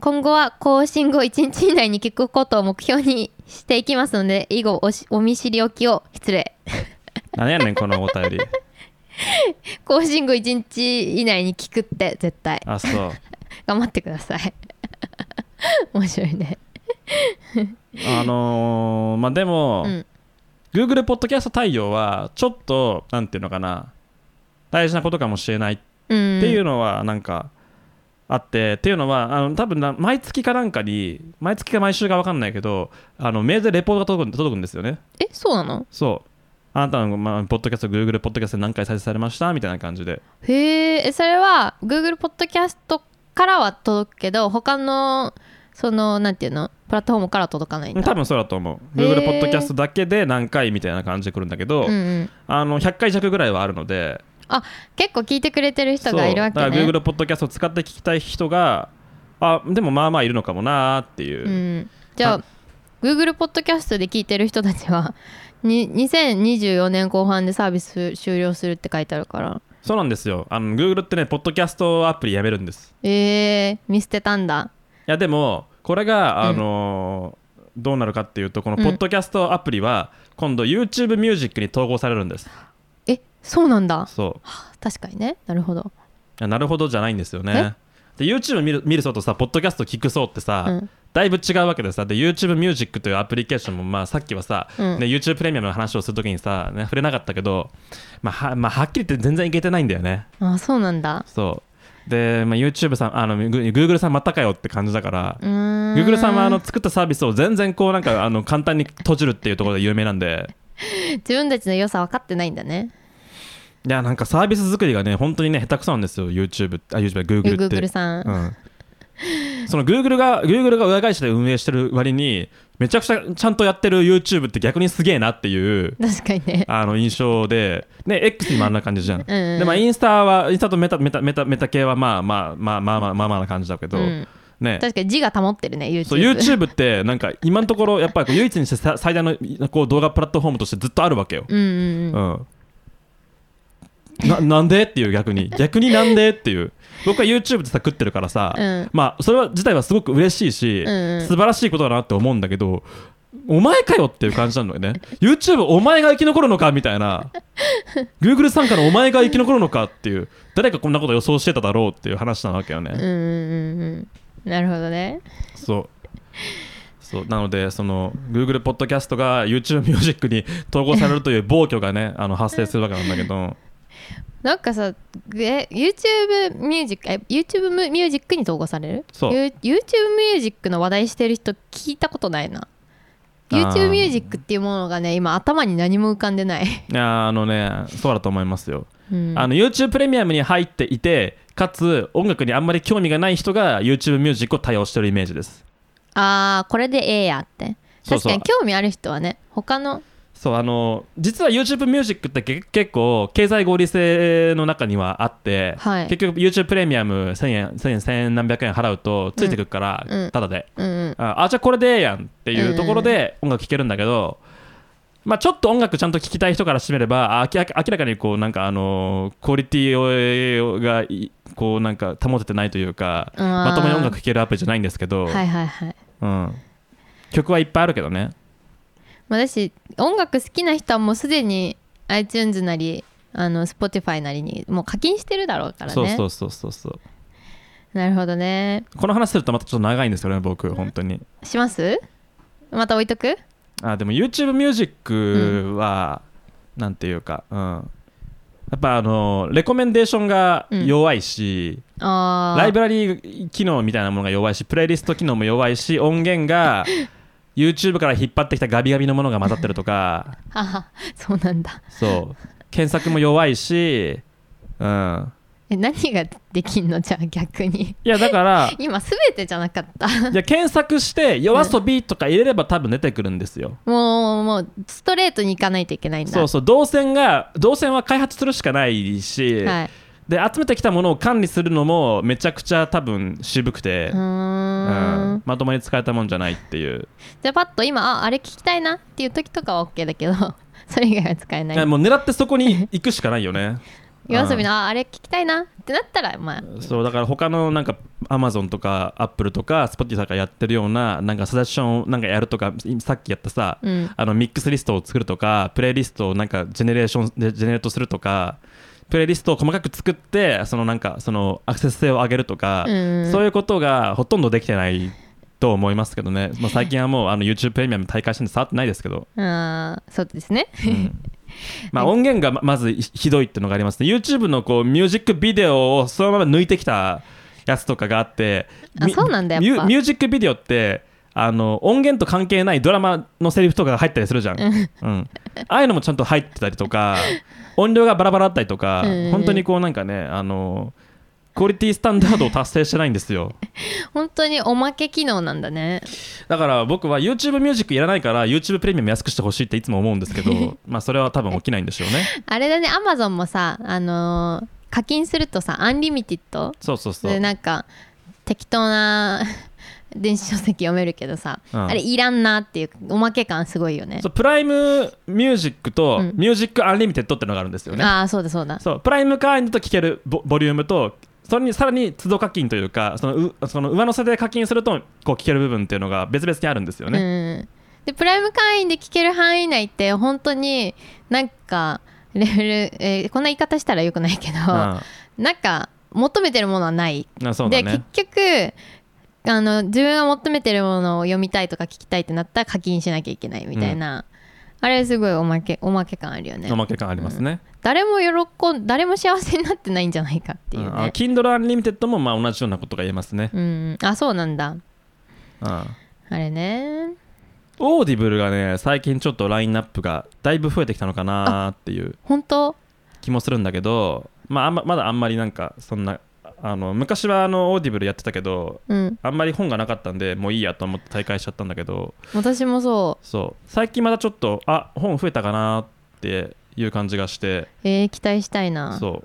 S2: 今後は更新後1日以内に聞くことを目標にしていきますので以後おしお見知りおきを失礼
S1: 何やねんこのお便り
S2: <laughs> 更新後1日以内に聞くって絶対
S1: あそう
S2: 頑張ってください <laughs> 面白いね
S1: あのーまあでも、
S2: うん
S1: Google ポッドキャスト対応はちょっとなんていうのかな大事なことかもしれない
S2: うん
S1: っていうのはなんかあって、っていうのはあの多分な毎月かなんかに毎月か毎週か分かんないけどあのメールでレポートが届くん届くんですよね
S2: えそうなの
S1: そうあなたの、まあ、ポッドキャスト Google ポッドキャストで何回再生されましたみたいな感じで
S2: へええそれは Google ポッドキャストからは届くけど他のそのなんていうのプラットフォームからは届かないんだ
S1: 多分そうだと思う
S2: へー
S1: Google ポッドキャストだけで何回みたいな感じで来るんだけど、
S2: うんうん、
S1: あの100回弱ぐらいはあるので
S2: 結構聞いてくれてる人がいるわけ
S1: そうだから
S2: ね
S1: Google ポッドキャストを使って聞きたい人があでもまあまあいるのかもなーっていう、
S2: うん、じゃあ Google ポッドキャストで聞いてる人たちは <laughs> に2024年後半でサービス終了するって書いてあるから
S1: そうなんですよあの Google ってねポッドキャストアプリやめるんです
S2: えー、見捨てたんだ
S1: いやでもこれが、あのーどうなるかっていうとこの
S2: うん
S1: ポッドキャストアプリは今度 YouTube ミュージックに統合されるんです、
S2: えそうなんだ
S1: そう
S2: はあ確かにねなるほど、
S1: いやなるほどじゃないんですよねで YouTube 見る見る層とさポッドキャスト聞く層ってさ、
S2: うん
S1: だいぶ違うわけでさで YouTube ミュージックというアプリケーションも、まあ、さっきはさ、
S2: うん
S1: ね、YouTube プレミアムの話をするときにさ、ね、触れなかったけど、まあはまあ、はっきり言って全然いけてないんだよね
S2: あそうなんだ
S1: そうで、まあ、YouTube さんあの Google さんまたかよって感じだから、
S2: うーん
S1: Google さんはあの作ったサービスを全然こうなんかあの簡単に閉じるっていうところで有名なんで
S2: 自分たちの良さ分かってないんだね
S1: いやなんかサービス作りがね本当にね下手くそなんですよ YouTube あ YouTube
S2: グ
S1: Google
S2: ー
S1: って
S2: グルさん、
S1: うん、その Google が Google が親会社で運営してる割にめちゃくちゃちゃんとやってる YouTube って逆にすげえなっていう
S2: 確かにね
S1: あの印象でね X にもあんな感じじゃん、
S2: うんうん
S1: でまあインスタはインスタとメタメタメタメタ系はまあまあまあまあまあまあまあな感じだけど、
S2: うん
S1: ね
S2: 確かに字が保ってるね YouTube,
S1: そう YouTube ってなんか今のところやっぱり唯一にしてさ最大のこう動画プラットフォームとしてずっとあるわけよ、
S2: うんうん
S1: う
S2: うん
S1: ん、ななんでっていう逆に逆になんでっていう僕は YouTube でさ食ってるからさ、
S2: うん
S1: まあそれは自体はすごく嬉しいし、
S2: うんうん
S1: 素晴らしいことだなって思うんだけどお前かよっていう感じなのよね YouTube お前が生き残るのかみたいな Google 参加のお前が生き残るのかっていう誰かこんなこと予想してただろうっていう話なわけよね、
S2: うんうんうんうんなるほどね
S1: そうそうなのでその Google ポッドキャストが YouTube ミュージックに統合されるという暴挙がねあの発生するわけなんだけど
S2: なんかさえ YouTube ミュージックえ YouTube ミュージックに統合される
S1: そう
S2: ゆ YouTube ミュージックの話題してる人聞いたことないな
S1: あー
S2: YouTube ミュージックっていうものがね今頭に何も浮かんでない、
S1: いやあのね <laughs> そうだと思いますよ、
S2: うん、
S1: あの YouTube プレミアムに入っていてかつ音楽にあんまり興味がない人が YouTube ミュージックを多用してるイメージです
S2: あーこれでええやって
S1: そう
S2: 確
S1: そう
S2: かに興味ある人はね他の
S1: そうあの実は YouTube ミュージックってけ結構経済合理性の中にはあって、
S2: はい
S1: 結局 YouTube プレミアム1000円1000円1000円何百円払うとついてくるから、
S2: うんうん
S1: ただで
S2: うんうん
S1: ああじゃあこれでええやんっていうところで音楽聴けるんだけど、まあ、ちょっと音楽ちゃんと聴きたい人からしてみればあ明らか明らかにこうなんかあのークオリティがいこうなんか保ててないというか
S2: あー
S1: まともに音楽聴けるアプリじゃないんですけど、
S2: はいはいはい
S1: うん、曲はいっぱいあるけどね
S2: まあだし音楽好きな人はもうすでに iTunes なりあの Spotify なりにもう課金してるだろうからね
S1: そうそうそうそうそう
S2: なるほどね
S1: この話するとまたちょっと長いんですよね僕本当に
S2: しますまた置いとく
S1: あでも YouTube ミュージックは、なんていうか、うん、やっぱあのレコメンデーションが
S2: うん
S1: 弱いし、
S2: あ
S1: ライ
S2: ブ
S1: ブラリー機能みたいなものが弱いしプレイリスト機能も弱いし音源
S2: <laughs>
S1: が YouTube から引っ張ってきたガビガビのものが混ざってるとか
S2: あ <laughs> そうなんだ
S1: そう検索も弱いし、うん、
S2: え何ができんの <laughs> じゃあ逆に
S1: いやだ
S2: <laughs>
S1: から
S2: 今全てじゃなかった <laughs>
S1: いや検索して「夜遊び」とか入れれば多分出てくるんですよ。
S2: もうもうストレートに行かないといけないんだ
S1: そうそう動線が動線は開発するしかないし、
S2: はい、
S1: で集めてきたものを管理するのもめちゃくちゃ多分渋くて
S2: う、ー
S1: うんんまともに使えたもんじゃないっていう
S2: じゃあパッと今ああれ聞きたいなっていう時とかは OK だけど <laughs> それ以外は使えない
S1: いやもう狙ってそこに行くしかないよね
S2: 夜遊び
S1: うん
S2: のああれ聞きたいなってなったらまあ
S1: そうだから他のなんかアマゾンとかアップルとかスポティファイがやってるようななんかサジェッションをなんかやるとかさっきやったさ、
S2: うん
S1: あのミックスリストを作るとかプレイリストをなんかジェネレーションでジェネレートするとかプレイリストを細かく作ってそのなんかそのアクセス性を上げるとか、
S2: うん
S1: そういうことがほとんどできてないと思いますけどね、まあ、最近はもうあの YouTube プレミアム大会してんで触ってないですけど、
S2: あーそうですね
S1: うんまあ、音源がままずひひどいっていうのがありますね YouTube のこうミュージックビデオをそのまま抜いてきたやつとかがあって
S2: あ
S1: み
S2: そうなんだやっ
S1: ミュ
S2: ぱ
S1: ミュージックビデオってあの音源と関係ないドラマのセリフとかが入ったりするじゃん、うん、ああいうのもちゃんと入ってたりと <laughs> か音量がバラバラだったりとか
S2: うん
S1: 本当にこうなんかねあのクオリティスタンダードを達成してないんですよ
S2: <laughs> 本当におまけ機能なんだね
S1: だから僕は YouTube ミュージックいらないから YouTube プレミアム安くしてほしいっていつも思うんですけ <laughs> どまあそれは多分起きないんでしょうね
S2: あれだねアマゾンもさあのー課金するとさアンリミティッド
S1: そうそうそう
S2: でなんか適当な <laughs> 電子書籍読めるけどさ、
S1: うん
S2: あれいらんなっていうおまけ感すごいよね
S1: そうプライムミュージックと
S2: うん
S1: ミュージックアンリミテッドってのがあるんですよね、
S2: ああそうだそうだ
S1: そうプライム会員だと聴けるボボリュームとそれにさらに都度課金というかそのうその上乗せで課金するとこう聴ける部分っていうのが別々にあるんですよね、
S2: うん、でプライム会員で聞ける範囲内って本当になんかレベル、えーこんな言い方したらよくないけど、
S1: うん
S2: なんか求めてるものはない、
S1: あそうだ
S2: で
S1: ね
S2: 結局あの自分が求めてるものを読みたいとか聞きたいってなったら課金しなきゃいけないみたいな、あれすごいおまけおまけ感あるよね
S1: おまけ感ありますね,
S2: 誰も喜ん誰も幸せになってないんじゃないかって
S1: う
S2: い
S1: ん、
S2: う
S1: あ
S2: ね
S1: Kindle Unlimited もまあ同じようなことが言えますね、
S2: うんあそうなんだ
S1: うん、
S2: あれね
S1: オーディブルがね最近ちょっとラインナップがだいぶ増えてきたのかなっていう
S2: 本当
S1: 気もするんだけど、まあ、あんままだあんまりなんかそんなあの昔はあのオーディブルやってたけど
S2: うん
S1: あんまり本がなかったんでもういいやと思って大会しちゃったんだけど
S2: 私もそう
S1: そう最近またちょっとあ本増えたかなっていう感じがして
S2: えー、期待したいな
S1: そう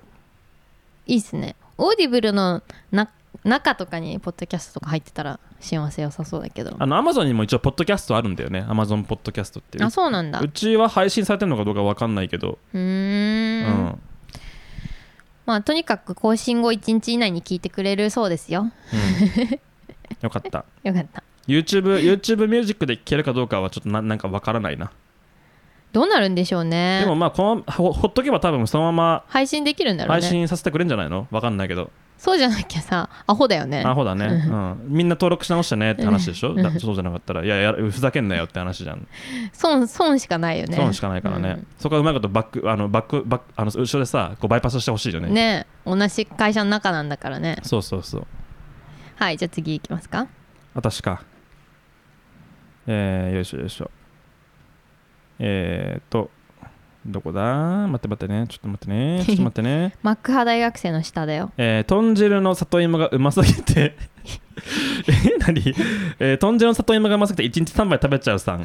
S2: いいっすねオーディブルのな中とかにポッドキャストとか入ってたら幸せ良さそうだけど
S1: あの Amazon にも一応ポッドキャストあるんだよね Amazon ポッドキャストっていう
S2: あそうなんだ
S1: う
S2: う
S1: ちは配信されてるのかどうかわかんないけど、う
S2: ーん <laughs>
S1: うん
S2: まあとにかく更新後1日以内に聞いてくれるそうですよ
S1: うんよかった
S2: よかった
S1: YouTube, YouTube ミュージックで聴けるかどうかはちょっとななんかわからないな
S2: どうなるんでしょうね
S1: でもまあこのほほっとけば多分そのま
S2: 配信できるんだ
S1: ま
S2: ろう
S1: 配
S2: ね
S1: 信させてくれるんじゃないのわかんないけど
S2: そうじゃなきゃさアホだよね
S1: あほだね、うん、みんな登録し直してねって話でしょだそうじゃなかったらいやいやふざけんなよって話じゃん
S2: 損損しかないよね
S1: 損しかないからね、そこはうまいことバックあのバックバックあの後ろでさこうバイパスしてほしいよ
S2: う
S1: ね
S2: んね同じ会社の中なんだからね
S1: そうそうそう
S2: はいじゃあ次いきますか
S1: 私かえー、よいしょよいしょえーっとどこだ待って待ってねちょっと待ってねちょっと待ってね
S2: マック派大学生の下だよ
S1: えー、豚汁の里芋がうますぎて <laughs> え何、えー、豚汁の里芋がうますぎて1日3杯食べちゃうさん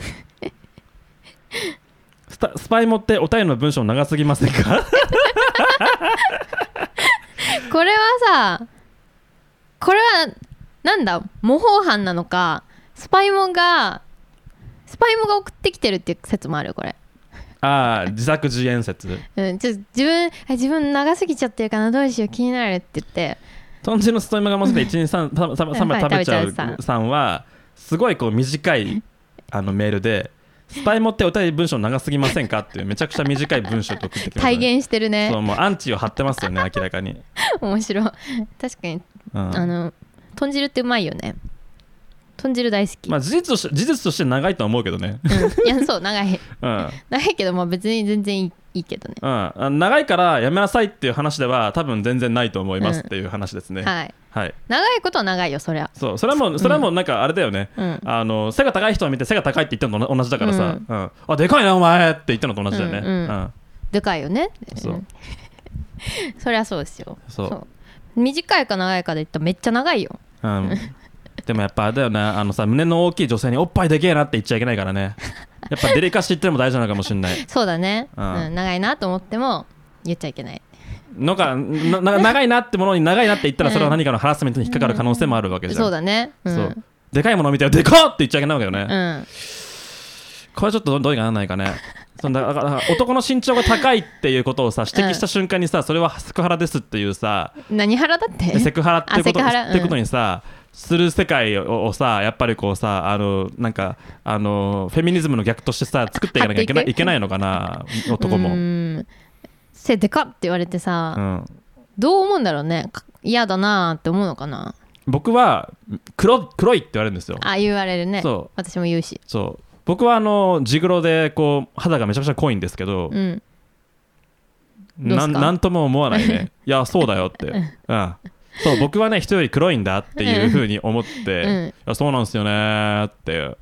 S1: スタスパイモってお便りの文章長すぎませんか <laughs>
S2: これはさこれはなんだ模倣犯なのかスパイモがスパイモが送ってきてるっていう説もあるよこれ、
S1: ああ自作自演説
S2: うん、ちょ自分あ自分長すぎちゃってるからどうしよう気になるって言って
S1: 豚汁の里芋がうますぎて1日 3, 3, 杯食べち
S2: はい食べちゃ
S1: ゃ
S2: う
S1: うさんはすごいこう短いあのメールでスパイモってお便り文章長すぎませんかっていうめちゃくちゃ短い文章と送ってきましたね
S2: 体現してる
S1: そ
S2: ね
S1: うもうアンチを張ってますよね明らかに、
S2: 面白い確かに
S1: うん、
S2: あの豚汁ってうまいよね豚汁大好き、
S1: まあ事実として事実として長いとは思うけどね、
S2: うん、いやそう長い <laughs>
S1: うん、
S2: 長いけどまあ別に全然いいいいけどね
S1: うん、あ長いからやめなさいっていう話では多分全然ないと思います
S2: うん
S1: っていう話ですね、
S2: はい
S1: はい
S2: 長いことは長いよそりゃ
S1: そうそれはもうそれはもうなんかあれだよね、
S2: うん
S1: あの背が高い人を見て背が高いって言ったのと同じだからさ、
S2: う
S1: うんあでかいなお前って言ったのと同じだよね、
S2: う
S1: うんん
S2: うんでかいよね
S1: そう
S2: <laughs> そりゃそうですよ
S1: そう
S2: 短いか長いかで言ったらめっちゃ長いよ
S1: うんでもやっぱあれだよねあのさ胸の大きい女性におっぱいでけえなって言っちゃいけないからねやっぱデリカシーってのも大事なのかもしれない
S2: そうだね、う
S1: うんん
S2: 長いなと思っても言っちゃいけない
S1: のか <laughs> なな長いなってものに長いなって言ったらそれは何かのハラスメントに引っかかる可能性もあるわけじゃん、
S2: そうだねうん
S1: そうでかいものを見てでかっって言っちゃいけないわけよね、
S2: うん
S1: これちょっとどうにかならないかねそんなだから男の身長が高いっていうことをさ指摘した瞬間にさ、それはセクハラですっていうさ
S2: 何腹だって
S1: でセクハラっていうこと
S2: あセクハラうん
S1: ってことにさする世界ををさやっぱりこうさあのなんかあのフェミニズムの逆としてさ作っていかなきゃいけな
S2: 貼って
S1: い
S2: い
S1: い
S2: く
S1: けないのかな男も
S2: う。ん背でかって言われてさ、
S1: うん
S2: どう思うんだろうねか嫌だなーって思うのかな
S1: 僕は黒黒いって言われるんですよ。
S2: あ言われるね
S1: そう
S2: 私も言うし
S1: そう僕はあの地黒でこう肌がめちゃくちゃ濃いんですけど、
S2: うんどうす
S1: な
S2: か
S1: んなんとも思わない
S2: <laughs>
S1: ねいやそうだよって、うん、そう僕はね人より黒いんだっていうふうに思って、
S2: うん
S1: いやそうなんですよねーっていう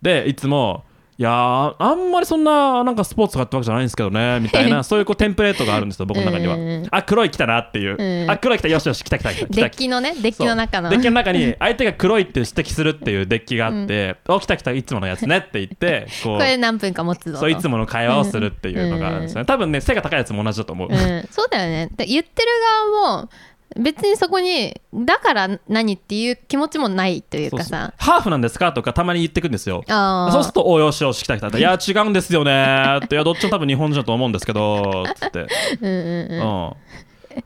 S1: でいつもいやーあんまりそんななんかスポーツとかってわけじゃないんですけどねみたい
S2: <laughs>
S1: なそういうこうテンプレートがあるんですよ僕の中には、
S2: うん
S1: あ黒い来たなっていう、
S2: うん
S1: あ黒い来たよしよし来た来た来た来
S2: デ
S1: た
S2: ッキのねデッキの中の
S1: そうデッキの中に相手が黒いって指摘するっていうデッキがあって「お来た来たいつものやつね」って言ってこ
S2: こ
S1: う
S2: <laughs> れ何分か持つぞと
S1: そういつもの会話をするっていうのがあるんですよね、多分ね背が高いやつも同じだと思う、
S2: うん、そうだよねで言ってる側も別にそこにだから何っていう気持ちもないという
S1: そう
S2: か
S1: そう
S2: さ
S1: ハーフなんですかとかたまに言ってくんですよ
S2: あー
S1: そうすると応用しようし来た来た
S2: <laughs>
S1: っていや違うんですよねーっていやどっちも多分日本人だと思うんですけどつって
S2: うんうん
S1: う、
S2: うんん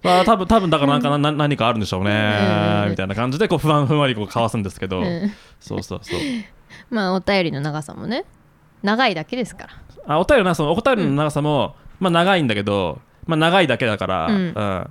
S1: まあ、多分多分だからなんかな、な何かあるんでしょうね
S2: うんうん
S1: ーみたいな感じでこう不安ふんわりこう交わすんですけど、
S2: うん
S1: そうそうそう
S2: まあお便りの長さもね長いだけですから
S1: あお便りの長さもお便りの長さも、まあ長いんだけどまあ長いだけだから、
S2: うん
S1: うん、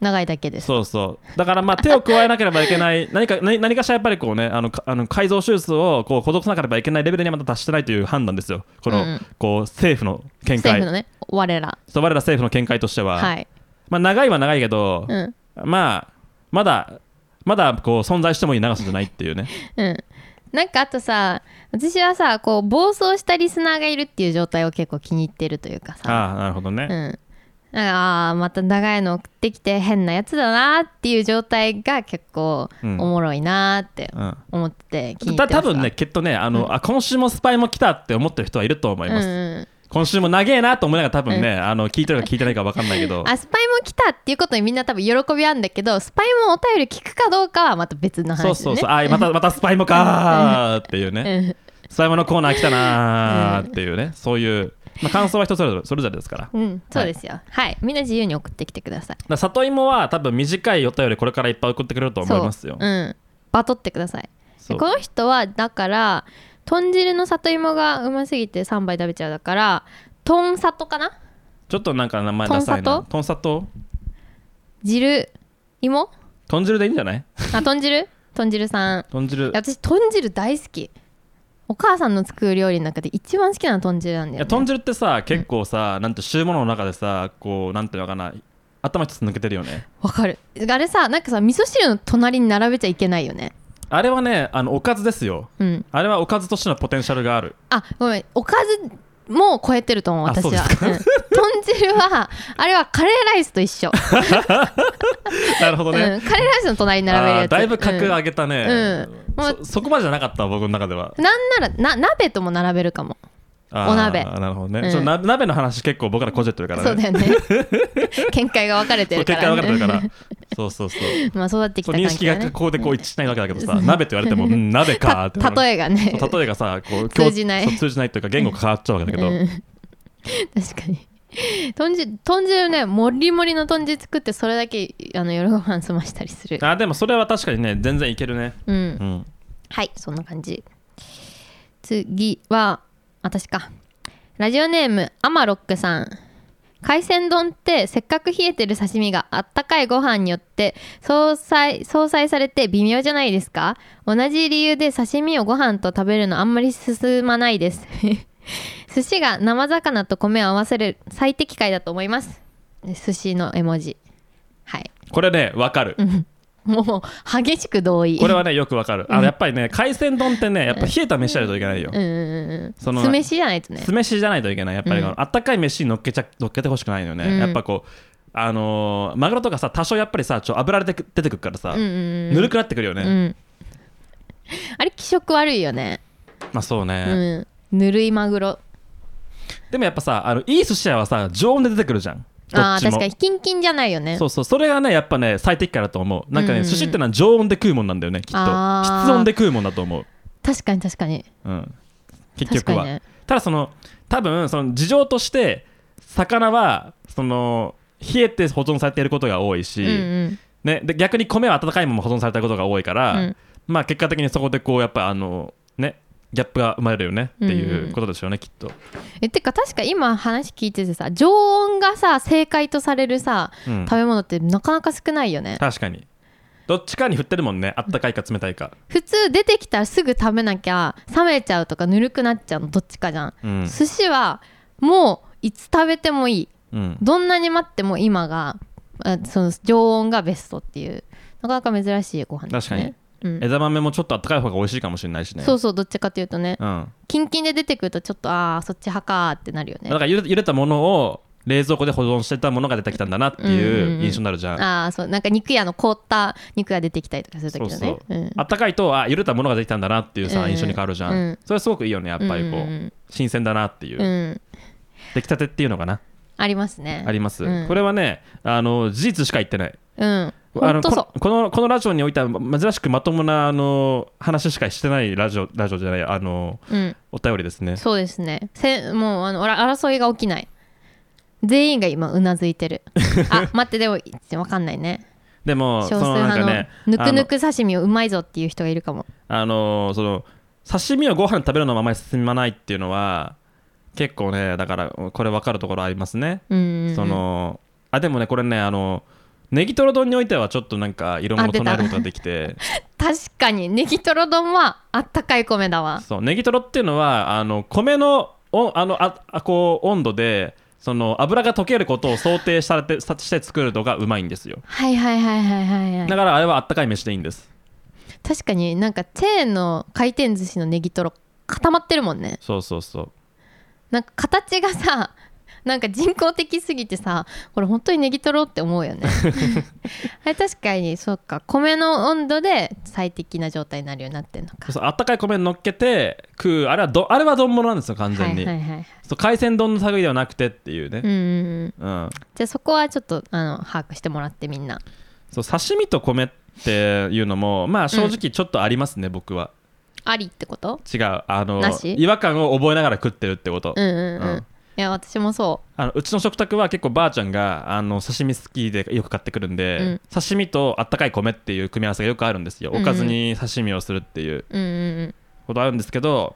S2: 長いだけです
S1: そうそうだからまあ手を加えなければいけない何か何何かしらやっぱりこうねあのかあの改造手術をこう施さなければいけないレベルにはまだ達してないという判断ですよこの、
S2: うんうん
S1: こう政府の見
S2: 政
S1: 解
S2: 府のね我ら
S1: そう我ら政府の見解としては、
S2: はい、
S1: まあ長いは長いけど、
S2: うん
S1: まあまだまだこう存在してもいい長さじゃないっていうね
S2: うん、なんかあとさ私はさこう暴走したリスナーがいるっていう状態を結構気に入ってるというかさ
S1: ああなるほどね、
S2: うんなんかあーまた長いの送ってきて変なやつだなっていう状態が結構お
S1: うん
S2: もろいなーって
S1: うん
S2: 思って聞いて
S1: た
S2: ます
S1: 多分ね、きっとねあの、あ今週もスパイも来たって思ってる人はいると思います、今週も長えなと思いながら多分ね、あの聞いてるか聞いてないか分かんないけ
S2: <laughs>
S1: ど
S2: あスパイも来たっていうことにみんな多分喜びあるんだけどスパイもお便り聞くかどうかはまた別の話で、
S1: そ
S2: ね、
S1: うそうそう、あまたまたスパイもかーっていうね、
S2: うん
S1: スパイものコーナー来たなーっていうね、そういう、まあ、感想は人それぞれそれぞれですから。だか
S2: うん、そうですよはい、みんな自由に送ってきてください
S1: ら里芋は多分短いお便りこれからいっぱい送ってくれると思いますよ
S2: そ。ううんバトってください
S1: そう
S2: この人はだから豚汁の里芋がうますぎて3杯食べちゃうだから豚里かな
S1: ちょっとなんか名前ダサいな。
S2: 豚
S1: とんさと
S2: 汁芋
S1: 豚汁でいいんじゃない
S2: あ豚汁豚汁さん
S1: 豚汁。
S2: いや私豚汁大好きお母さんの作る料理の中で一番好きなの豚汁なんだ
S1: い
S2: よ、
S1: や
S2: ね、
S1: 豚汁ってさ、結構さ、なんて汁物の中でさ、こう、なんていうのかな、頭一つ抜けてるよね。
S2: わかるあれさなんかさ味噌汁の隣に並べちゃいけないよね
S1: あれはね、あのおかずですよ。
S2: うん
S1: あれはおかずとしてのポテンシャルがあ
S2: <laughs>
S1: る。
S2: あごめんおかずもう超えてると思う
S1: あ
S2: 私
S1: そう
S2: は
S1: ですか
S2: うん豚汁はあれはカレーライスと
S1: <laughs>
S2: 一緒、
S1: なるほど
S2: うん、カ
S1: ね
S2: レ。ーライスの隣に並べる
S1: あ
S2: や
S1: ー
S2: つ
S1: だいぶ格
S2: うん
S1: 上げたね、
S2: うんもう
S1: そそこまでじゃなかった僕の中では
S2: なんならな鍋とも並べるかも、
S1: あー
S2: お鍋
S1: なるほどね、
S2: うん
S1: そうな鍋の話結構僕らこじれてるからね
S2: そうだよね
S1: <laughs>
S2: 見解が分かれて
S1: そう
S2: るか
S1: 結果分
S2: ら、、
S1: かれてるから <laughs> そうそうそう
S2: <laughs> まあ育ってきた
S1: そう
S2: 環境、ね、
S1: 認識がここでこう一致しないわけだけどさ、鍋って言われても、うん、
S2: <laughs>
S1: 鍋かーって
S2: た例えがね
S1: そう例えがさこう
S2: <laughs> 通じない
S1: そう通じないというか言語が変わっちゃうわけだけど、
S2: うん確かに豚汁豚汁ねもりもりの豚汁作ってそれだけあの夜ご飯済ましたりする
S1: あでもそれは確かにね全然いけるね
S2: うん
S1: うん
S2: はいそんな感じ次は私かラジオネームアマロックさん海鮮丼ってせっかく冷えてる刺身があったかいご飯によって相殺相殺されて微妙じゃないですか同じ理由で刺身をご飯と食べるのあんまり進まないです <laughs> 寿司が生魚と米を合わせる最適解だと思いますで寿司の絵文字はい
S1: これねわかる
S2: もう激しく同意
S1: これはねよくわかるあ
S2: う
S1: の
S2: ん
S1: やっぱりね海鮮丼ってねやっぱ冷えた飯やるといけないよ
S2: うんうんうんうん
S1: その
S2: 酢飯じゃないとね
S1: 酢飯じゃないといけないやっぱりこ
S2: う
S1: のあったかい飯に乗っけちゃ乗っけてほしくないのよね、
S2: うん
S1: やっぱこうあのーマグロとかさ多少やっぱりさちょ油で出てくるからさ、
S2: うんうんうん
S1: ぬるくなってくるよね、
S2: うんあれ気色悪いよね
S1: まあそうね、
S2: うんぬるいマグロ
S1: でもやっぱさあのいい寿司屋はさ常温で出てくるじゃんど
S2: あ
S1: っ
S2: あ
S1: ちも
S2: 確かにキンキンじゃないよね
S1: そうそうそれがねやっぱね最適化だと思うなんかね、
S2: うんうん
S1: 寿司ってのは常温で食うもんなんだよねきっと
S2: あー
S1: 室温で食うもんだと思う、
S2: 確かに確かに
S1: うん、結
S2: 確
S1: 局
S2: か
S1: は、
S2: にね
S1: ただその多分その事情として魚はその冷えて保存されていることが多いし、
S2: うんうん
S1: ね、で逆に米は温かいまま保存されたことが多いから、
S2: うん
S1: まあ結果的にそこでこうやっぱあのねギャップが生まれるよねっていうことでしょうね、きっと、
S2: えてか確か今話聞いててさ常温がさ正解とされるさ
S1: うん
S2: 食べ物ってなかなか少ないよね
S1: 確かにどっちかに振ってるもんねあったかいか冷たいか、
S2: 普通出てきたらすぐ食べなきゃ冷めちゃうとかぬるくなっちゃうのどっちかじゃん、
S1: うん
S2: 寿司はもういつ食べてもいい
S1: うん、
S2: どんなに待っても今があその常温がベストっていうなかなか珍しいご飯ですね確
S1: 枝豆もちょっとあったかい方が美味しいかもしれないしね
S2: そうそうどっちかというとね
S1: うん、
S2: キンキンで出てくるとちょっとああそっち派かーってなるよ
S1: だ
S2: ね
S1: からゆでゆでたものを冷蔵庫で保存してたものが出てきたんだなって
S2: うんうん
S1: い
S2: うん
S1: う印象になるじゃん,、
S2: ああそうなんか肉屋の凍った肉が出てきたりとかするときだね
S1: そうそ
S2: うん
S1: あったかいとあゆでたものが出てきたんだなっていうさ、
S2: うん
S1: 印象に変わるじゃん、
S2: うん
S1: それはすごくいいよねやっぱりこう、
S2: うんうん
S1: 新鮮だなっていう、
S2: うん
S1: 出来たてっていうのかな
S2: ありますね
S1: あります、
S2: うん
S1: これはねあの事実しか言ってない
S2: うん
S1: あ
S2: 本
S1: の
S2: 当
S1: こ
S2: そう
S1: このこのラジオにおいては珍しくまともなあの話しかしてないラジオラジオじゃないあの
S2: うん
S1: お便りですね
S2: そうですねせもうあのおら争いが起きない全員が今うなずい
S1: <laughs>
S2: てるあ待ってでも分かんないね
S1: でも
S2: 少数
S1: そのなん
S2: 派
S1: か
S2: の
S1: ね
S2: ぬくぬ
S1: あの
S2: く刺身をうまいぞっていう人がいるかも
S1: あのその刺身をご飯食べるのままに進まないっていうのは結構ねだからこれ分かるところありますね、
S2: うんうんうん
S1: そのあでもねこれねあのネギトロ丼においてはちょっとなんか色物唱えることができ
S2: <laughs>
S1: て
S2: 確かにネギトロ丼はあったかい米だわ
S1: そうネギトロっていうのはあの米のおあのああこう温度でその油が溶けることを想定されてさして作るのがうまいんですよ
S2: はいはいはいはいは
S1: だ
S2: いはい
S1: からあれはあったかい飯でいいんです
S2: 確かになんかチェーンの回転寿司のネギトロ固まってるもんね
S1: そうそうそう
S2: なんか形がさ <laughs> なんか人工的すぎてさこれ本当にネギトロって思う
S1: <laughs>
S2: よねあれ確かにそうか米の温度で最適な状態になるようになってんのか
S1: そうあったかい米に乗っけて食うあれはどあれは丼物なんですよ完全に、
S2: はいはいはい
S1: そう海鮮丼の類ではなくてっていう
S2: うん
S1: ね、
S2: うんうん
S1: うん
S2: じゃあそこはちょっとあの把握してもらってみんな
S1: そう刺身と米っていうのもまあ正直ちょっとありますね、僕は
S2: ありってこと
S1: 違うあの
S2: なし
S1: 違和感を覚えながら食ってるってこと、
S2: うんうんうん、
S1: うん
S2: いや私もそ
S1: あのうちの食卓は結構ばあちゃんがあの刺身好きでよく買ってくるんで、
S2: うん
S1: 刺身とあったかい米っていう組み合わせがよくあるんですよおかずに刺身をするっていう
S2: ううんうん
S1: ことあるんですけど、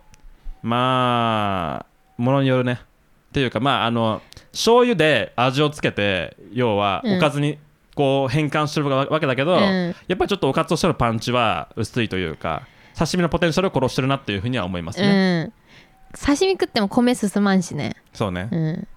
S1: まあものによるねっていうかまああの醤油で味をつけて要は
S2: うん
S1: おかずにこう変換してるわわけだけど、
S2: うん
S1: やっぱりちょっとおかずとしてのパンチは薄いというか刺身のポテンシャルを殺してるなっていうふうには思います
S2: うん、
S1: ね、
S2: うん、刺身食っても米進まんしね
S1: そうね
S2: うん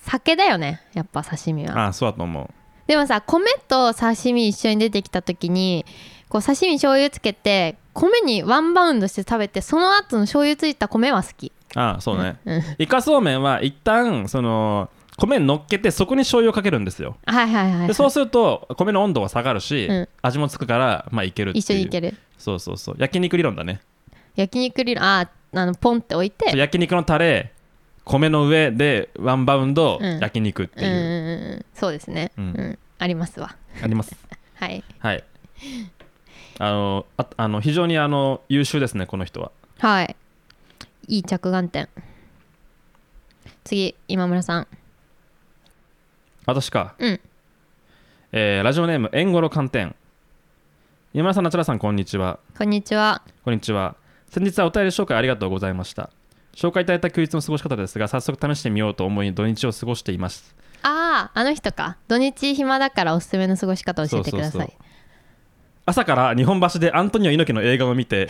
S2: 酒だよねやっぱ刺身は
S1: ああそうだと思う
S2: でもさ米と刺身一緒に出てきた時にこう刺身に醤油つけて米にワンバウンドして食べてその後の醤油ついた米は好き
S1: ああそうね、
S2: うん
S1: イカそうめんは一旦その米に乗っけてそこに醤油をかけるんですよ
S2: はいはいはい、は
S1: で
S2: い、
S1: そうすると米の温度が下がるし、
S2: うん
S1: 味もつくからまあいけるっていう
S2: 一緒にいける
S1: そうそうそう焼肉理論だね
S2: 焼肉リルあーあのポンって置い
S1: そう
S2: て
S1: 焼肉のタレ米の上でワンバウンド
S2: うん
S1: 焼肉って
S2: うん
S1: いうう、
S2: んうんそうですね、う
S1: うんん
S2: ありますわ
S1: あります
S2: はい
S1: はいあのああの非常にあの優秀ですねこの人は
S2: はいいい着眼点次今村さん
S1: 私か、
S2: うん
S1: えーラジオネーム円五郎寒天今村さんなちらさんこんにちは
S2: こんにちは
S1: こんにちは。先日はお便り紹介ありがとうございました。紹介いただいた休日の過ごし方ですが、早速試してみようと思い、土日を過ごしています。
S2: あああの人か土日暇だからおすすめの過ごし方教えてください <laughs>
S1: そうそう朝から日本橋でアントニオ猪木の映画を見て、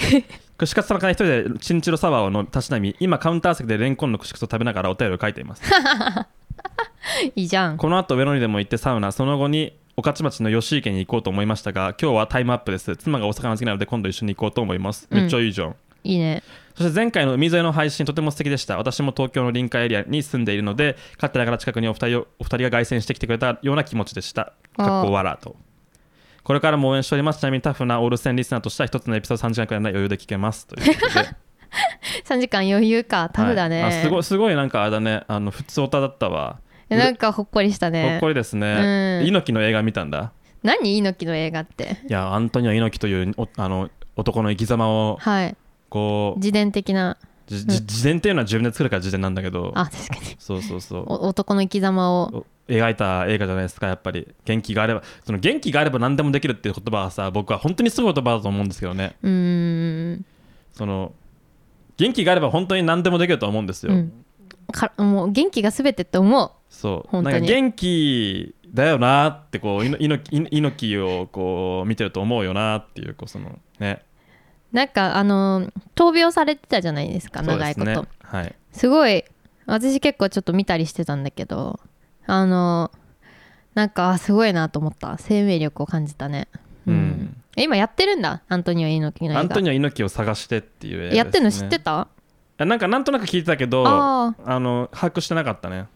S1: 串カツさんから一人でチンチロサワーをのたしなみ今カウンター席でレンコンの串カツを食べながらお便りを書いてい
S2: <laughs>
S1: ます
S2: いいじゃん
S1: この後上野にでも行ってサウナその後に御徒町の吉池に行こうと思いましたが今日はタイムアップです妻がお魚好きなので今度一緒に行こうと思います
S2: うん
S1: めっちゃいいじゃん、
S2: いいね
S1: そして前回の海沿いの配信とても素敵でした私も東京の臨海エリアに住んでいるので勝手ながら近くにお二人をお二人が凱旋してきてくれたような気持ちでした
S2: あー
S1: かっこわらとこれからも応援しておりますちなみにタフなオールセンリスナーとしては一つのエピソード3時間くらいなら余裕で聞けますということで
S2: 3時間余裕か <laughs> タフだね、
S1: はいあすごいすごいなんかあれだねあの普通オタだったわ
S2: えなんかほっこりした
S1: ほっ
S2: ね
S1: こりですね、
S2: うん
S1: 猪木の映画見たんだ
S2: 何猪木の映画って
S1: いやアントニオ猪木というおあの男の生き様を
S2: はい
S1: こう
S2: 自伝的な
S1: じじ自伝っていうのは自分で作るから自伝なんだけど
S2: あ確かに
S1: そうそうそう
S2: お男の生き様を
S1: お描いた映画じゃないですかやっぱり元気があればその元気があれば何でもできるっていう言葉はさ僕は本当にすごい言葉だと思うんですけどね
S2: うーん
S1: その元気があれば本当に何でもできると思うんですよ、
S2: うんかもう元気が全てって思う
S1: そう
S2: 本当
S1: な
S2: に
S1: んか元気だよなってこういのいのいの猪木をこう見てると思うよなっていうこうそのね
S2: なんかあの闘病されてたじゃないです
S1: そ
S2: か
S1: う
S2: 長
S1: です
S2: いこと
S1: ね
S2: す,、
S1: はい
S2: ごい私結構ちょっと見たりしてたんだけどあのなんかあすごいなと思った生命力を感じたねうん、
S1: うん
S2: え今やってるんだアントニオ猪木の映画
S1: アントニオ猪木を探してっていう映画です、ね、
S2: やってるの知ってた
S1: たなんかなんとなく聞いてたけどあ
S2: ああ
S1: の把握してなかったね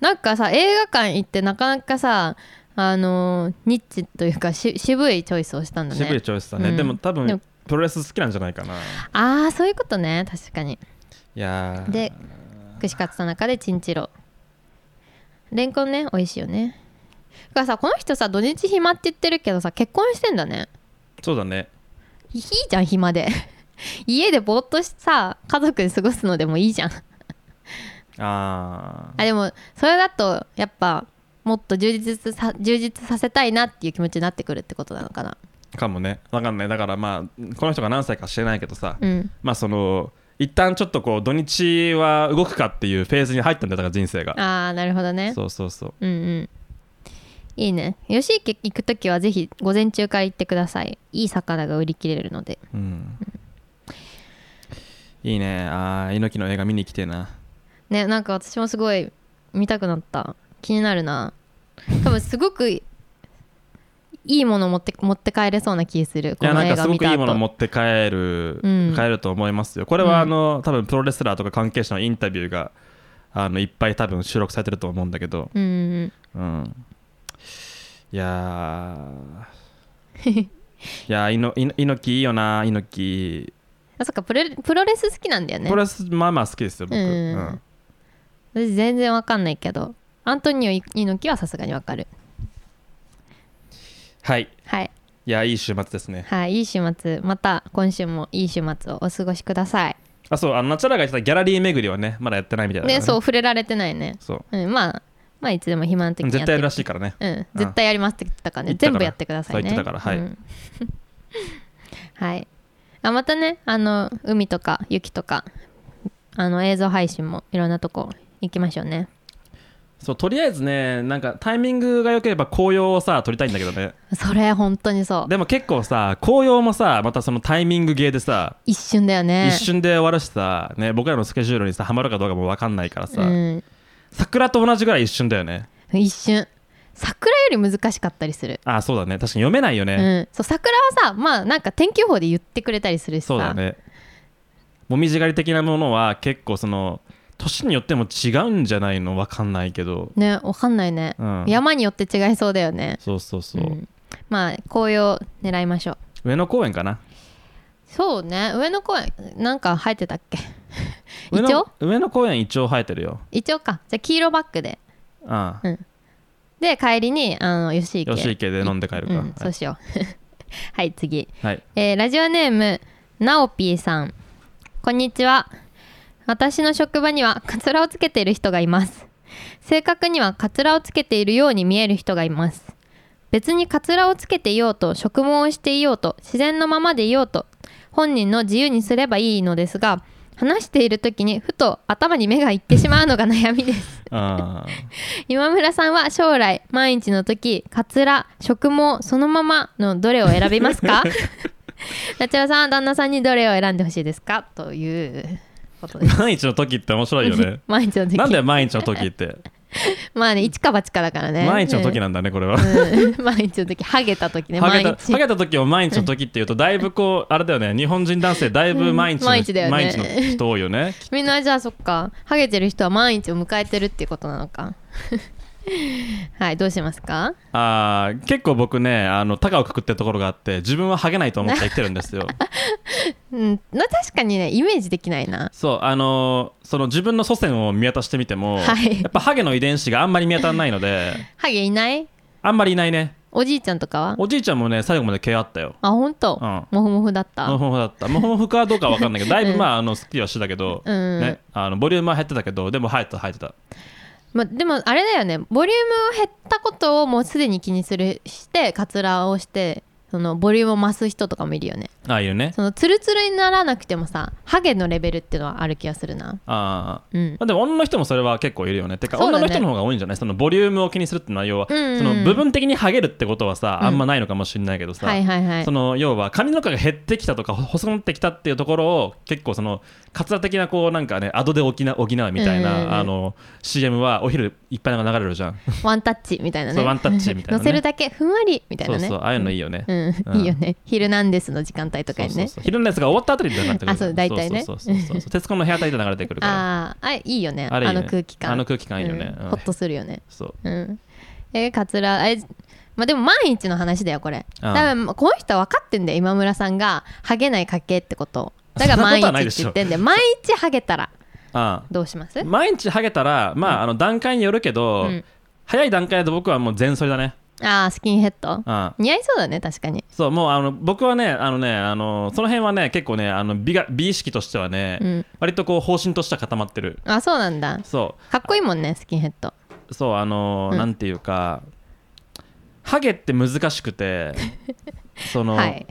S2: なんかさ映画館行ってなかなかさあのニッチというかし渋いチョイスをしたんだね
S1: 渋いチョイスだね、
S2: うん
S1: でも多分
S2: でも
S1: プロレス好きなんじゃないかな
S2: ああそういうことね確かに
S1: いやー
S2: で串カツ田中でチンチロレンコンね美味しいよねがさこの人さ土日暇って言ってるけどさ結婚してんだね
S1: そうだね
S2: いいいじゃん暇で <laughs> 家でぼーっとしさ家族で過ごすのでもいいじゃん
S1: あー
S2: あでもそれだとやっぱもっと充実さ充実させたいなっていう気持ちになってくるってことなのかな
S1: かもねわかんないだからまあこの人が何歳か知らないけどさ、
S2: うん
S1: まあその一旦ちょっとこう土日は動くかっていうフェーズに入ったんだよだから人生が
S2: ああなるほどね
S1: そうそうそう
S2: うんうんいいね吉池行く時はぜひ午前中から行ってくださいいい魚が売り切れるので
S1: うんいいねあー猪木の映画見に来てえな
S2: ねなんか私もすごい見たくなった気になるな多分すごくいいもの持って持って帰れそうな気する
S1: い
S2: こ
S1: や
S2: の
S1: なん
S2: 映
S1: か
S2: 画
S1: すご
S2: 見
S1: く
S2: た
S1: いい
S2: 後
S1: もの持って帰る、
S2: うん
S1: 帰ると思いますよこれ
S2: うん
S1: はあの、多分プロレスラーとか関係者のインタビューがあのいっぱい多分収録されてると思うんだけど、
S2: うん
S1: う
S2: うん
S1: ん、いや
S2: <laughs>
S1: ーいやーいのいの猪木いいよな猪木
S2: あそっかプレプロレス好きなんだよね
S1: プロレスまあまあ好きですよ僕、
S2: うん
S1: うん
S2: 私全然わかんないけどアントニオ猪木はさすがにわかる
S1: はい
S2: はい、
S1: いやいい週末ですね
S2: はい、いい週末また今週もいい週末をお過ごしください
S1: あそうあのナチュラが言ってたギャラリー巡りはねまだやってないみたいだから
S2: ねそうう触れられてないね
S1: そう
S2: うんまあまあいつでも暇な時にや
S1: 絶対
S2: って
S1: やるらしいからね
S2: うん、絶対やりますって言ってたからね
S1: 言ってた
S2: 全
S1: から
S2: 部やってくださいね
S1: そう言ってたからはい
S2: うん <laughs> はいあまたねあの海とか雪とかあの映像配信もいろんなとこ行きましょうね
S1: そうとりあえずねなんかタイミングが良ければ紅葉をさ撮りたいんだけどね
S2: それ本当にそう
S1: でも結構さ紅葉もさまたそのタイミングゲーでさ、
S2: 一瞬だよね
S1: 一瞬で終わるしさ、ね、僕らのスケジュールにさハマるかどうかも分かんないからさ、
S2: うん、
S1: 桜と同じぐらい一瞬だよね
S2: 一瞬桜より難しかったりする、
S1: あそうだね確かに読めないよ
S2: う
S1: ね、
S2: ん、そう桜はさまあなんか天気予報で言ってくれたりするしさ
S1: そうだねもみじ狩り的なものは結構その年によっても違うんじゃないの分かんないけど、
S2: ねわかんないね、
S1: うん、
S2: 山によって違いそうだよね
S1: そうそうそう、
S2: んまあ紅葉狙いましょう
S1: 上野公園かな
S2: そうね上野公園なんか生えてたっけイ
S1: 上
S2: チョウ
S1: 野上野公園イチョウ生えてるよ、
S2: イチョウかじゃあ黄色バッグで
S1: うん、
S2: で帰りにあの吉池
S1: 吉池で飲んで帰るか、
S2: う
S1: は
S2: ん、そ
S1: いう
S2: しよう <laughs> はい次、
S1: はい、
S2: えーラジオネームなおぴーさんこんにちは私の職場にはカツラをつけている人がいます正確にはカツラをつけているように見える人がいます別にカツラをつけていようと植毛をしていようと自然のままでいようと本人の自由にすればいいのですが話している時にふと頭に目がいってしまうのが悩みです
S1: あ
S2: 今村さんは将来
S1: <laughs>
S2: 毎日の時カツラ植毛そのままのどれを選びますかナチュラさんは旦那さんにどれを選んでほしいですかということで
S1: <laughs>
S2: す
S1: 毎日の時って面白いよ
S2: <laughs>
S1: ね
S2: 毎日の時
S1: なんだよ毎日の時って
S2: まあね一か八かだからね
S1: 毎日の時なんだねこれは
S2: うん毎日の時ハゲた時ね
S1: ハゲ
S2: 毎
S1: た
S2: 日
S1: ハゲた時を毎日の時っていうとだいぶこうあれだよね日本人男性だいぶ毎日の
S2: 毎日だよね
S1: 毎日の人多いよね
S2: みんなじゃあそっかハゲてる人は毎日を迎えてるっていうことなのか <laughs> はいどうしますか
S1: あー結構僕ねあの高をくくってるところがあって自分はハゲないと思って生きてるんです
S2: <laughs>
S1: よ
S2: うんな確かにねイメージできないな
S1: そうあのーその自分の祖先を見渡してみても、
S2: はい
S1: やっぱハゲの遺伝子があんまり見当たらないので
S2: ハゲいない
S1: あんまりいないね
S2: おじいちゃんとかは
S1: おじいちゃんもね最後まで毛あったよ
S2: あ本当、
S1: うん
S2: モフモフだった
S1: モフモフだったモフモフかどうかわかんないけ
S2: <laughs>
S1: どだいぶまああのスッキリはしてたけど、
S2: うん
S1: ね、あのボリュームは減ってたけどでも生えてた生えてた
S2: まあ、でもあれだよねボリュームを減ったことをもうすでに気にするしてカツラをしてそのボリュームを増す人とかもいるよね
S1: ああいうね
S2: そのツルツルにならなくてもさハゲのレベルっていうのはある気がするな
S1: ああ
S2: うん
S1: まあ、でも女の人もそれは結構いるよね。てか、
S2: そう
S1: 女
S2: だね
S1: の人の方が多いんじゃないそのボリュームを気にするって内容は、
S2: うんうんうん
S1: その部分的にハゲるってことはさ、
S2: うん
S1: あんまないのかもしれないけどさ、
S2: はいはいはい
S1: その要は髪の毛が減ってきたとかほ細くなってきたっていうところを結構そのカツラ的なこうなんかねアドで補う補うみたいな、
S2: うんうんうん
S1: あの CM はお昼いっぱいのが流れるじゃん、
S2: ワンタッチみたいな
S1: そ
S2: ね
S1: うワンタッチみたいな、ね、
S2: 乗せるだけふんわりみたい
S1: そ
S2: な
S1: う
S2: ね
S1: そうああいうのいいよね、
S2: うん、いいよね「ヒルナンデス」の時間帯とか
S1: そう
S2: に
S1: そう
S2: ね
S1: そう昼のやつが終わったあたりでなってくる
S2: あそう大体ね
S1: そうそうそうそう徹子の部屋帯で流れてくるから
S2: あーあいいよね
S1: あ
S2: あ
S1: れいいね
S2: の空気感
S1: あの空気感いいよね
S2: うん
S1: うん
S2: ほっとするよね
S1: そう
S2: うんえカツラえまあでも毎日の話だよこれ
S1: あ
S2: 多
S1: あ
S2: 分この人は分かってんだよ今村さんがハゲない家系ってことだから毎
S1: そんなことはない
S2: 日
S1: で
S2: っ
S1: し
S2: て言
S1: ょ
S2: ってんで毎日ハゲたら
S1: ああ
S2: どうします
S1: 毎日ハゲたらまあ,、あの段階によるけど、
S2: うん
S1: 早い段階だと僕はもう全剃りだね、
S2: ああスキンヘッド
S1: うん、
S2: 似合いそうだね確かに
S1: そうもうあの僕はねあのねあのその辺はね結構ねあの美が美意識としてはね、
S2: うん
S1: 割とこう方針としては固まってる
S2: あそうなんだ
S1: そ
S2: かっこいいもんねスキンヘッド
S1: うそうあの、
S2: うん
S1: なんていうかハゲって難しく
S2: <laughs>
S1: てその、
S2: はい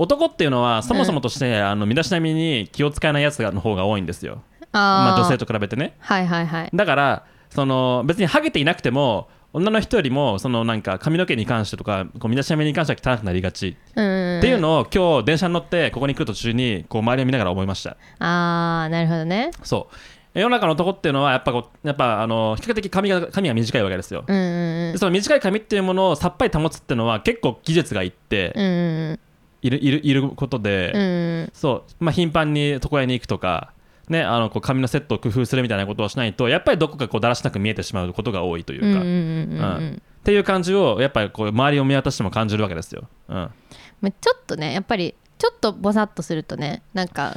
S1: 男っていうのはそもそもとして、あの身だしなみに気を使えないやつの方が多いんですよ
S2: ああ
S1: まあ、女性と比べてね
S2: はいはいはい
S1: だからその別にハゲていなくても女の人よりもそのなんか髪の毛に関してとかこう身だしなみに関しては汚くなりがち、
S2: うん
S1: っていうのを今日電車に乗ってここに来る途中にこう周りを見ながら思いました
S2: ああなるほどね
S1: そう世の中の男っていうのはやっぱこうやっぱあの比較的髪が髪が短いわけですよ、
S2: うんうんうん
S1: でその短い髪っていうものをさっぱり保つっていうのは結構技術がいって、
S2: うんうん
S1: いるいるいることで、
S2: うんうん
S1: そう、まあ、頻繁に床屋に行くとか、ね、あのこう髪のセットを工夫するみたいなことをしないとやっぱりどこかこうだらしなく見えてしまうことが多いという
S2: う
S1: か、
S2: んうんうんうんう
S1: うん
S2: ん
S1: っていう感じをやっぱりこう周りを見渡しても感じるわけですよ。うん、
S2: まあちょっとねやっぱりちょっとぼさっとするとねなんか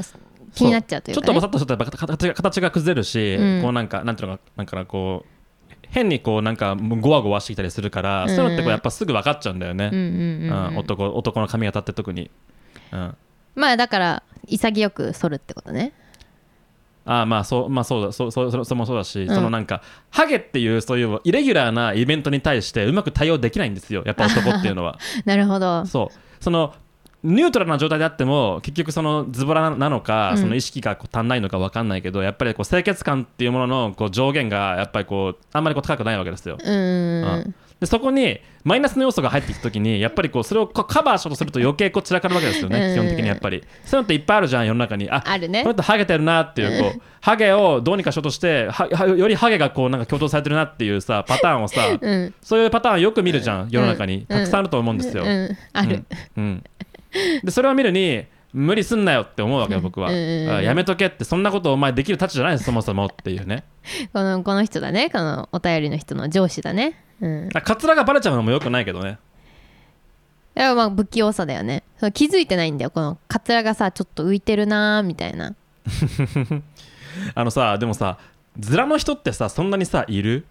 S2: 気になっちゃうという
S1: そ
S2: か、
S1: ち
S2: ね、
S1: ょっとぼさっとしたら形が形が崩れるし、
S2: うん
S1: こうなんかなんていうのかなんかなこう変にこうなんかもうゴワゴワしてきたりするから、
S2: うん
S1: そういうのってこうやっぱすぐ分かっちゃうんだよ
S2: うん
S1: ね、
S2: う
S1: う
S2: んうん
S1: ん
S2: うん
S1: 男男の髪型って特に。うん
S2: まあだから潔く剃るってことね
S1: ああまあそうまあそうだそうそうそれそれもそうだし、
S2: ん
S1: そのなんかハゲっていうそういうイレギュラーなイベントに対してうまく対応できないんですよやっぱ男っていうのは
S2: なるほど
S1: そうそのニュートラルな状態であっても結局そのズボラなのか、
S2: うん
S1: その意識がこう足んないのか分かんないけどやっぱりこう清潔感っていうもののこう上限がやっぱりこうあんまりこう高くないわけですよ
S2: うーん
S1: うんでそこにマイナスの要素が入ってきた時にやっぱりこうそれをこうカバーしようとすると余計こう散らかるわけですよね、
S2: うん
S1: 基本的にやっぱりそういうのっていっぱいあるじゃん世の中にあ
S2: あるね
S1: この人ハゲてるなっていうこうハゲをどうにかしようとしてははよりハゲがこうなんか強調されてるなっていうさパターンをさ、
S2: うん
S1: そういうパターンよく見るじゃん世の中
S2: うん
S1: にたくさんあると思うんですよ、
S2: うんある、
S1: うんうんでそれを見るに無理すんなよって思うわけよ僕は、
S2: うんうんうん
S1: あやめとけってそんなことお前できるたちじゃないそもそもっていうね
S2: このこの人だねこのお便りの人の上司だねうん
S1: だからカツラがバレちゃうのもよくないけどね
S2: いやまあ不器用さだよねその気づいてないんだよこのカツラがさちょっと浮いてるなーみたいな
S1: あのさでもさズラの人ってさそんなにさいる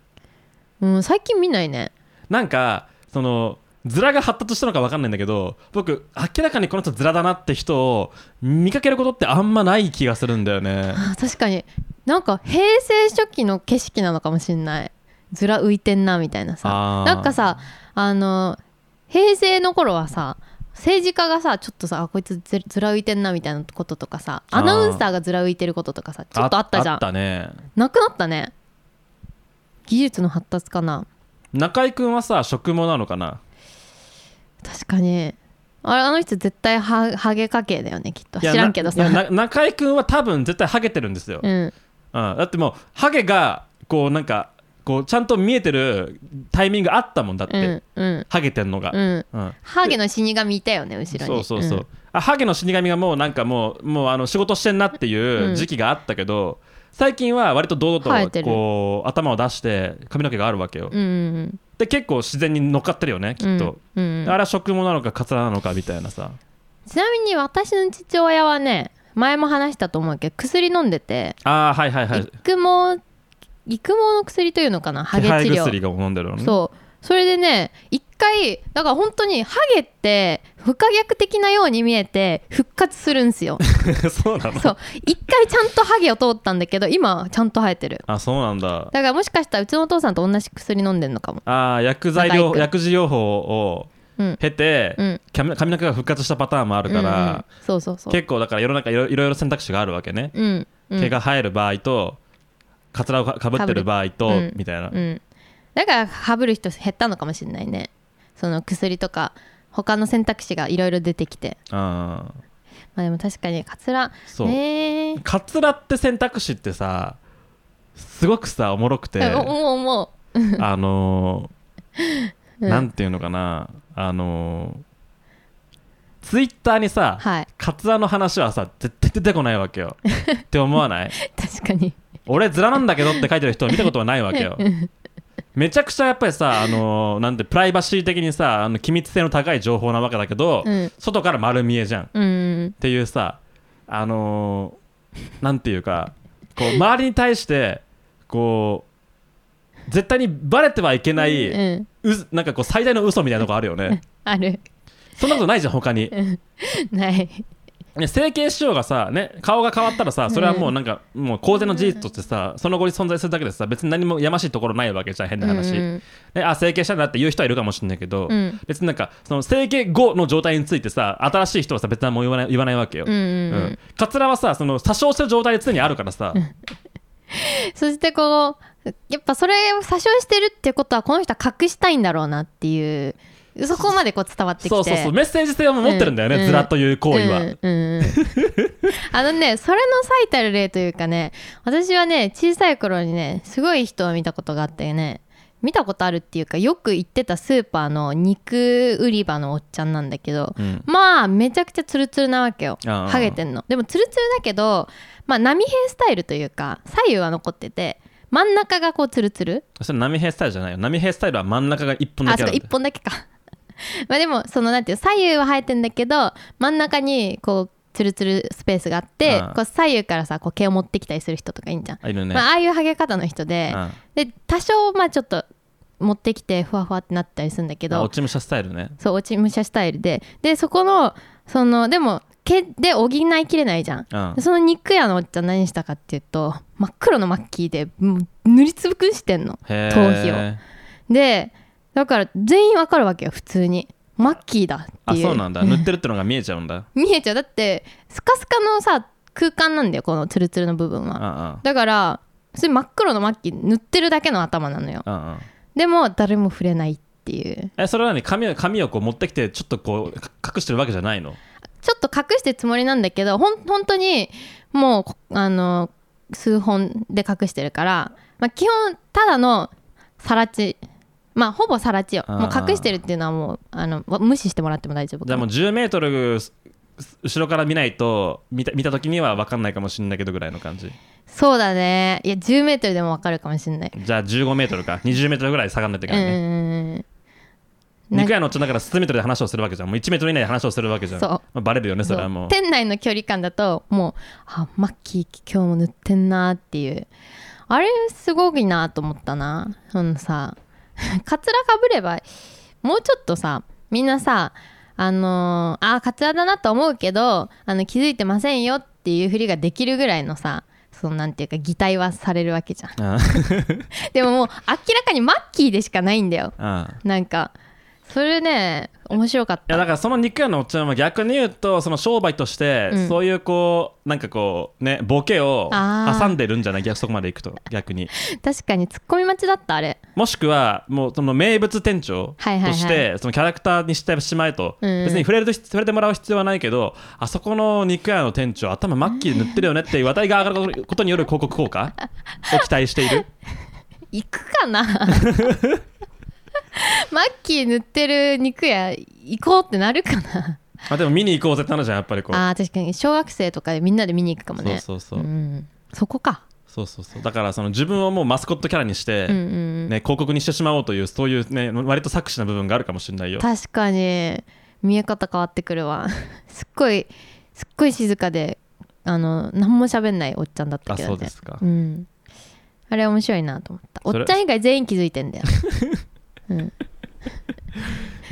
S2: うん最近見ないね
S1: なんかそのズラが発達したのか分かんないんだけど僕明らかにこの人ズラだなって人を見かけることってあんまない気がするんだよね
S2: あー確かになんか平成初期の景色なのかもしんないずら浮いてんなみたいなさ
S1: あー
S2: なんかさあの平成の頃はさ政治家がさちょっとさあこいつずずら浮いてんなみたいなこととかさ
S1: あー
S2: アナウンサーがずら浮いてることとかさ <laughs> ちょっとあったじゃ
S1: あ
S2: ん
S1: ったね
S2: なくなったね技術の発達かな
S1: 中居君はさ植毛なのかな
S2: 確かにあれあの人絶対はハゲ家系だよねきっと
S1: いや
S2: 知らんけど
S1: ない
S2: さ
S1: やな中居君は多分絶対ハゲてるんですよ、
S2: うん
S1: うん、だってもうハゲがこうなんかこうちゃんと見えてるタイミングあったもんだって、
S2: うんうん
S1: ハゲてんのが、
S2: うん
S1: うん
S2: ハゲの死神いたよね後ろ
S1: そう
S2: に
S1: そうそう、あハゲの死神がもうなんかもうもうあの仕事してんなっていう時期があったけど、最近は割と堂
S2: 生え
S1: 々
S2: て
S1: と
S2: る
S1: こう頭を出して髪の毛があるわけよ、
S2: うんうん
S1: で結構自然に乗っかってるよねき
S2: うん
S1: っと、
S2: うんうん
S1: あれは食毛なのかカツラなのかみたいなさ
S2: ちなみに私の父親はね前も話したと思うけど薬飲んでて
S1: ああはいはいはい
S2: 育毛育毛の薬というのかなハゲ治
S1: 手配
S2: 療
S1: 薬が飲んでるのね
S2: そうそれでね一回だから本当にハゲって不可逆的なように見えて復活する
S1: <laughs>
S2: んすよ
S1: <laughs> そうなの
S2: そう一回ちゃんとハゲを通ったんだけど今ちゃんと生えてる
S1: あそうなんだ
S2: だからもしかしたらうちのお父さんと同じ薬飲んでんのかも
S1: あー薬剤療
S2: 中居君
S1: 薬事療法を
S2: うん
S1: 経て、
S2: うん
S1: 髪髪の毛が復活したパターンもあるか
S2: うんうん
S1: ら、
S2: そうそうそう
S1: 結構だから世の中いろいろいろ選択肢があるわけね、
S2: うんうん
S1: 毛が生える場合とカツラをかかぶってる場合と、
S2: かぶる
S1: みたいな、
S2: うん、だからハブる人減ったのかもしれないねその薬とか他の選択肢がいろいろ出てきて
S1: あー
S2: まあでも確かにカツラ
S1: そう、
S2: ねえ
S1: カツラって選択肢ってさすごくさおもろくて
S2: 思う思
S1: あのー
S2: う、うん
S1: なんていうのかなあのー、ツイッターにさ、
S2: はい
S1: カツラの話はさ絶対出てこないわけよって思わない
S2: 確かに
S1: 俺ズラなんだけどって書いてる人を見たことはないわ
S2: <laughs>
S1: けよめちゃくちゃやっぱりさあのーなんてプライバシー的にさあの機密性の高い情報なわけだけど、
S2: うん
S1: 外から丸見えじゃんっ
S2: うん
S1: ていうさあのーなんていうかこう周りに対してこう絶対にバレてはいけない、う
S2: うん、
S1: なんかこう最大の嘘みたいなとこあるよね
S2: ある
S1: そんなことないじゃん他に
S2: ない
S1: ね、整形しようがさ、ね、顔が変わったらさそれはもうなんか、もう公然の事実としてさその後に存在するだけでさ別に何もやましいところないわけじゃん変な話、
S2: うん
S1: ね、あ整形したんだって言う人はいるかもしれないけど、
S2: うん
S1: 別になんかその整形後の状態についてさ新しい人はさ別に何も言わない言わないわけよ、
S2: うんうんうん
S1: うんカツラはさその詐称してる状態で常にあるからさ、
S2: そしてこうやっぱそれを詐称してるってことはこの人は隠したいんだろうなっていうそこまでこう伝わってきて
S1: そうそうそうメッセージ性を持ってるんだよね、
S2: うん
S1: ズラという行為は、
S2: うんうんうんあのねそれの最たる例というかね私はね小さい頃にねすごい人を見たことがあってね見たことあるっていうかよく行ってたスーパーの肉売り場のおっちゃんなんだけど
S1: うん
S2: まあめちゃくちゃツルツルなわけよ
S1: あー
S2: ハゲてんのでもツルツルだけどまあ波平スタイルというか左右は残ってて真ん中がこうツルツル
S1: それ波平スタイルじゃないよ波平スタイルは真ん中が一本だ
S2: あ
S1: け
S2: そ
S1: あ
S2: う
S1: る
S2: か1本だけか <laughs> まあでもそのなんていう左右は生えてんだけど真ん中にこうツルツルスペースがあって
S1: うん
S2: こう左右からさこう毛を持ってきたりする人とかいいんじゃん、
S1: あいるね、
S2: まあ、ああいうハゲ方の人で
S1: うん
S2: で多少まあちょっと持ってきてふわふわってなったりするんだけ
S1: あ
S2: ど
S1: 落ち武者スタイルね
S2: そう落ち武者スタイルででそこのそのでも毛で補いきれないじゃん
S1: うん
S2: でその肉屋のおっちゃん何したかっていうと真っ黒のマッキーでもう塗りつぶくしてんの
S1: へー
S2: 頭皮をでだから全員わかるわけよ普通にマッキーだっ
S1: あ
S2: ていう
S1: そうなん
S2: <laughs>
S1: だ塗ってるってのが見えちゃうんだ
S2: 見えちゃうだってスカスカのさ空間なんだよこのツルツルの部分は
S1: あ
S2: だから普通に真っ黒のマッキー塗ってるだけの頭なのよ
S1: ああああ
S2: でも誰も触れないっていう
S1: えそれはね髪を髪をこう持ってきてちょっとこうか隠してるわけじゃないの
S2: ちょっと隠してるつもりなんだけどほん本当にもうこあの数本で隠してるから、まあ、基本ただのさらちまあほぼさらちよもう
S1: あー
S2: 隠してるっていうのはもうあのわ無視してもらっても大丈夫
S1: じゃあもう1 0ルすす後ろから見ないと見た見た時には分かんないかもしれないけどぐらいの感じ
S2: そうだねいや10メートルでもわかるかもしれない、
S1: じゃあ1 5ルか2 0ルぐらい下がんないといけないね、
S2: うん
S1: 肉屋のおっちゃんだから数メートルで話をするわけじゃんもう1メートル以内で話をするわけじゃん
S2: そう
S1: まあ、バレるよねそれは
S2: そ
S1: も
S2: う
S1: う
S2: 店内の距離感だともうあマッキー今日も塗ってんなっていうあれすごいなと思ったなそのさ <laughs> カツラかぶればもうちょっとさみんなさあのー、あーカツラだなと思うけどあの気づいてませんよっていうふりができるぐらいのさそのなんていうか擬態はされるわけじゃん
S1: あ
S2: でももう明らかにマッキーでしかないんだよ
S1: ああ
S2: なんかそれね面白かっ
S1: いやだ
S2: た
S1: からその肉屋のおっちゃんは逆に言うとその商売として、
S2: うん
S1: そういうこうなんかこうねボケを
S2: あー
S1: 挟んでるんじゃない逆そこまでいくと逆に
S2: 確かにツッコミ待ちだったあれ
S1: もしくはもうその名物店長として、
S2: はいはいはい
S1: そのキャラクターにしてしまえと、
S2: うん
S1: 別に触れる触れてもらう必要はないけどあそこの肉屋の店長頭マッキー塗ってるよねっていう話題が上がることによる広告効
S2: <laughs>
S1: 果を期待している
S2: 行く
S1: <laughs>
S2: かなマッキー塗ってる肉屋行こうってなるかな
S1: まあでも見に行こうぜってなるじゃんやっぱりこう
S2: あー確かに小学生とかでみんなで見に行くかも
S1: そう
S2: ね
S1: そうそう、
S2: ん、そこか、
S1: そうそうそうだからその自分をもうマスコットキャラにして、
S2: うんうんうん
S1: ね、広告にしてしまおうというそういう、ね、割と作詞な部分があるかもしれないよ
S2: 確かに見え方変わってく
S1: <laughs>
S2: るわすっごいすっごい静かであの何も喋んないおっちゃんだった
S1: あ
S2: けどね
S1: そうですか、
S2: うん、あれ面白いなと思ったお
S1: それ
S2: っちゃん以外全員気づいてん
S1: <laughs>
S2: だよ、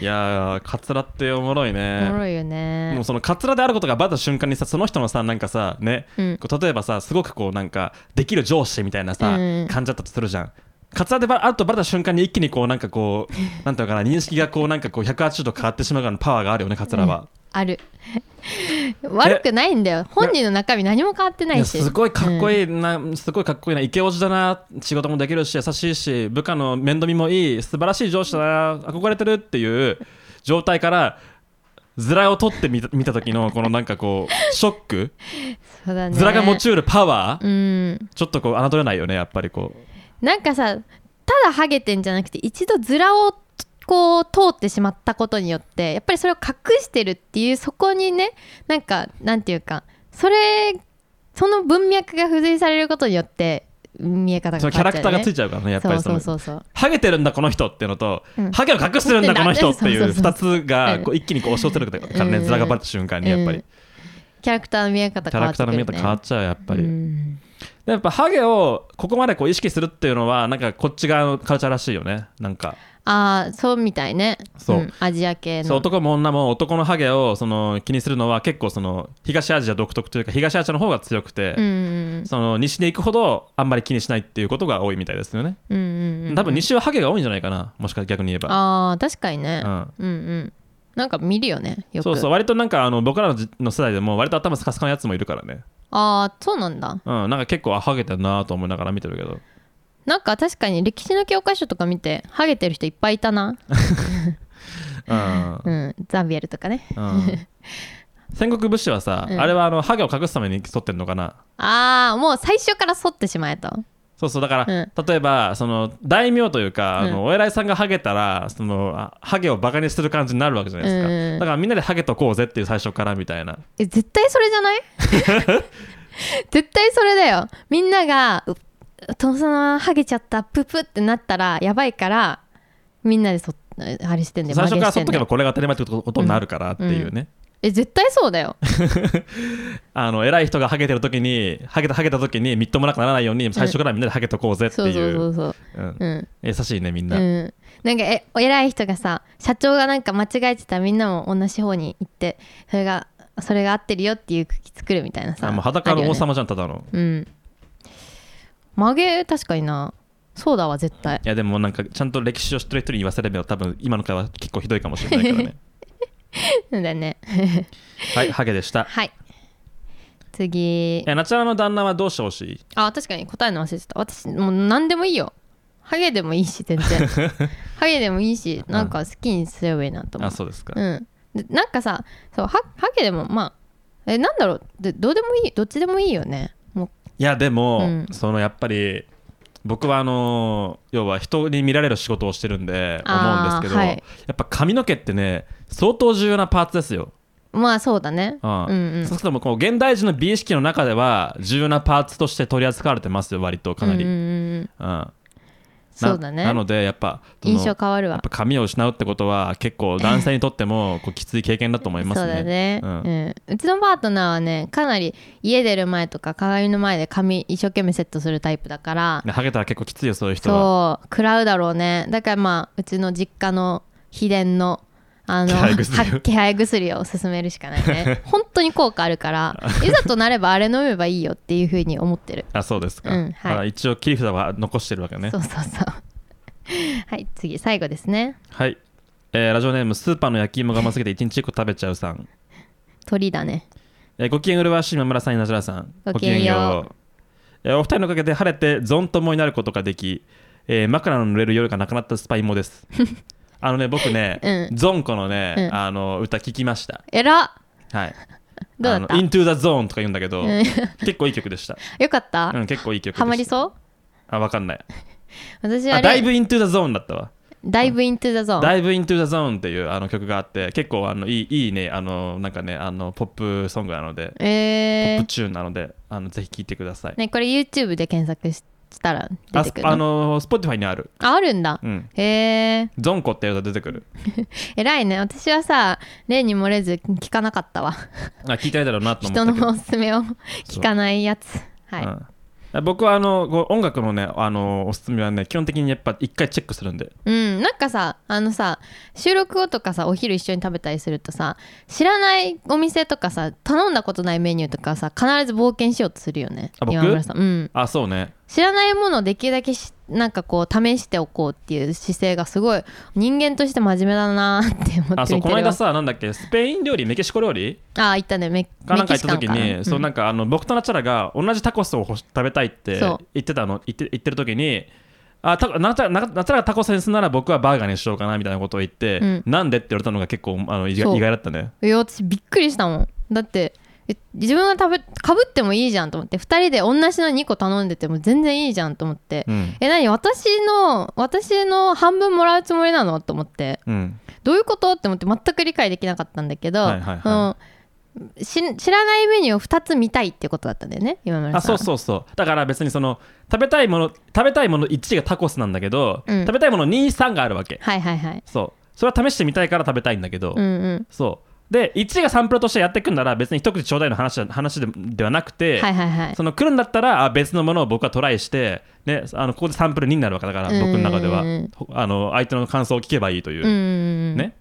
S1: いやーカツラっておもろい
S2: おも
S1: ね
S2: ろいよ
S1: も
S2: ね
S1: うそのカツラであることがバレた瞬間にさその人のさなんかさね、
S2: うん
S1: こう例えばさすごくこうなんかできる上司みたいなさ、
S2: うん
S1: 感じだったとするじゃんカツラでばあるとバレた瞬間に一気にこうなんか
S2: <laughs>
S1: こうなんていうのかな認識がこうなんかこう180度変わってしまうからいのパワーがあるよねカツラは、
S2: ある <laughs> 悪くないんだよ本人の中身何も変わってないい
S1: や
S2: し
S1: すごいかっこいいな、すごいかっこいいなイケオジだな仕事もできるし優しいし部下の面倒見もいい素晴らしい上司だな憧れてるっていう状態から面を取ってみた見た時のこのなんかこうショック
S2: そうだね
S1: 面が持ちうるパワー
S2: うん
S1: ちょっとこう侮れないよねやっぱりこう
S2: なんかさただハゲてんじゃなくて一度ズラをこう通ってしまったことによってやっぱりそれを隠してるっていうそこにねなんかなんていうかそれその文脈が付随されることによって見え方が
S1: そ
S2: 変
S1: のキャ
S2: わ
S1: ラ
S2: っち
S1: ク
S2: ゃ
S1: ターがつ
S2: うよね
S1: いちゃうからねやっぱりその
S2: そうそうそう
S1: ハゲてるんだこの人っていうのと、
S2: うん
S1: ハゲを隠してるんだこの人ってい
S2: そう
S1: う
S2: そうそう
S1: 2つがこう一気にこう押し寄せるからね
S2: うん
S1: 面がバレた瞬間
S2: そう
S1: にやっぱり、
S2: うんキャラクターの見え方
S1: キャ
S2: 変わ
S1: ラ
S2: っ
S1: クタ
S2: てく
S1: ー
S2: る、
S1: の
S2: ね、
S1: 見え方変わっちゃうやっぱり、
S2: うん
S1: でやっぱハゲをここまでこう意識するっていうのはなんかこっち側のカルチャーらしいよねなんか
S2: ああそうみたいね
S1: そうん
S2: アジア系
S1: そう
S2: の
S1: 男も女も男のハゲをその気にするのは結構その東アジア独特というか東アジアの方が強くて、
S2: うんうん
S1: その西に行くほどあんまり気にしないっていうことが多いみたいですよね
S2: うんうんうん
S1: 多分西はハゲが多いんじゃないかなもしか逆に言えば、
S2: ああ確かにね、
S1: うん
S2: うんうんなんか見るよねよく
S1: そうそう割となんかあの僕らのじの世代でも割と頭スカスカのやつもいるからね
S2: ああそうなんだ
S1: うんなんか結構あハゲてんなと思いながら見てるけど
S2: なんか確かに歴史の教科書とか見てハゲてる人いっぱいい
S1: <laughs>
S2: たな、
S1: うん
S2: うん、ザビエルとかね
S1: うん、戦国武士はさ、
S2: うん
S1: あれはあのハゲを隠すために剃ってんのかな
S2: ああもう最初から剃ってしまえと
S1: そうそうだから、例えばその大名というか、あ
S2: う
S1: のお偉いさんがハゲたらそのあハゲをバカにする感じになるわけじゃないですか、
S2: うん
S1: だからみんなでハゲとこうぜっていう最初からみたいな
S2: え絶対それじゃない
S1: <laughs>
S2: 絶対それだよみんながう「殿様ハゲちゃったププ」ってなったらやばいからみんなでそあれしてんだ
S1: 最
S2: よ曲
S1: 初
S2: げ
S1: から
S2: して
S1: そ
S2: ん
S1: っ
S2: だ
S1: とけ
S2: よ
S1: ばこれが当たり前ってことになるからっていうね、
S2: え絶対そうだよ
S1: <laughs> あの偉い人がハゲてる時にハゲたハゲた時にみっともなくならないように最初からみんなでハゲとこうぜって
S2: そうそ
S1: いう
S2: そううそう
S1: うん
S2: うん
S1: 優しいねみんな、
S2: うん、なんかえお偉い人がさ社長がなんか間違えてたらみんなも同じ方に行ってそれがそれが合ってるよっていう空気作るみたいなさ
S1: あもう裸の王
S2: あ
S1: 様じゃんただの、
S2: るよねうん曲げ確かになそうだわ絶対 <laughs>
S1: いやでもなんかちゃんと歴史を知ってる人に言わせれば多分今の会話結構ひどいかもしれないから
S2: <laughs>
S1: ね
S2: そうだね
S1: はいハゲでした
S2: はい次
S1: えナチュラルの旦那はどうしてほしい
S2: あ確かに答えの忘れてた私もう何でもいいよハゲでもいいし
S1: <laughs>
S2: 全然ハゲでもいいしなんか好きにすればいいなと思う
S1: あそうですか、
S2: うん、でなんかさそうハハゲでもまあえなんだろうでどうでもいいどっちでもいいよねもう
S1: いやでも、
S2: うん
S1: そのやっぱり僕はあの要は人に見られる仕事をしてるんで思うんです
S2: あー
S1: けど、
S2: はい
S1: やっぱ髪の毛ってね相当重要なパーツですよ、
S2: まあそうだね
S1: うん
S2: うんうん
S1: そうするともうこう現代人の美意識の中では重要なパーツとして取り扱われてますよ割とかなり、
S2: う
S1: うん
S2: うんんうん
S1: な
S2: そうだね
S1: なのでやっぱその
S2: 印象変わる
S1: やっ
S2: わ
S1: ぱ髪を失うってことは結構男性にとってもこうきつい経験だと思いますね
S2: そうだね、う
S1: うんん
S2: うちのパートナーはねかなり家出る前とか鏡の前で髪一生懸命セットするタイプだから
S1: ねハゲたら結構きついよそういう人は
S2: そう食らうだろうねだからまあうちの実家の秘伝のあの
S1: 気配薬
S2: は気配薬を勧めるしかな
S1: <laughs>
S2: いね本当に効果あるからいざとなればあれ飲めばいいよっていうふうに思ってる
S1: あそうですか、
S2: うんはい
S1: あ一応切り
S2: <laughs>
S1: 札は残してるわけね
S2: そうそうそうはい次最後ですね
S1: はいえーラジオネームスーパーの焼き芋が甘すぎて1日1個食べちゃうさん、
S2: 鳥だね
S1: えーご機嫌うるわしい今村さん稲らさん
S2: ごきげんよう
S1: う、えーお二人のおかげで晴れてゾンともになることができ、えー枕の濡れる夜がなくなったスパイモです
S2: <laughs>
S1: あのね僕ね、
S2: う
S1: ゾンコのね、
S2: うん
S1: あの歌聞きました
S2: えらっ
S1: はい
S2: どうだった
S1: あの Into the Zone とか言うんだけど、
S2: うん <laughs>
S1: 結構いい曲でした。
S2: よかった、
S1: うん、結構いい曲でした。
S2: ハマりそう
S1: あ、わかんない。
S2: 私あ
S1: あ
S2: れ
S1: だいぶ Into the Zone だったわ。
S2: だいぶイントゥザゾーン
S1: だいぶ Into the Zone っていうあの曲があって、結構あのいいいいね、あのなんかね、あのポップソングなので、
S2: え
S1: ポップ
S2: ー
S1: チューンなので、あのぜひ聴いてください。
S2: ねこれ YouTube で検索ししたら出
S1: あ
S2: てくるの
S1: あの、Spotify にある。
S2: ああるんだ
S1: うん。
S2: へえ
S1: ゾンコってやると出てくる。
S2: 偉いね私はさ例に漏れず聞かなかったわ
S1: あ、聞いたらいいだろうなと思った
S2: 人
S1: けど。
S2: のおすすめを聞かないやつはい、
S1: うん僕はあのこう音楽のねあのおすすめはね基本的にやっぱ一回チェックするんで
S2: うん、なんかさあのさ収録後とかさお昼一緒に食べたりするとさ知らないお店とかさ頼んだことないメニューとかさ必ず冒険しようとするよね
S1: あ僕
S2: 今村さん、うん、
S1: あそうね
S2: 知らないものをできるだけしなんかこう試しておこうっていう姿勢がすごい人間として真面目だなーって思
S1: あ
S2: って
S1: そう
S2: 見て
S1: こ
S2: る
S1: の
S2: わ
S1: 間さなんだっけスペイン料理メキシコ料理
S2: あ行ったねメ
S1: かな
S2: メ
S1: んか行っ
S2: キシ
S1: た
S2: カン
S1: 時
S2: かな
S1: に、
S2: うん
S1: そうなんかあの僕とナチャラが同じタコスを食べたいって
S2: そう
S1: 言ってたの言って言ってる時にあタコナチャラナナチャラがタコスにするなら僕はバーガーにしようかなみたいなことを言って、
S2: うん
S1: なんでって言われたのが結構あの意
S2: そう
S1: 外意外だったね
S2: いや私びっくりしたもんだってえ自分が食べかぶってもいいじゃんと思って2人で同じの2個頼んでても全然いいじゃんと思って、
S1: うん、
S2: え何私の私の半分もらうつもりなのと思って
S1: うん、
S2: どういうことって思って全く理解できなかったんだけど、
S1: はいはいはい
S2: そのし知らないメニューを2つ見たいってことだったんだよね今村さん
S1: あそうそうそうだから別にその食べたいもの食べたいもの1がタコスなんだけど、
S2: うん
S1: 食べたいもの23があるわけ
S2: はいはいはい
S1: そうそれは試してみたいから食べたいんだけど、
S2: うんうん
S1: そうで1がサンプルとしてやっていくんなら別に一口ちょうだいの話話でではなくて、
S2: はいはいはい
S1: その来るんだったらあ別のものを僕はトライして、ね、あのここでサンプル2になるわけだから
S2: うん
S1: 僕の中ではほあの相手の感想を聞けばいいというう、
S2: ん
S1: ね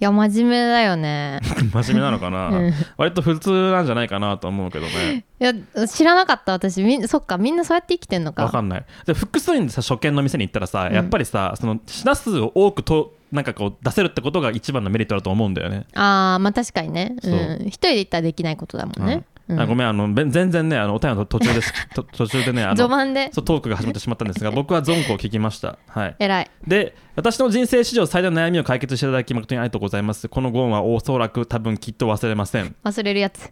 S2: いや真面目だよね
S1: 真面目なのかな、
S2: うん
S1: 割と普通なんじゃないかなと思うけどね
S2: いや知らなかった私みんそっかみんなそうやって生きてんのか
S1: わかんないで複数人でさ初見の店に行ったらさ、
S2: うん
S1: やっぱりさその品数を多くとなんかこう出せるってことが一番のメリットだと思うんだよね、
S2: あーまあ確かにね、う、
S1: そうん
S2: 一人で行ったらできないことだもんね、
S1: う
S2: うんん
S1: あごめんあのべん全然ねあのお便りの途中ですと途中でねあの
S2: 序盤で
S1: そうトークが始まってしまったんですが僕はゾンコを聞きました、はい、
S2: 偉い
S1: で私の人生史上最大の悩みを解決していただき誠にありがとうございますこのご恩はおそらく多分きっと忘れません
S2: 忘れるやつ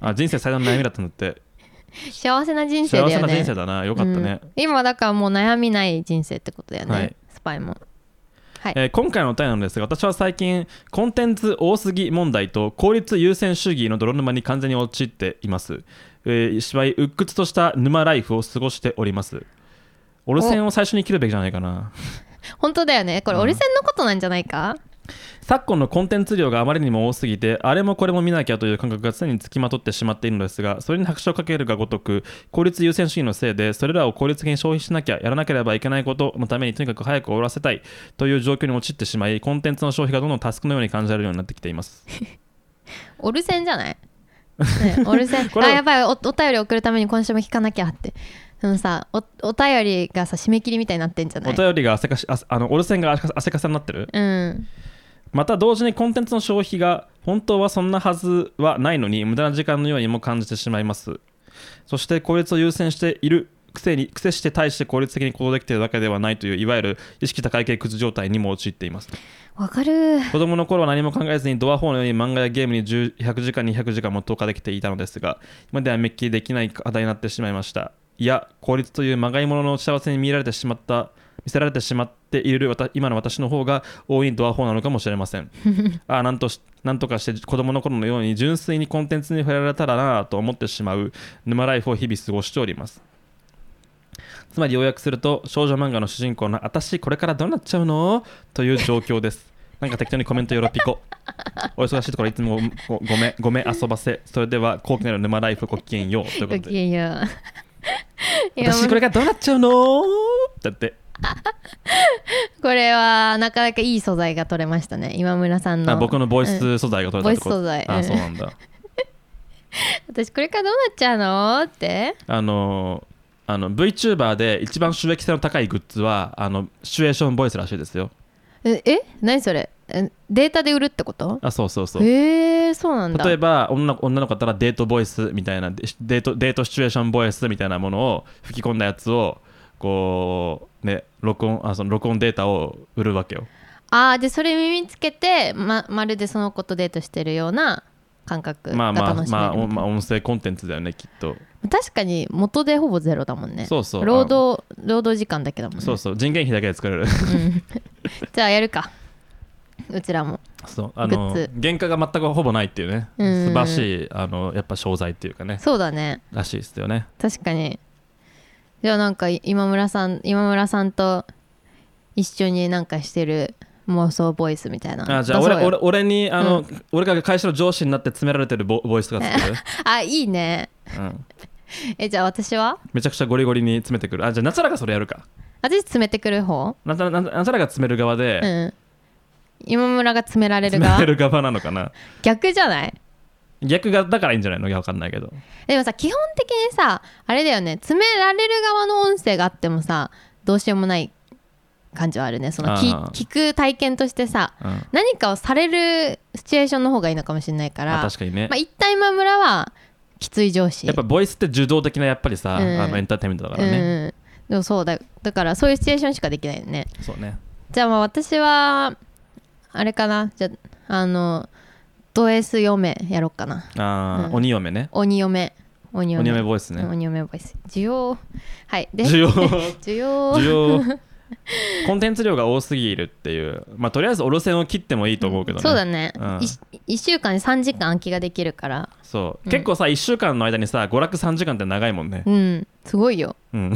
S1: あ人生最大の悩みだったんだっ
S2: <laughs>
S1: て
S2: 幸せな人生
S1: 幸
S2: だ
S1: せ
S2: よ
S1: な
S2: ね
S1: 人生だなよかったね、
S2: うん今だからもう悩みない人生ってことだよね、
S1: はい
S2: スパイもはい
S1: えー今回のお便りなのですが私は最近コンテンツ多すぎ問題と効率優先主義の泥沼に完全に陥っています、えー、芝居鬱屈とした沼ライフを過ごしておりますオルセンを最初に切るべきじゃないかな
S2: 本当だよねこれ折り線のことなんじゃないか、
S1: 昨今のコンテンツ量があまりにも多すぎてあれもこれも見なきゃという感覚が常につきまとってしまっているのですがそれに拍手をかけるがごとく効率優先主義のせいでそれらを効率的に消費しなきゃやらなければいけないことのためにとにかく早く終わらせたいという状況に陥ってしまいコンテンツの消費がどんどんタスクのように感じられるようになってきています
S2: 折る線じ
S1: <laughs>
S2: ゃない、ね、折る線
S1: これ
S2: あやばいおお便り送るために今週も聞かなきゃってそのさおお便りがさ締め切りみたいになってんじゃな
S1: お
S2: い
S1: 便りが汗かしああのオルセンが汗か汗かさになってる
S2: うん
S1: また同時にコンテンツの消費が本当はそんなはずはないのに無駄な時間のようにも感じてしまいますそして効率を優先しているくせに癖して対して効率的に行動できているわけではないといういわゆる意識高い系屈状態にも陥っています
S2: わかる
S1: 子供の頃は何も考えずにドアホーのように漫画やゲームに10 100時間200時間も投下できていたのですが今ではめっきりできない課題になってしまいましたいや効率というまがいものの幸せに見られてしまった見せられてしまっているわた今の私の方が大いにドアホーなのかもしれませんああなんとしなんとかして子供の頃のように純粋にコンテンツに触れられたらなあと思ってしまう沼ライフを日々過ごしておりますつまり要約すると少女漫画の主人公の「私これからどうなっちゃうの?」という状況ですなんか適当にコメントよろぴこお忙しいところいつもごごごめんごめん遊ばせそれでは高貴なる沼ライフごきげんようというこ
S2: ご
S1: とで
S2: きげんよういや
S1: 私これからどうなっちゃうのだって
S2: これはなかなかいい素材が取れましたね今村さん
S1: あ
S2: の
S1: 僕のボイ
S2: うん
S1: ス素材が取れたってこと、
S2: ボイス素材
S1: あ
S2: うん
S1: そうなんだ
S2: 私これからどうなっちゃうのって
S1: あのーあの VTuber で一番収益性の高いグッズはあのシチュエーションボイスらしいですよ
S2: ええ何それえデータで売るってこと
S1: あそうそうそう
S2: へえー、そうなんだ
S1: 例えば女の女の子だったらデートボイスみたいなデデートデートシチュエーションボイスみたいなものを吹き込んだやつをこうね録音あその録音データを売るわけよ
S2: ああでそれ耳につけてままるでその子とデートしてるような感覚が
S1: まあまあ
S2: 楽しめ
S1: まあ、
S2: る
S1: おまあ音声コンテンツだよねきっと
S2: 確かに元でほぼゼロだもんね
S1: そうそう
S2: 労働労働時間だけだもんね
S1: そうそう人件費だけで作れる
S2: うんじゃあやるかうちらも
S1: そうあの
S2: グッズ
S1: 原価が全くほぼないっていうね
S2: うん
S1: 素晴らしいあのやっぱ商材っていうかね
S2: そうだね
S1: らしいですよね
S2: 確かにじゃあなんか今村さん今村さんと一緒になんかしてる妄想ボイスみたいなの
S1: あじゃあ
S2: 出そう
S1: 俺
S2: よ
S1: 俺俺にあの、
S2: う
S1: 俺が会社の上司になって詰められてるボボイスとか作る、
S2: あいいね
S1: うん、
S2: えじゃあ私は
S1: めちゃくちゃゴリゴリに詰めてくるあじゃあ夏らがそれやるか
S2: 私詰めてくる方
S1: 夏ら夏らが詰める側で、
S2: うん今村が詰められる
S1: 詰めら
S2: 側
S1: れる側なのかな
S2: 逆じゃない
S1: 逆がだからいいんじゃないのいやわかんないけど
S2: でもさ基本的にさあれだよね詰められる側の音声があってもさどうしようもない感じはあるねその
S1: あー
S2: 聞聞く体験としてさ
S1: うんあ
S2: 何かをされるシチュエーションの方がいいのかもしれないから
S1: 確かにね
S2: まあ、一体今村はきつい上司
S1: やっぱボイスって受動的なやっぱりさ、
S2: うん
S1: あのエンターテインメントだからね、
S2: うん、でもそうだだからそういうシチュエーションしかできないよね
S1: そうね
S2: じゃあまあ私はあれかなじゃああのド S 嫁やろうかな
S1: あー、
S2: うん
S1: 鬼嫁ね
S2: 鬼嫁鬼
S1: 鬼
S2: 嫁
S1: 嫁ボイスね
S2: 鬼嫁ボイス需要はいで
S1: 需要
S2: 需要
S1: 需要コンテンツ量が多すぎるっていうまあとりあえずおろせんを切ってもいいと思うけどね、
S2: そうだね、
S1: うん
S2: い一1週間に3時間空きができるから
S1: そう、
S2: うん
S1: 結構さ1週間の間にさ娯楽3時間って長いもんね
S2: うんすごいよ
S1: うん、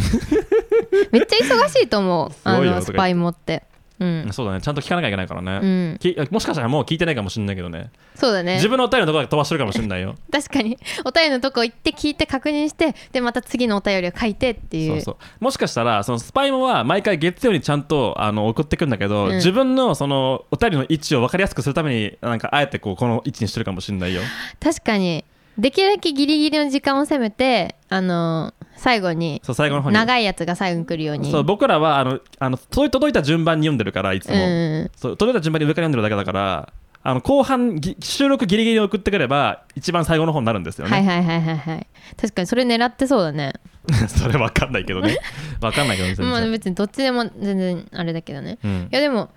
S2: めっちゃ忙しいと思う
S1: ごいよとか言っ
S2: あの
S1: て
S2: スパイもってうん、
S1: そうだねちゃん <laughs> と聞かなきゃいけないから
S2: う
S1: ね、
S2: ん、
S1: きもしかしたらもう聞いてないかもしれないけどね
S2: そうだね
S1: 自分のお便りのところだけ飛ばしてるかもしれないよ
S2: 確かにお便りのとこ行って聞いて確認してでまた次のお便りを書いてっていう
S1: そうそうもしかしたらそのスパイモは毎回月曜にちゃんとあの送ってくんだけど、
S2: うん
S1: 自分のそのお便りの位置を分かりやすくするためになんかあえてこうこの位置にしてるかもしれないよ
S2: 確かにできるだけギリギリの時間を攻めてあのー最後に
S1: そう最後の方に
S2: 長いやつが最後に来るように
S1: そう僕らはあのあの届い届いた順番に読んでるからいつも、
S2: うん
S1: そう届いた順番に上から読んでるだけだからあの後半ぎ収録ギリギリに送ってくれば一番最後の方になるんですよね、
S2: はいはいはいはいはい確かにそれ狙ってそうだね
S1: <laughs> それ分かんないけどね
S2: <laughs>
S1: 分かんないけどね全
S2: まあ
S1: 然、
S2: 別にどっちでも全然あれだけどね
S1: うん
S2: いやでも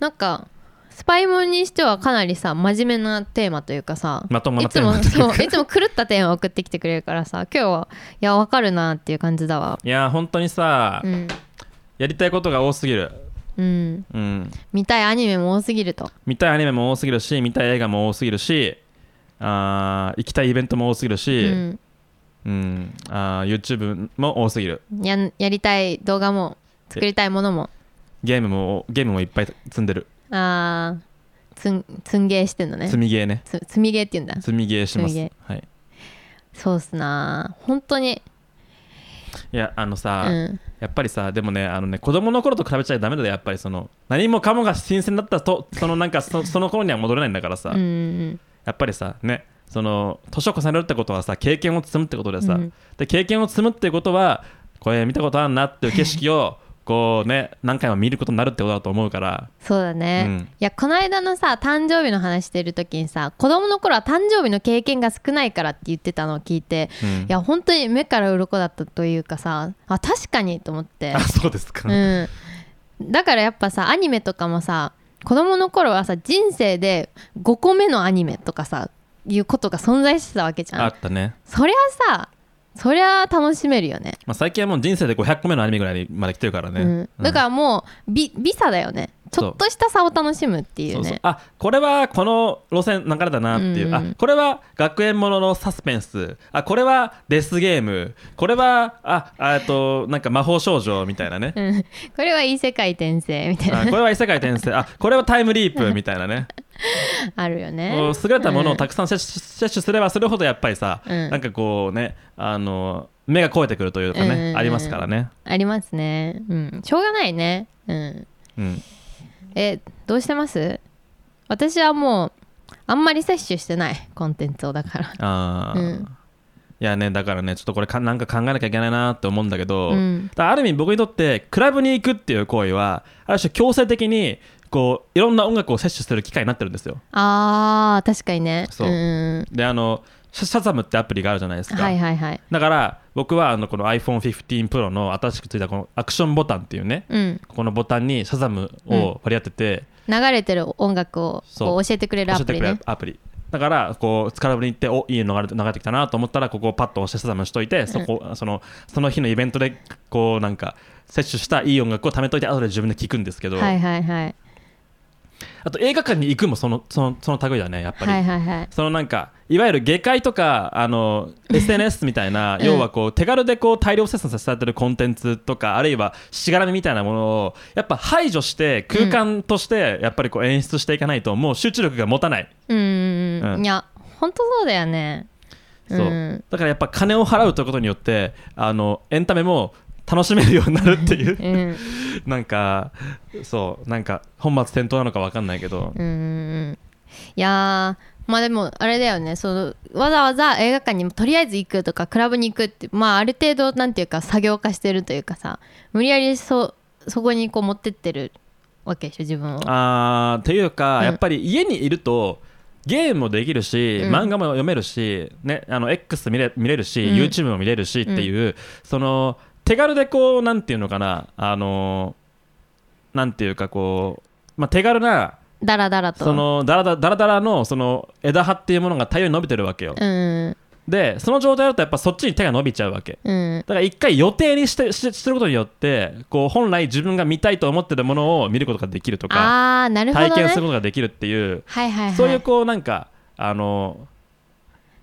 S2: なんかスパイモンにしてはかなりさ真面目なテーマというかさ
S1: まともないテー
S2: つも
S1: マというか
S2: そういつも狂ったテーマを送ってきてくれるからさ今日はいやわかるなっていう感じだわ
S1: いや本当にさ、
S2: うん
S1: やりたいことが多すぎる、
S2: うん
S1: うん、
S2: 見たいアニメも多すぎると
S1: 見たいアニメも多すぎるし見たい映画も多すぎるしあー行きたいイベントも多すぎるし、うん
S2: う
S1: あー YouTube も多すぎる
S2: ん、やんやりたい動画も作りたいものも
S1: ゲームもゲームもいっぱい積んでる
S2: あーつんつんげーしてんのね
S1: 積みゲーね
S2: つ積みゲーって言うんだ
S1: 積みゲーします
S2: 積みゲ
S1: はい、
S2: そうっすなー本当に
S1: いやあの
S2: う
S1: さ、
S2: ん
S1: やっぱりさでもねあのね子供の頃と比べちゃダメだよやっぱりその何もかもが新鮮だったとそのなんかそその頃には戻れないんだからさ、
S2: うんうん
S1: やっぱりさねその年を重ねるってことはさ経験を積むってことでさ、
S2: うん
S1: で経験を積むってことはこれ見たことあるなっていう景色をこうね何回も見ることになるってことだと思うから
S2: そうだね、
S1: うん
S2: いやこの間のさ誕生日の話してる時にさ子供の頃は誕生日の経験が少ないからって言ってたのを聞いて、
S1: うん
S2: いや本当に目から鱗だったというかさあ確かにと思って
S1: あそうですか、
S2: うん、だからやっぱさアニメとかもさ子どもの頃はさ人生で5個目のアニメとかさいうことが存在してたわけじゃ
S1: あ
S2: ん
S1: ったね、
S2: そりゃさそりゃ楽しめるよね
S1: まあ、最近はもう人生で500個目のアニメぐらいまで来てるからね、
S2: うん、だからもう美美さだよねちょっとした差を楽しむっていうね
S1: そうそうあこれはこの路線流れだなっていう、
S2: うんうん
S1: あこれは学園もののサスペンスあこれはデスゲームこれはああえっとなんか魔法少女みたいなね
S2: うんこれは異世界転生みたいな
S1: あこれは異世界転生あこれはタイムリープみたいなね
S2: あるよ
S1: こ
S2: ね
S1: う優れたものをたくさん摂取摂取すればするほどやっぱりさ、
S2: うん
S1: なんかこうねあの目が肥えてくるというかね、
S2: うんうんうん
S1: ありますからね、
S2: ありますねうんしょうがないねうん
S1: うん、
S2: えどうしてます私はもうあんまり摂取してないコンテンツをだから
S1: あー、
S2: うん
S1: いやねだからねちょっとこれかなんか考えなきゃいけないなって思うんだけど、
S2: うん
S1: だからある意味僕にとってクラブに行くっていう行為はある種強制的にここういろんな音楽を摂取する機会になってるんですよ
S2: あー確かにね
S1: そうんであのシャシャザムってアプリがあるじゃないですか、
S2: はいはいはい
S1: だから僕はあのこの iPhone15 Pro の新しくついたこのアクションボタンっていうね
S2: うん
S1: ここのボタンにシャザムを割り当てて、
S2: 流れてる音楽を
S1: そう
S2: こう教えてくれるア
S1: 教え
S2: プ
S1: て
S2: リ
S1: くれ
S2: ね
S1: るアプリだからこう疲れぶりに行っておいいの流れ流れてきたなと思ったらここをパッと押してシャザムしといてそこ、そのその日のイベントでこうなんか摂取したいい音楽を貯めといて後で自分で聴くんですけど、
S2: はいはいはい
S1: あと映画館に行くもそのそのその類だねやっぱり、
S2: はいはいはい
S1: そのなんかいわゆる下界とかあの SNS みたいな、
S2: <laughs> うん
S1: 要はこう手軽でこう大量生産されてるコンテンツとかあるいはしがらみみたいなものをやっぱ排除して空間としてやっぱりこう演出していかないと、もう集中力が持たない
S2: うんうん
S1: う
S2: うんんいや本当そうだよね
S1: そう、
S2: ん
S1: だからやっぱ金を払うということによってあのエンタメも楽しめるようになるっていうう
S2: ん
S1: <laughs> なんかそうなんか本末転倒なのかわかんないけど、
S2: うんうんいやーまあでもあれだよねそのわざわざ映画館にもとりあえず行くとかクラブに行くってまあある程度なんていうか作業化してるというかさ無理やりそそこにこう持ってってるわけでしょ自分を
S1: あーっていうか、
S2: うん
S1: やっぱり家にいるとゲームもできるし、
S2: うん
S1: 漫画も読めるし、ね、あの X 見れ見れるし、
S2: うん
S1: YouTube も見れるしっていう、その手軽でこうなんていうのかなあのなんていうかこう、まあ、手軽な
S2: だらだらと
S1: そのだらだだらだらのその枝葉っていうものが大量に伸びてるわけよ、
S2: うん
S1: でその状態だとやっぱそっちに手が伸びちゃうわけ
S2: うん
S1: だから一回予定にしてしすることによってこう本来自分が見たいと思ってるものを見ることができるとか
S2: ああーなるほど
S1: 体
S2: ね
S1: 験することができるっていう、
S2: はいはいはい
S1: そういうこうなんかあの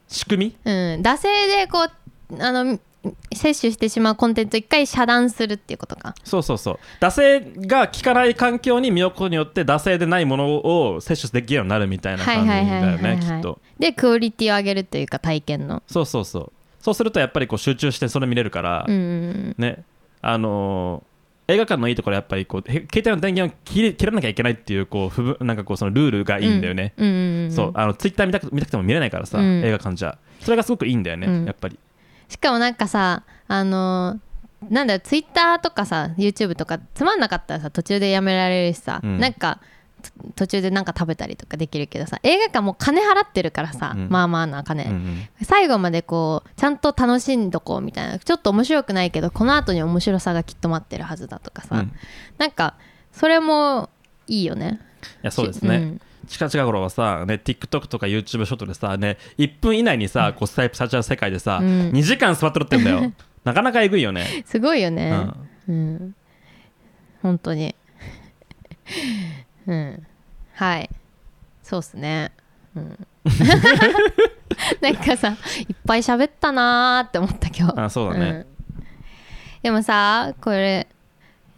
S1: 仕組み
S2: うん、惰性でこうあの摂取してしまうコンテンツを一回遮断するっていうことか
S1: そうそうそう惰性が効かない環境に身を置くことによって惰性でないものを摂取できるようになるみたいな感じだよ
S2: はいはいはい
S1: ね
S2: はい
S1: き
S2: はい
S1: っと
S2: でクオリティを上げるというか体験の
S1: そうそうそうそうするとやっぱりこう集中してそれ見れるから、
S2: うん
S1: ねあのー映画館のいいところはやっぱりこうへ携帯の電源を切り切らなきゃいけないっていうこう不分なんかこうそのルールがいいんだよね、
S2: うんうん
S1: そうあのツイッター見たく見たくても見れないからさ、
S2: うん
S1: 映画館じゃそれがすごくいいんだよね、
S2: うん
S1: やっぱり
S2: しかもなんかさあのーなんだよツイッターとかさ YouTube とかつまんなかったらさ途中でやめられるしさ、
S1: うん
S2: なんかつ途中でなんか食べたりとかできるけどさ映画館もう金払ってるからさ、
S1: うん
S2: まあまあな金、
S1: うんうん
S2: 最後までこうちゃんと楽しんどこうみたいなちょっと面白くないけどこの後に面白さがきっと待ってるはずだとか
S1: う
S2: さ、
S1: んい
S2: なんかそれもいいよね
S1: やそうですね、
S2: ん
S1: 近々頃はさ、ね、TikTok とか YouTube ショートでさ、ね、1分以内にさ、こうスタイプされちゃう世界でさ、
S2: うん
S1: 2時間座ってるってんだよ
S2: <laughs>
S1: なかなかえぐいよね、
S2: すごいよ
S1: う
S2: ね、
S1: ん、
S2: うん本当に <laughs> うんはいそうっすねうん <laughs> なんかさいっぱい喋ったなーって思った今日
S1: あそうだね、
S2: うんでもさこれ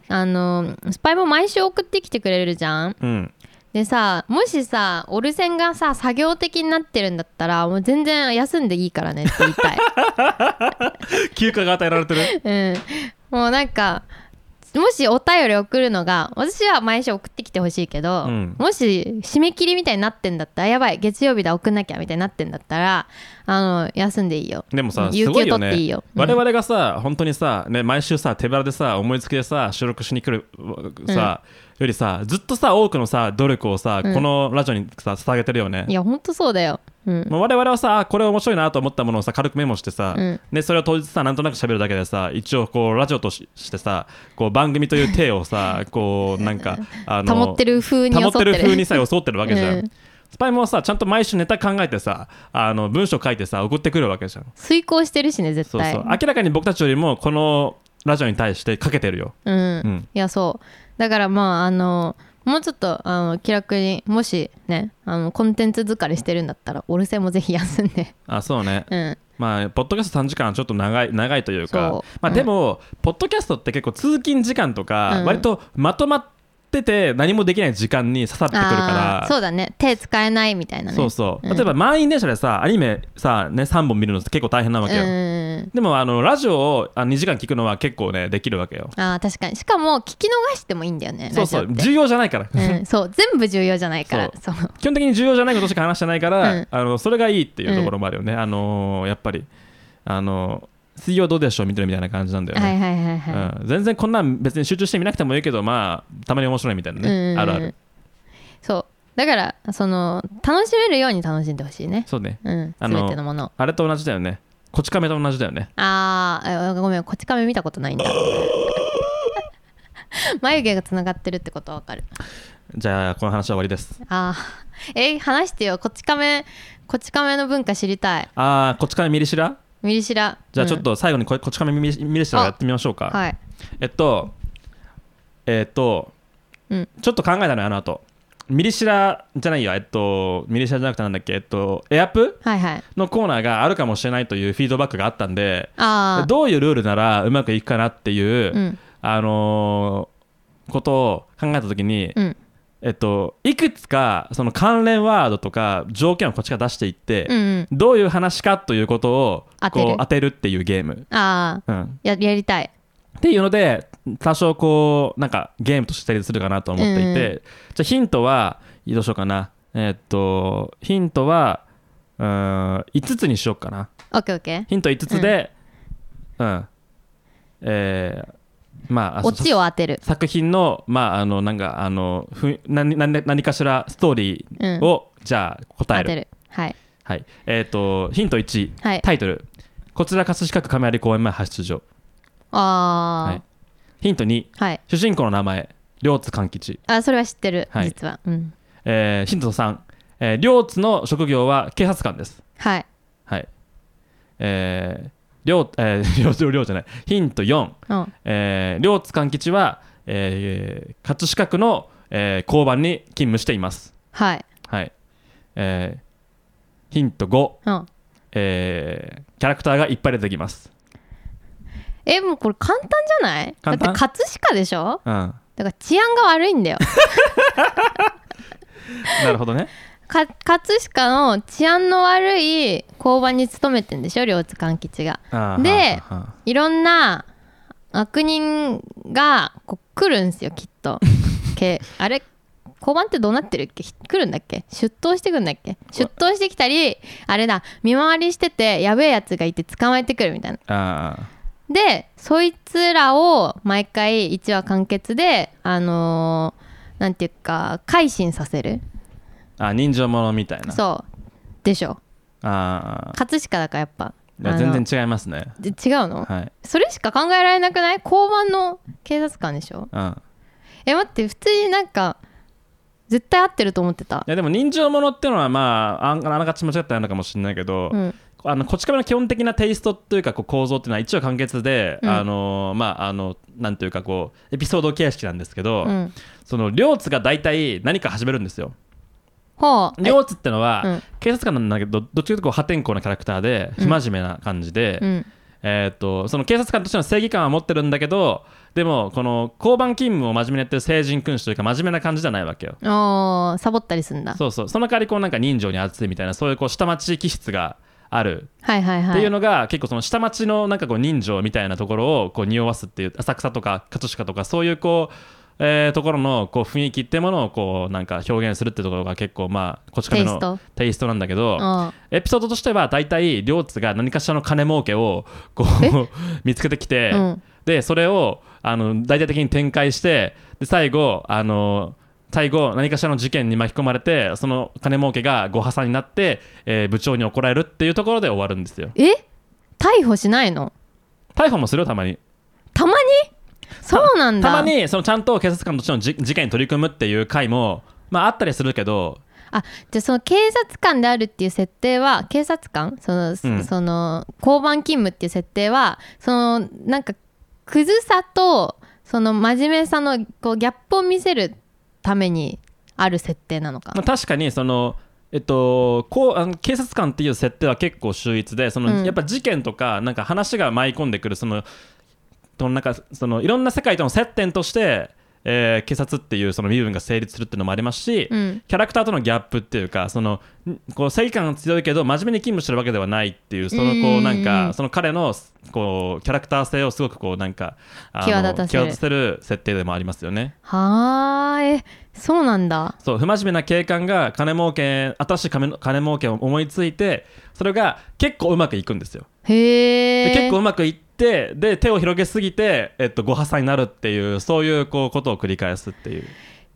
S2: あのスパイも毎週送ってきてくれるじゃん
S1: うん
S2: でさもしさオルセンがさ作業的になってるんだったらもう全然休んでいいからねって言いたい
S1: 休暇が与えられてる
S2: うん、 <laughs> もうなんかもしお便り送るのが私は毎週送ってきてほしいけど、
S1: うん
S2: もし締め切りみたいになってんだったらやばい月曜日だ送んなきゃみたいになってんだったらあの休んでいいよ
S1: でもさ
S2: うん
S1: すごいよ
S2: 有給取
S1: ね
S2: っていいようん
S1: 我々がさ本当にさ、ね、毎週さ手ぶらでさ思いつきでさ収録しに来るさ、よりさずっとさ多くのさ努力をさ、
S2: うん
S1: このラジオにさ捧げてるよね
S2: いやほんとそうだよ、うん
S1: まあ、我々はさあこれ面白いなと思ったものをさ軽くメモしてさ、
S2: うん
S1: でそれを当日さなんとなく喋るだけでさ一応こうラジオとししてさこう番組という体を
S2: <laughs>
S1: さこうなんかあの
S2: 保ってる風に
S1: 保
S2: 襲
S1: っ
S2: って
S1: て
S2: る
S1: る風にさ
S2: <laughs>
S1: 装ってるわけじゃん、
S2: うん
S1: スパイもさちゃんと毎週ネタ考えてさあの文章書いてさ送ってくるわけじゃん
S2: 遂行してるしね絶
S1: そう
S2: 対
S1: そう明らかに僕たちよりもこのラジオに対してかけてるよ
S2: うん
S1: うん
S2: いやそうだからまああのもうちょっとあの気楽にもしねあのコンテンツ疲れしてるんだったらオルセンもぜひ休んで
S1: あそうね
S2: うん
S1: まあポッドキャスト3時間はちょっと長い長いというか
S2: そう
S1: まあ、
S2: うん
S1: でも、ポッドキャストって結構通勤時間とか、
S2: うん
S1: 割とまとまってて何もできない時間に刺さってくる
S2: あ
S1: から
S2: ーそうだね手使えないみたいなね
S1: そうそう
S2: うん
S1: 例えば満員電車でさアニメさ、ね、3本見るのって結構大変なわけよ、
S2: うん
S1: でもあのラジオをあ2時間聞くのは結構ねできるわけよ
S2: あー確かにしかも聞き逃してもいいんだよね
S1: そうそ
S2: ラ
S1: う
S2: ジオって
S1: 重要じゃないから、
S2: うん、そう全部重要じゃな
S1: <laughs>
S2: いからそう
S1: 基本的に重要じゃないことしか話してないから、
S2: うん
S1: あのそれがいいっていうところもあるよね、あのーやっぱりあのー水曜どうでしょう見てるみたいな感じなんだよね、
S2: はいはいはいはい、
S1: うん、全然こんなん別に集中して見なくてもいいけどまあたまに面白いみたいな
S2: うんうん
S1: ね、
S2: うん
S1: あるある
S2: だからその楽しめるように楽しんでほしいね
S1: そうね
S2: うん
S1: あの
S2: 全てのものを
S1: あれと同じだよねこち亀と同じだよね
S2: あーあごめんこち亀見たことないんだ <laughs> 眉毛がつながってるってことはわかる
S1: じゃあこの話は終わりです
S2: あーえ話してよこち亀こち亀の文化知りたい
S1: ああこち亀ミリシラ
S2: ミリシラ
S1: じゃあちょっ、
S2: うん
S1: と最後にここち亀ミリミリシラやってみましょうか、
S2: はい
S1: えっとえっと、
S2: うん
S1: ちょっと考えたのよあの後ミリシラじゃないよえっとミリシラじゃなくてなんだっけえっとエアプ
S2: はいはい
S1: のコーナーがあるかもしれないというフィードバックがあったんで
S2: ああ
S1: どういうルールならうまくいくかなっていう、
S2: うん
S1: あのーことを考えた時に、
S2: うん
S1: えっと、いくつかその関連ワードとか条件をこっちから出していって
S2: う、ん
S1: どういう話かということを
S2: 当てる
S1: こう当てるっていうゲーム、
S2: あ
S1: うん、っ
S2: あややりたい
S1: ていうので多少こうなんかゲームとして成立するかなと思っていて、じゃあヒントはどうしようかなえっとヒントはうーん5つにしようかな
S2: オッケーオッケー
S1: ヒント5つで、うんえーまああ
S2: オチを当てる
S1: 作品の,、まあ、あのなんかあのふ何何何かしらストーリーを、じゃあ答え
S2: 当
S1: る
S2: てるはい
S1: はいえー、とヒント1、
S2: はい
S1: タイトル「こちら葛飾区亀有公園前派出所
S2: ああ
S1: はい」ヒント2
S2: はい
S1: 主人公の名前両津勘吉、
S2: あそれは知ってる、
S1: はい
S2: 実はうん
S1: えーヒント3、えー両津の職業は警察官です
S2: はい
S1: はいえー両えー両両両じゃないヒント4、
S2: うん
S1: えー両津勘吉は、えー葛飾区の、えー交番に勤務しています
S2: はい
S1: はい。えーヒント5、
S2: うん
S1: えーキャラクターがいっぱい出てきます。
S2: えもうこれ簡単じゃない
S1: 簡単
S2: だって葛飾でしょ
S1: うん。 <laughs> な
S2: だから治安が悪いん
S1: <laughs>
S2: だよ
S1: るほどね。
S2: か葛飾の治安の悪い交番に勤めてんでしょ両津勘吉が
S1: あー
S2: で
S1: はん
S2: いろんな悪人がこう来るんですよきっ
S1: <laughs>
S2: とけあれ交番ってどうなってるっけ来るんだっけ出頭してくんだっけ出頭してきたりあれだ見回りしててやべえやつがいて捕まえてくるみたいな
S1: はんはんあ
S2: でそいつらを毎回1話完結であのーなんていうか改心させる
S1: ーあ人情ものみたいな。
S2: そうでしょ
S1: あー
S2: 葛飾だからやっぱ
S1: いや
S2: あの
S1: 全然違いますね。
S2: で違うの、
S1: はい。
S2: それしか考えられなくない交番の警察官でしょ
S1: うん、い
S2: え待って普通になんか絶対合ってると思ってた
S1: やでも人情ものっていうのはまああんあながち間違ってないのかもしれないけど、
S2: うん
S1: あのこち亀の基本的なテイストというかこう構造っていうのは一応完結で、
S2: うん
S1: あのーまああのなんていうかこうエピソード形式なんですけど、
S2: うん
S1: その両津が大体何か始めるんですよ。
S2: ほうえ
S1: 両津ってのは、
S2: うん
S1: 警察官なんだけどどどっちかというとこう破天荒なキャラクターで
S2: うん
S1: 不真面目な感じで、
S2: うん
S1: えーっとその警察官としての正義感は持ってるんだけどでもこの交番勤務を真面目にやってる成人君主というか真面目な感じじゃないわけよ。
S2: おーサボったりすんだ
S1: そうそうその代わりこうなんか人情に熱いみたいなそういうこう下町気質がある
S2: はいはいはい
S1: っていうのが、結構その下町のなんかこう人情みたいなところをこう匂わすっていう浅草とか葛飾とかそういうこう、えーところのこう雰囲気ってものをこうなんか表現するってところが結構まあこち亀
S2: テイスト
S1: のテイストなんだけど、
S2: うん
S1: エピソードとしては大体両津が何かしらの金儲けをこう <laughs> 見つけてきて、
S2: うん
S1: でそれをあの大々的に展開してで最後あの最後何かしらの事件に巻き込まれてその金儲けがご破産になって、えー部長に怒られるっていうところで終わるんですよ
S2: え逮捕しないの
S1: 逮捕もするよたまに
S2: たまにそうなんだ
S1: たまにそのちゃんと警察官としてのじ事件に取り組むっていう回もまああったりするけど
S2: あじゃあその警察官であるっていう設定は警察官その,、
S1: うん
S2: その交番勤務っていう設定はそのなんかクズさとその真面目さのこうギャップを見せるためにある設定なのか
S1: まあ、確かにそのえっと、こうあの警察官っていう設定は結構秀逸でその、
S2: うん
S1: やっぱ事件とかなんか話が舞い込んでくるそのとなんかそのいろんな世界との接点として、えー警察っていうその身分が成立するっていうのもありますし、
S2: うん
S1: キャラクターとのギャップっていうかそのんこう正義感が強いけど真面目に勤務してるわけではないっていうそのこ
S2: う
S1: うんなんかその彼のこうキャラクター性をすごくこうなんかあの
S2: 際立たせる
S1: 際立たせる設定でもありますよね。
S2: はーえそうなんだ
S1: そう不真面目な警官が金儲け新しい金の金儲けを思いついてそれが結構うまくいくんですよ。
S2: へ
S1: で
S2: え
S1: 結構うまくいってで手を広げすぎて、えっと、ご破産になるっていうそういうこうことを繰り返すっていう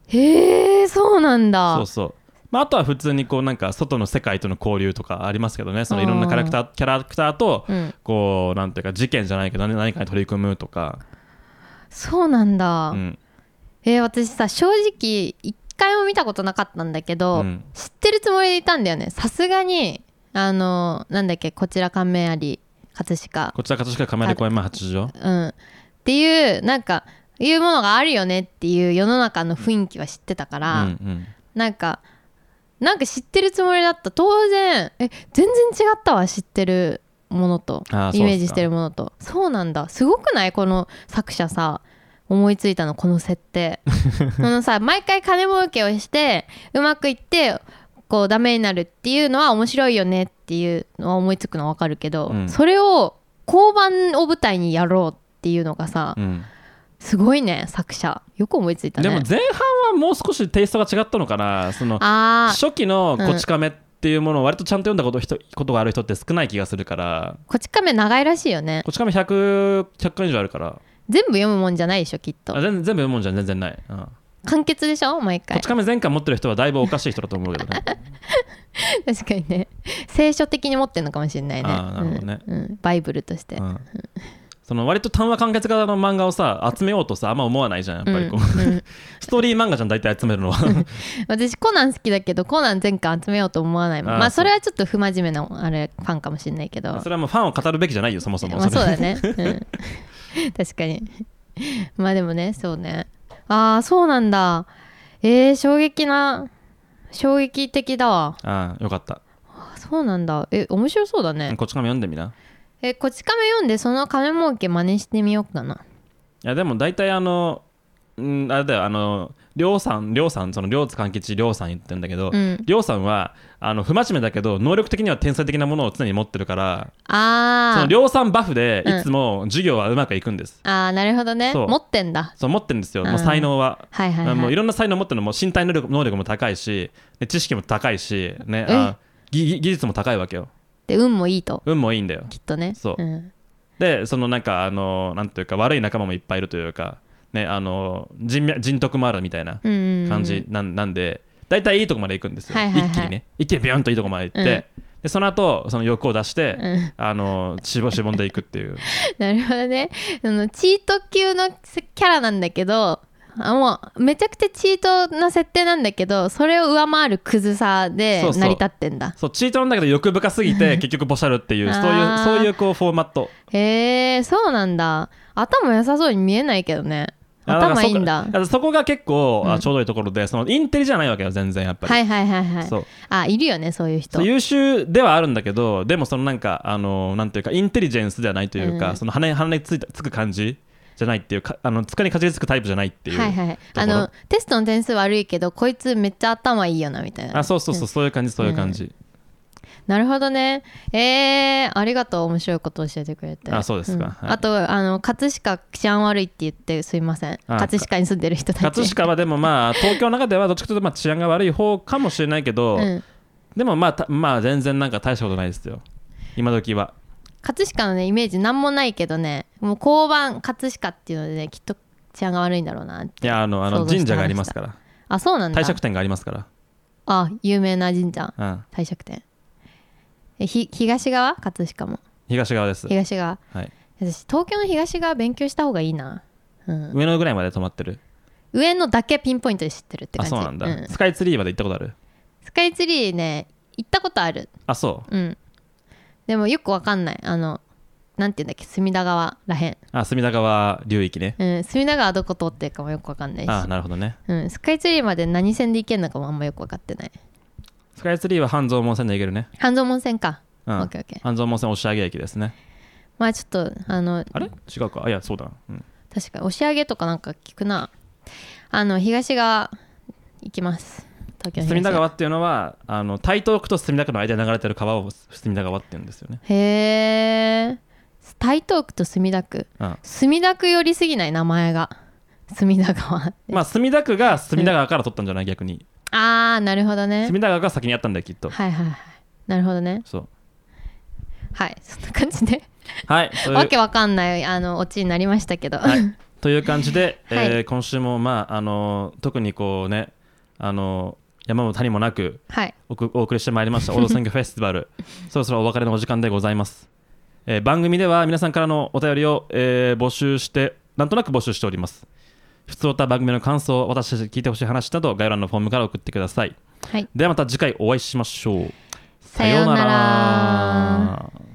S2: へえそうなんだ
S1: そうそうまあ、あとは普通にこうなんか外の世界との交流とかありますけどねそのいろんなキャラクターキャラクターと
S2: うん
S1: こうなんていうか事件じゃないけどね何かに取り組むとか、
S2: そうなんだ、
S1: うん
S2: えー私さ正直一回も見たことなかったんだけど、
S1: うん
S2: 知ってるつもりでいたんだよねさすがにあのなんだっけこちら亀有葛飾
S1: こちら葛飾亀有公園前八条
S2: うんっていうなんかいうものがあるよねっていう世の中の雰囲気は知ってたから、
S1: うんうん
S2: なんかなんか知ってるつもりだった当然え全然違ったわ知ってるものと
S1: あー
S2: イメージしてるものとそうなんだすごくないこの作者さ思いついたのこの設
S1: <laughs>
S2: 定このさ毎回金儲けをしてうまくいってこうダメになるっていうのは面白いよねっていうのは思いつくのはわかるけど、
S1: うん
S2: それを交番を舞台にやろうっていうのがさ
S1: うん
S2: すごいね作者よく思いついたね
S1: でも前半はもう少しテイストが違ったのかなその
S2: あー
S1: 初期の
S2: うん
S1: こち亀っていうものを割とちゃんと読んだこと人ことがある人って少ない気がするから
S2: こち亀長いらしいよね
S1: こち亀 100, 100巻以上あるから
S2: 全部読むもんじゃないでしょきっ
S1: あ
S2: と
S1: 全全部読むもんじゃ全然ない、うん、
S2: 完結でしょ毎
S1: こ <laughs>
S2: 回
S1: ち亀前回持ってる人はだいぶおかしい人だと思うけどね
S2: 確かにね聖書的に持ってるのかもしれないね
S1: あーなるほどね
S2: うんうんバイブルとして、
S1: うんその割と単話完結型の漫画をさ集めようとさあんま思わないじゃんやっぱりこう、
S2: うんうん
S1: <laughs> ストーリー漫画じゃん大体集めるのは
S2: 私コナン好きだけどコナン全巻集めようと思わないもん
S1: あー
S2: まあ
S1: そう
S2: それはちょっと不真面目なあれファンかもしれないけど
S1: <laughs> それはもうファンを語るべきじゃないよそもそも、
S2: まあ
S1: そ
S2: そう
S1: れ
S2: だね、うん <laughs> 確かにまあでもねそうねああそうなんだえー、衝撃な衝撃的だわ
S1: <laughs> ああよかった
S2: あそうなんだえ面白そうだね
S1: こち亀読んでみな
S2: えこち亀読んでその金儲け真似してみようかない
S1: やでも大体あのうんあれだよあのりょうさんりょうさんそのりょうつ勘吉りょうさん言ってるんだけど、
S2: うん
S1: りょうさんはあの不真面目だけど能力的には天才的なものを常に持ってるからそ
S2: あ
S1: の
S2: ー
S1: りょうさんバフで
S2: うん
S1: いつも授業はうまくいくんです、
S2: あーなるほどね
S1: そう
S2: 持ってんだ
S1: そう持ってるんですよ、もう
S2: あー
S1: 才能は。
S2: はいはい、はい、
S1: もういろんな才能持ってるのも身体能力能力も高いし、ね、知識も高いし、ね、あ技技技術も高いわけよ
S2: で運もいいと
S1: 運もいいんだよ
S2: きっとね
S1: そうんでそのなんかあのなんていうか悪い仲間もいっぱいいるというか、ね、あの人脈人徳もあるみたいな
S2: うんうんうん
S1: 感じなんなんで大体いいとこまで行くんですよ、
S2: はいはいはい
S1: 一気にね一気にビューンといいとこまで行って、でその後その欲を出して、
S2: うん <laughs>
S1: あのしぼしぼんでいくっていう
S2: なるほどねあのチート級のキャラなんだけどあもうめちゃくちゃチートな設定なんだけどそれを上回るクズさで
S1: そうそう
S2: 成り立ってんだ
S1: そうチートなんだけど欲深すぎて結局ボシャるっていうそういう
S2: あー
S1: そういうこうフォーマット
S2: へえそうなんだ頭良さそうに見えないけどね頭いいんだ
S1: あからそこからそこが結構、
S2: う
S1: あ
S2: ん
S1: ちょうどいいところでそのインテリじゃないわけよ全然やっぱり、
S2: はいはいはいはい
S1: そう
S2: あいるよねそういう人
S1: そう優秀ではあるんだけどでもそのなんかあのなんていうかインテリジェンスではないというか、
S2: うん
S1: その羽羽についたつく感じじゃないっていうかあのつかにかじりつくタイプじゃないっていう、
S2: はいはい
S1: とこ
S2: あ
S1: ろ
S2: のテストの点数悪いけどこいつめっちゃ頭いいよなみたいな
S1: あそうそうそう、そういう感じそういう感じ、
S2: なるほどねえー、ありがとう面白いこと教えてくれて
S1: あそうですか
S2: ん
S1: はい
S2: あとあの葛飾治安悪いって言ってすいません
S1: あ
S2: 葛飾に住んでる人たち
S1: 葛飾はでもまあ東京の中ではどっちかというとまあ治安が悪い方かもしれないけど、
S2: うん、
S1: でもまあたまあ全然なんか大したことないですよ今時は
S2: 葛飾のねイメージなんもないけどねもう交番葛飾っていうのでねきっと治安が悪いんだろうない
S1: やあのあの
S2: 想像して
S1: 神社がありますから
S2: あそうなんだ
S1: 帝釈天がありますか
S2: あ有名な神社
S1: ら、うん、
S2: 帝釈天えひ東側葛飾も
S1: 東側です、
S2: 東側
S1: はい、
S2: 私東京の東側勉強した方がいいな、うん、
S1: 上野ぐらいまで泊まってる
S2: 上のだけピンポイントで知ってるって
S1: あ
S2: 感じ
S1: そうなんだ、スカイツリーまで行ったことある
S2: スカイツリーね行ったことある
S1: あそう
S2: うんでもよくわかんないあのなんていうんだっけ隅田川らへん、
S1: あ隅田川流域ね
S2: うん、隅田川どこ通ってるかもよくわかんないし
S1: あなるほどね
S2: うん、スカイツリーまで何線で行けるのかもあんまよく分かってない
S1: スカイツリーは半蔵門線で行けるね、
S2: 半蔵門線か、
S1: うん、
S2: オッケーオッケー
S1: 半蔵門線押上駅ですね
S2: まあちょっとあの
S1: あれ違うかあいやそうだ、うん、
S2: 確かに押し上げとかなんか聞くなあの東側行きます東京の東
S1: 隅田川っていうのはあの台東区と隅田区の間に流れてる川を隅田川って言うんですよね、
S2: へえ台東区と墨田区
S1: うん、
S2: 墨田区寄りすぎない名前が墨田川って
S1: まあ墨田区が隅田川から取ったんじゃない逆に
S2: あーなるほどね
S1: 隅田川が先にあったんだよきっと
S2: はいはいはいなるほどね
S1: そう
S2: はいそんな感じで
S1: はいという
S2: わけわかんないあのオチになりましたけど、
S1: はい、という感じで、
S2: はい
S1: えー今週も、まああのー特にこうね、あのー山も谷もなく
S2: <laughs> はい
S1: おくお送りしてまいりました「オード選挙フェスティバル」そろそろお別れのお時間でございます、えー番組では皆さんからのお便りを、えー募集してなんとなく募集しております普通た番組の感想私たちに聞いてほしい話など概要欄のフォームから送ってください
S2: はい
S1: ではまた次回お会いしましょう
S2: さようなら
S1: ら